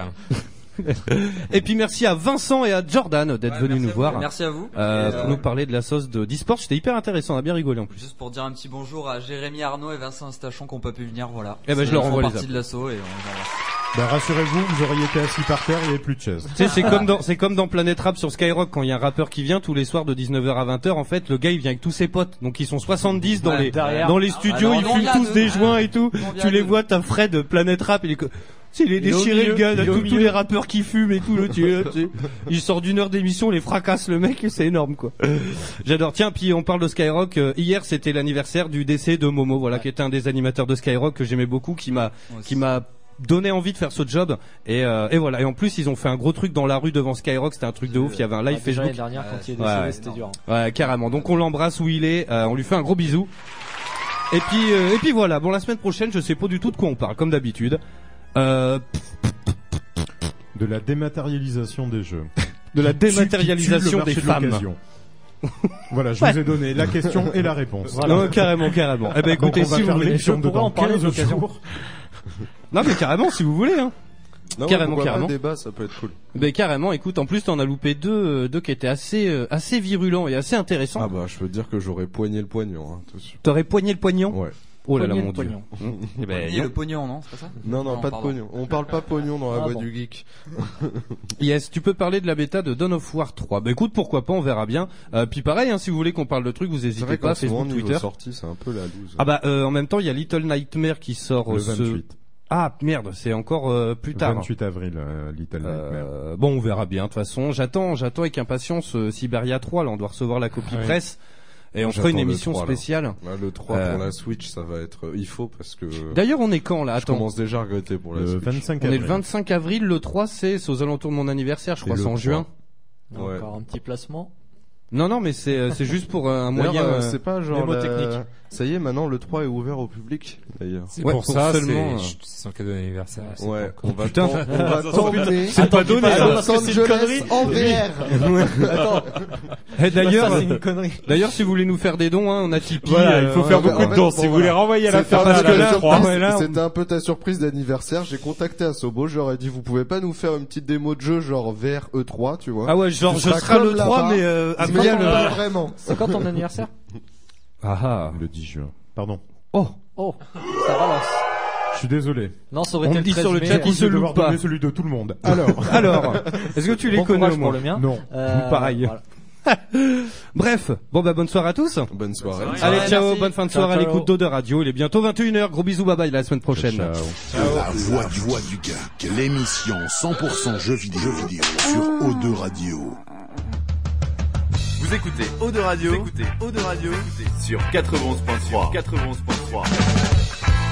Speaker 8: Et puis merci à Vincent et à Jordan d'être venus nous voir.
Speaker 16: Merci à vous.
Speaker 8: Euh,
Speaker 16: Et, euh,
Speaker 8: pour nous parler de la sauce de Disport, c'était hyper intéressant, on a bien rigolé en plus.
Speaker 16: Juste pour dire un petit bonjour à Jérémy Arnaud et Vincent Stachon qui n'ont pas pu venir, voilà.
Speaker 8: Eh ben, je leur
Speaker 16: Ils font
Speaker 8: envoie les
Speaker 16: partie
Speaker 8: apps.
Speaker 16: de l'assaut et on les embrasse.
Speaker 13: Bah, rassurez-vous, vous auriez été assis par terre, il n'y avait plus de chaise.
Speaker 8: Tu sais, c'est comme dans, c'est comme dans Planète Rap sur Skyrock quand il y a un rappeur qui vient tous les soirs de 19h à 20h. En fait, le gars, il vient avec tous ses potes. Donc, ils sont 70 dans
Speaker 14: Ouais,
Speaker 8: les,
Speaker 14: derrière.
Speaker 8: dans les
Speaker 14: Ah,
Speaker 8: studios.
Speaker 14: alors,
Speaker 8: ils
Speaker 14: on
Speaker 8: fument
Speaker 14: vient
Speaker 8: tous
Speaker 14: de-
Speaker 8: des joints et tout.
Speaker 14: On vient
Speaker 8: Tu les
Speaker 14: de-
Speaker 8: vois, t'as Fred, de Planète Rap, il est, co- tu sais, il est
Speaker 14: Il est au
Speaker 8: déchiré,
Speaker 14: milieu,
Speaker 8: le gars, là,
Speaker 14: il est au
Speaker 8: tous, tous
Speaker 14: milieu.
Speaker 8: les rappeurs qui fument et tout, le tu es là, tu sais. Il sort d'une heure d'émission, les fracasse le mec, et c'est énorme, quoi. J'adore. Tiens, puis on parle de Skyrock. Euh, Hier, c'était l'anniversaire du décès de Momo, voilà, qui était un des animateurs de Skyrock que j'aimais beaucoup, qui m'a, qui m'a donné envie de faire ce job et, euh, et voilà et en plus ils ont fait un gros truc dans la rue devant Skyrock c'était un truc de ouf il y avait un live
Speaker 10: Ah, déjà,
Speaker 8: Facebook
Speaker 10: l'année dernière, quand il est
Speaker 8: Ouais,
Speaker 10: décédé,
Speaker 8: ouais.
Speaker 10: c'était dur. hein.
Speaker 8: Ouais, carrément. Donc on l'embrasse où il est, euh, on lui fait un gros bisou. Et puis euh, et puis voilà. Bon la semaine prochaine, je sais pas du tout de quoi on parle comme d'habitude. Euh,
Speaker 13: De la dématérialisation des jeux.
Speaker 8: De la
Speaker 13: Qui tue- qui tue le
Speaker 8: dématérialisation
Speaker 13: marché
Speaker 8: des
Speaker 13: de
Speaker 8: femmes.
Speaker 13: l'occasion. voilà, Bah, je vous ai donné la question et la réponse.
Speaker 8: Voilà. Non, carrément, carrément. Eh ben écoutez,
Speaker 13: Donc, on va
Speaker 8: si vous
Speaker 13: faire
Speaker 8: voulez,
Speaker 13: l'émission
Speaker 8: je pourrais
Speaker 13: de dans
Speaker 8: en parler
Speaker 13: 15
Speaker 8: d'occasion.
Speaker 13: jours.
Speaker 8: non mais carrément si vous voulez hein.
Speaker 11: Non,
Speaker 8: carrément
Speaker 11: pourquoi pas
Speaker 8: carrément.
Speaker 11: le débat, ça peut être cool.
Speaker 8: Ben carrément. Écoute, en plus t'en as loupé deux euh, deux qui étaient assez euh, assez virulents et assez intéressants.
Speaker 11: Ah bah, je peux te dire que j'aurais poigné le poignon. Hein, tout de suite.
Speaker 8: T'aurais poigné le poignon
Speaker 11: Ouais.
Speaker 8: Oh là là
Speaker 11: Poigné
Speaker 8: mon
Speaker 11: le
Speaker 8: dieu.
Speaker 11: pognon.
Speaker 8: Eh ben,
Speaker 11: Poigné
Speaker 8: non.
Speaker 11: le
Speaker 16: Pognon, non C'est pas ça
Speaker 11: Non, non, pas
Speaker 16: pardon.
Speaker 11: de pognon. On parle pas pognon dans la
Speaker 16: Ah
Speaker 11: voix
Speaker 16: bon.
Speaker 11: du geek.
Speaker 8: Yes, tu peux parler de la bêta de Dawn of War 3. Bah écoute, pourquoi pas, on verra bien. Euh, puis pareil, hein, si vous voulez qu'on parle de truc, vous
Speaker 11: C'est
Speaker 8: hésitez
Speaker 11: vrai
Speaker 8: pas,
Speaker 11: qu'en ce moment,
Speaker 8: Facebook,
Speaker 11: niveau
Speaker 8: Twitter.
Speaker 11: sortie, c'est un peu la loose.
Speaker 8: Ah bah euh, en même temps, il y a Little Nightmare qui sort
Speaker 11: Le
Speaker 8: euh, ce-
Speaker 11: 28.
Speaker 8: Ah merde, c'est encore euh, plus tard.
Speaker 13: 28 avril, euh, Little Nightmare.
Speaker 8: Euh, bon, on verra bien. De toute façon, j'attends, j'attends avec impatience euh, Siberia 3. Là, on doit recevoir la copie
Speaker 11: Ouais.
Speaker 8: presse et on
Speaker 11: Ah J'attends
Speaker 8: fera une
Speaker 11: le
Speaker 8: émission
Speaker 11: 3, là.
Speaker 8: spéciale.
Speaker 11: Ouais, le 3
Speaker 8: Euh,
Speaker 11: pour la Switch, ça va être. euh, Il faut parce que.
Speaker 8: D'ailleurs, on est quand là
Speaker 11: Je
Speaker 8: Attends.
Speaker 11: commence déjà à regretter pour la
Speaker 13: Le
Speaker 11: Switch.
Speaker 13: 25
Speaker 8: On est le 25 avril, le 3 c'est c'est aux alentours de mon anniversaire, je crois,
Speaker 11: le
Speaker 8: c'est en
Speaker 11: 3.
Speaker 8: juin.
Speaker 11: Ouais.
Speaker 10: Encore un petit placement.
Speaker 8: Non, non, mais c'est euh, c'est juste pour euh, un
Speaker 11: D'ailleurs,
Speaker 8: moyen.
Speaker 11: euh,
Speaker 8: euh,
Speaker 11: c'est pas genre. la-
Speaker 8: mnémotechnique.
Speaker 11: Ça y est, maintenant le 3 est ouvert au public. D'ailleurs.
Speaker 9: C'est pour ça,
Speaker 11: euh,
Speaker 8: euh,
Speaker 9: c'est chut, c'est son cadeau d'anniversaire. c'est
Speaker 11: Ouais,
Speaker 9: pas
Speaker 11: on
Speaker 9: encore.
Speaker 11: va t'en- on va t'emmener.
Speaker 9: C'est pas donné,
Speaker 11: à
Speaker 9: ça,
Speaker 11: Los Angeles en VR. Attends.
Speaker 8: Eh, d'ailleurs,
Speaker 11: Ça, c'est une connerie.
Speaker 8: d'ailleurs, si vous voulez nous faire des dons, hein, on a Tipeee.
Speaker 11: Voilà, il faut faire
Speaker 8: ouais,
Speaker 11: beaucoup de
Speaker 8: ouais.
Speaker 11: dons. Si vous voulez
Speaker 9: renvoyer à la
Speaker 8: C'est
Speaker 9: ferme,
Speaker 8: parce
Speaker 9: à
Speaker 8: que
Speaker 9: la
Speaker 8: là,
Speaker 9: ferme.
Speaker 8: ah
Speaker 11: C'était-
Speaker 8: ouais, là, on-
Speaker 11: C'était un peu ta surprise d'anniversaire. J'ai contacté Asobo, j'aurais dit vous pouvez pas nous faire une petite démo de jeu genre vers E3, tu vois.
Speaker 8: Ah ouais, genre,
Speaker 11: Tu
Speaker 8: je
Speaker 11: seras
Speaker 8: serai
Speaker 11: comme
Speaker 8: le 3,
Speaker 11: là-bas,
Speaker 8: mais, euh,
Speaker 11: mais
Speaker 8: après,
Speaker 11: pas
Speaker 8: euh,
Speaker 11: vraiment.
Speaker 10: C'est quand ton anniversaire
Speaker 8: Ah ah.
Speaker 13: Le 10 juin. Pardon.
Speaker 8: Oh.
Speaker 10: Oh, ça balance.
Speaker 13: Je suis désolé.
Speaker 10: Non, ça aurait été
Speaker 13: me
Speaker 10: le 13 mai.
Speaker 13: qu'il
Speaker 10: Je vais devoir donner
Speaker 13: celui de tout le monde. Alors.
Speaker 8: Alors, est-ce que tu les
Speaker 10: Bon
Speaker 8: connais
Speaker 10: courage
Speaker 8: au moins
Speaker 10: pour le mien.
Speaker 13: Non.
Speaker 10: Euh,
Speaker 8: Pareil.
Speaker 10: voilà.
Speaker 8: Bref, bon bah bonne soirée à tous.
Speaker 11: Bonne soirée.
Speaker 8: Allez,
Speaker 1: Ouais,
Speaker 8: ciao,
Speaker 1: merci.
Speaker 8: bonne fin de
Speaker 1: Ciao,
Speaker 8: soirée à
Speaker 1: ciao.
Speaker 8: l'écoute d'eau de radio. Il est bientôt 21h. Gros bisous, bye bye, la semaine prochaine.
Speaker 1: La voix du, voix du geek, l'émission 100% jeux vidéo, jeux vidéo sur O2 Radio.
Speaker 12: Vous écoutez Eau de Radio, vous écoutez Eau de Radio vous écoutez sur 91.3. 91.3.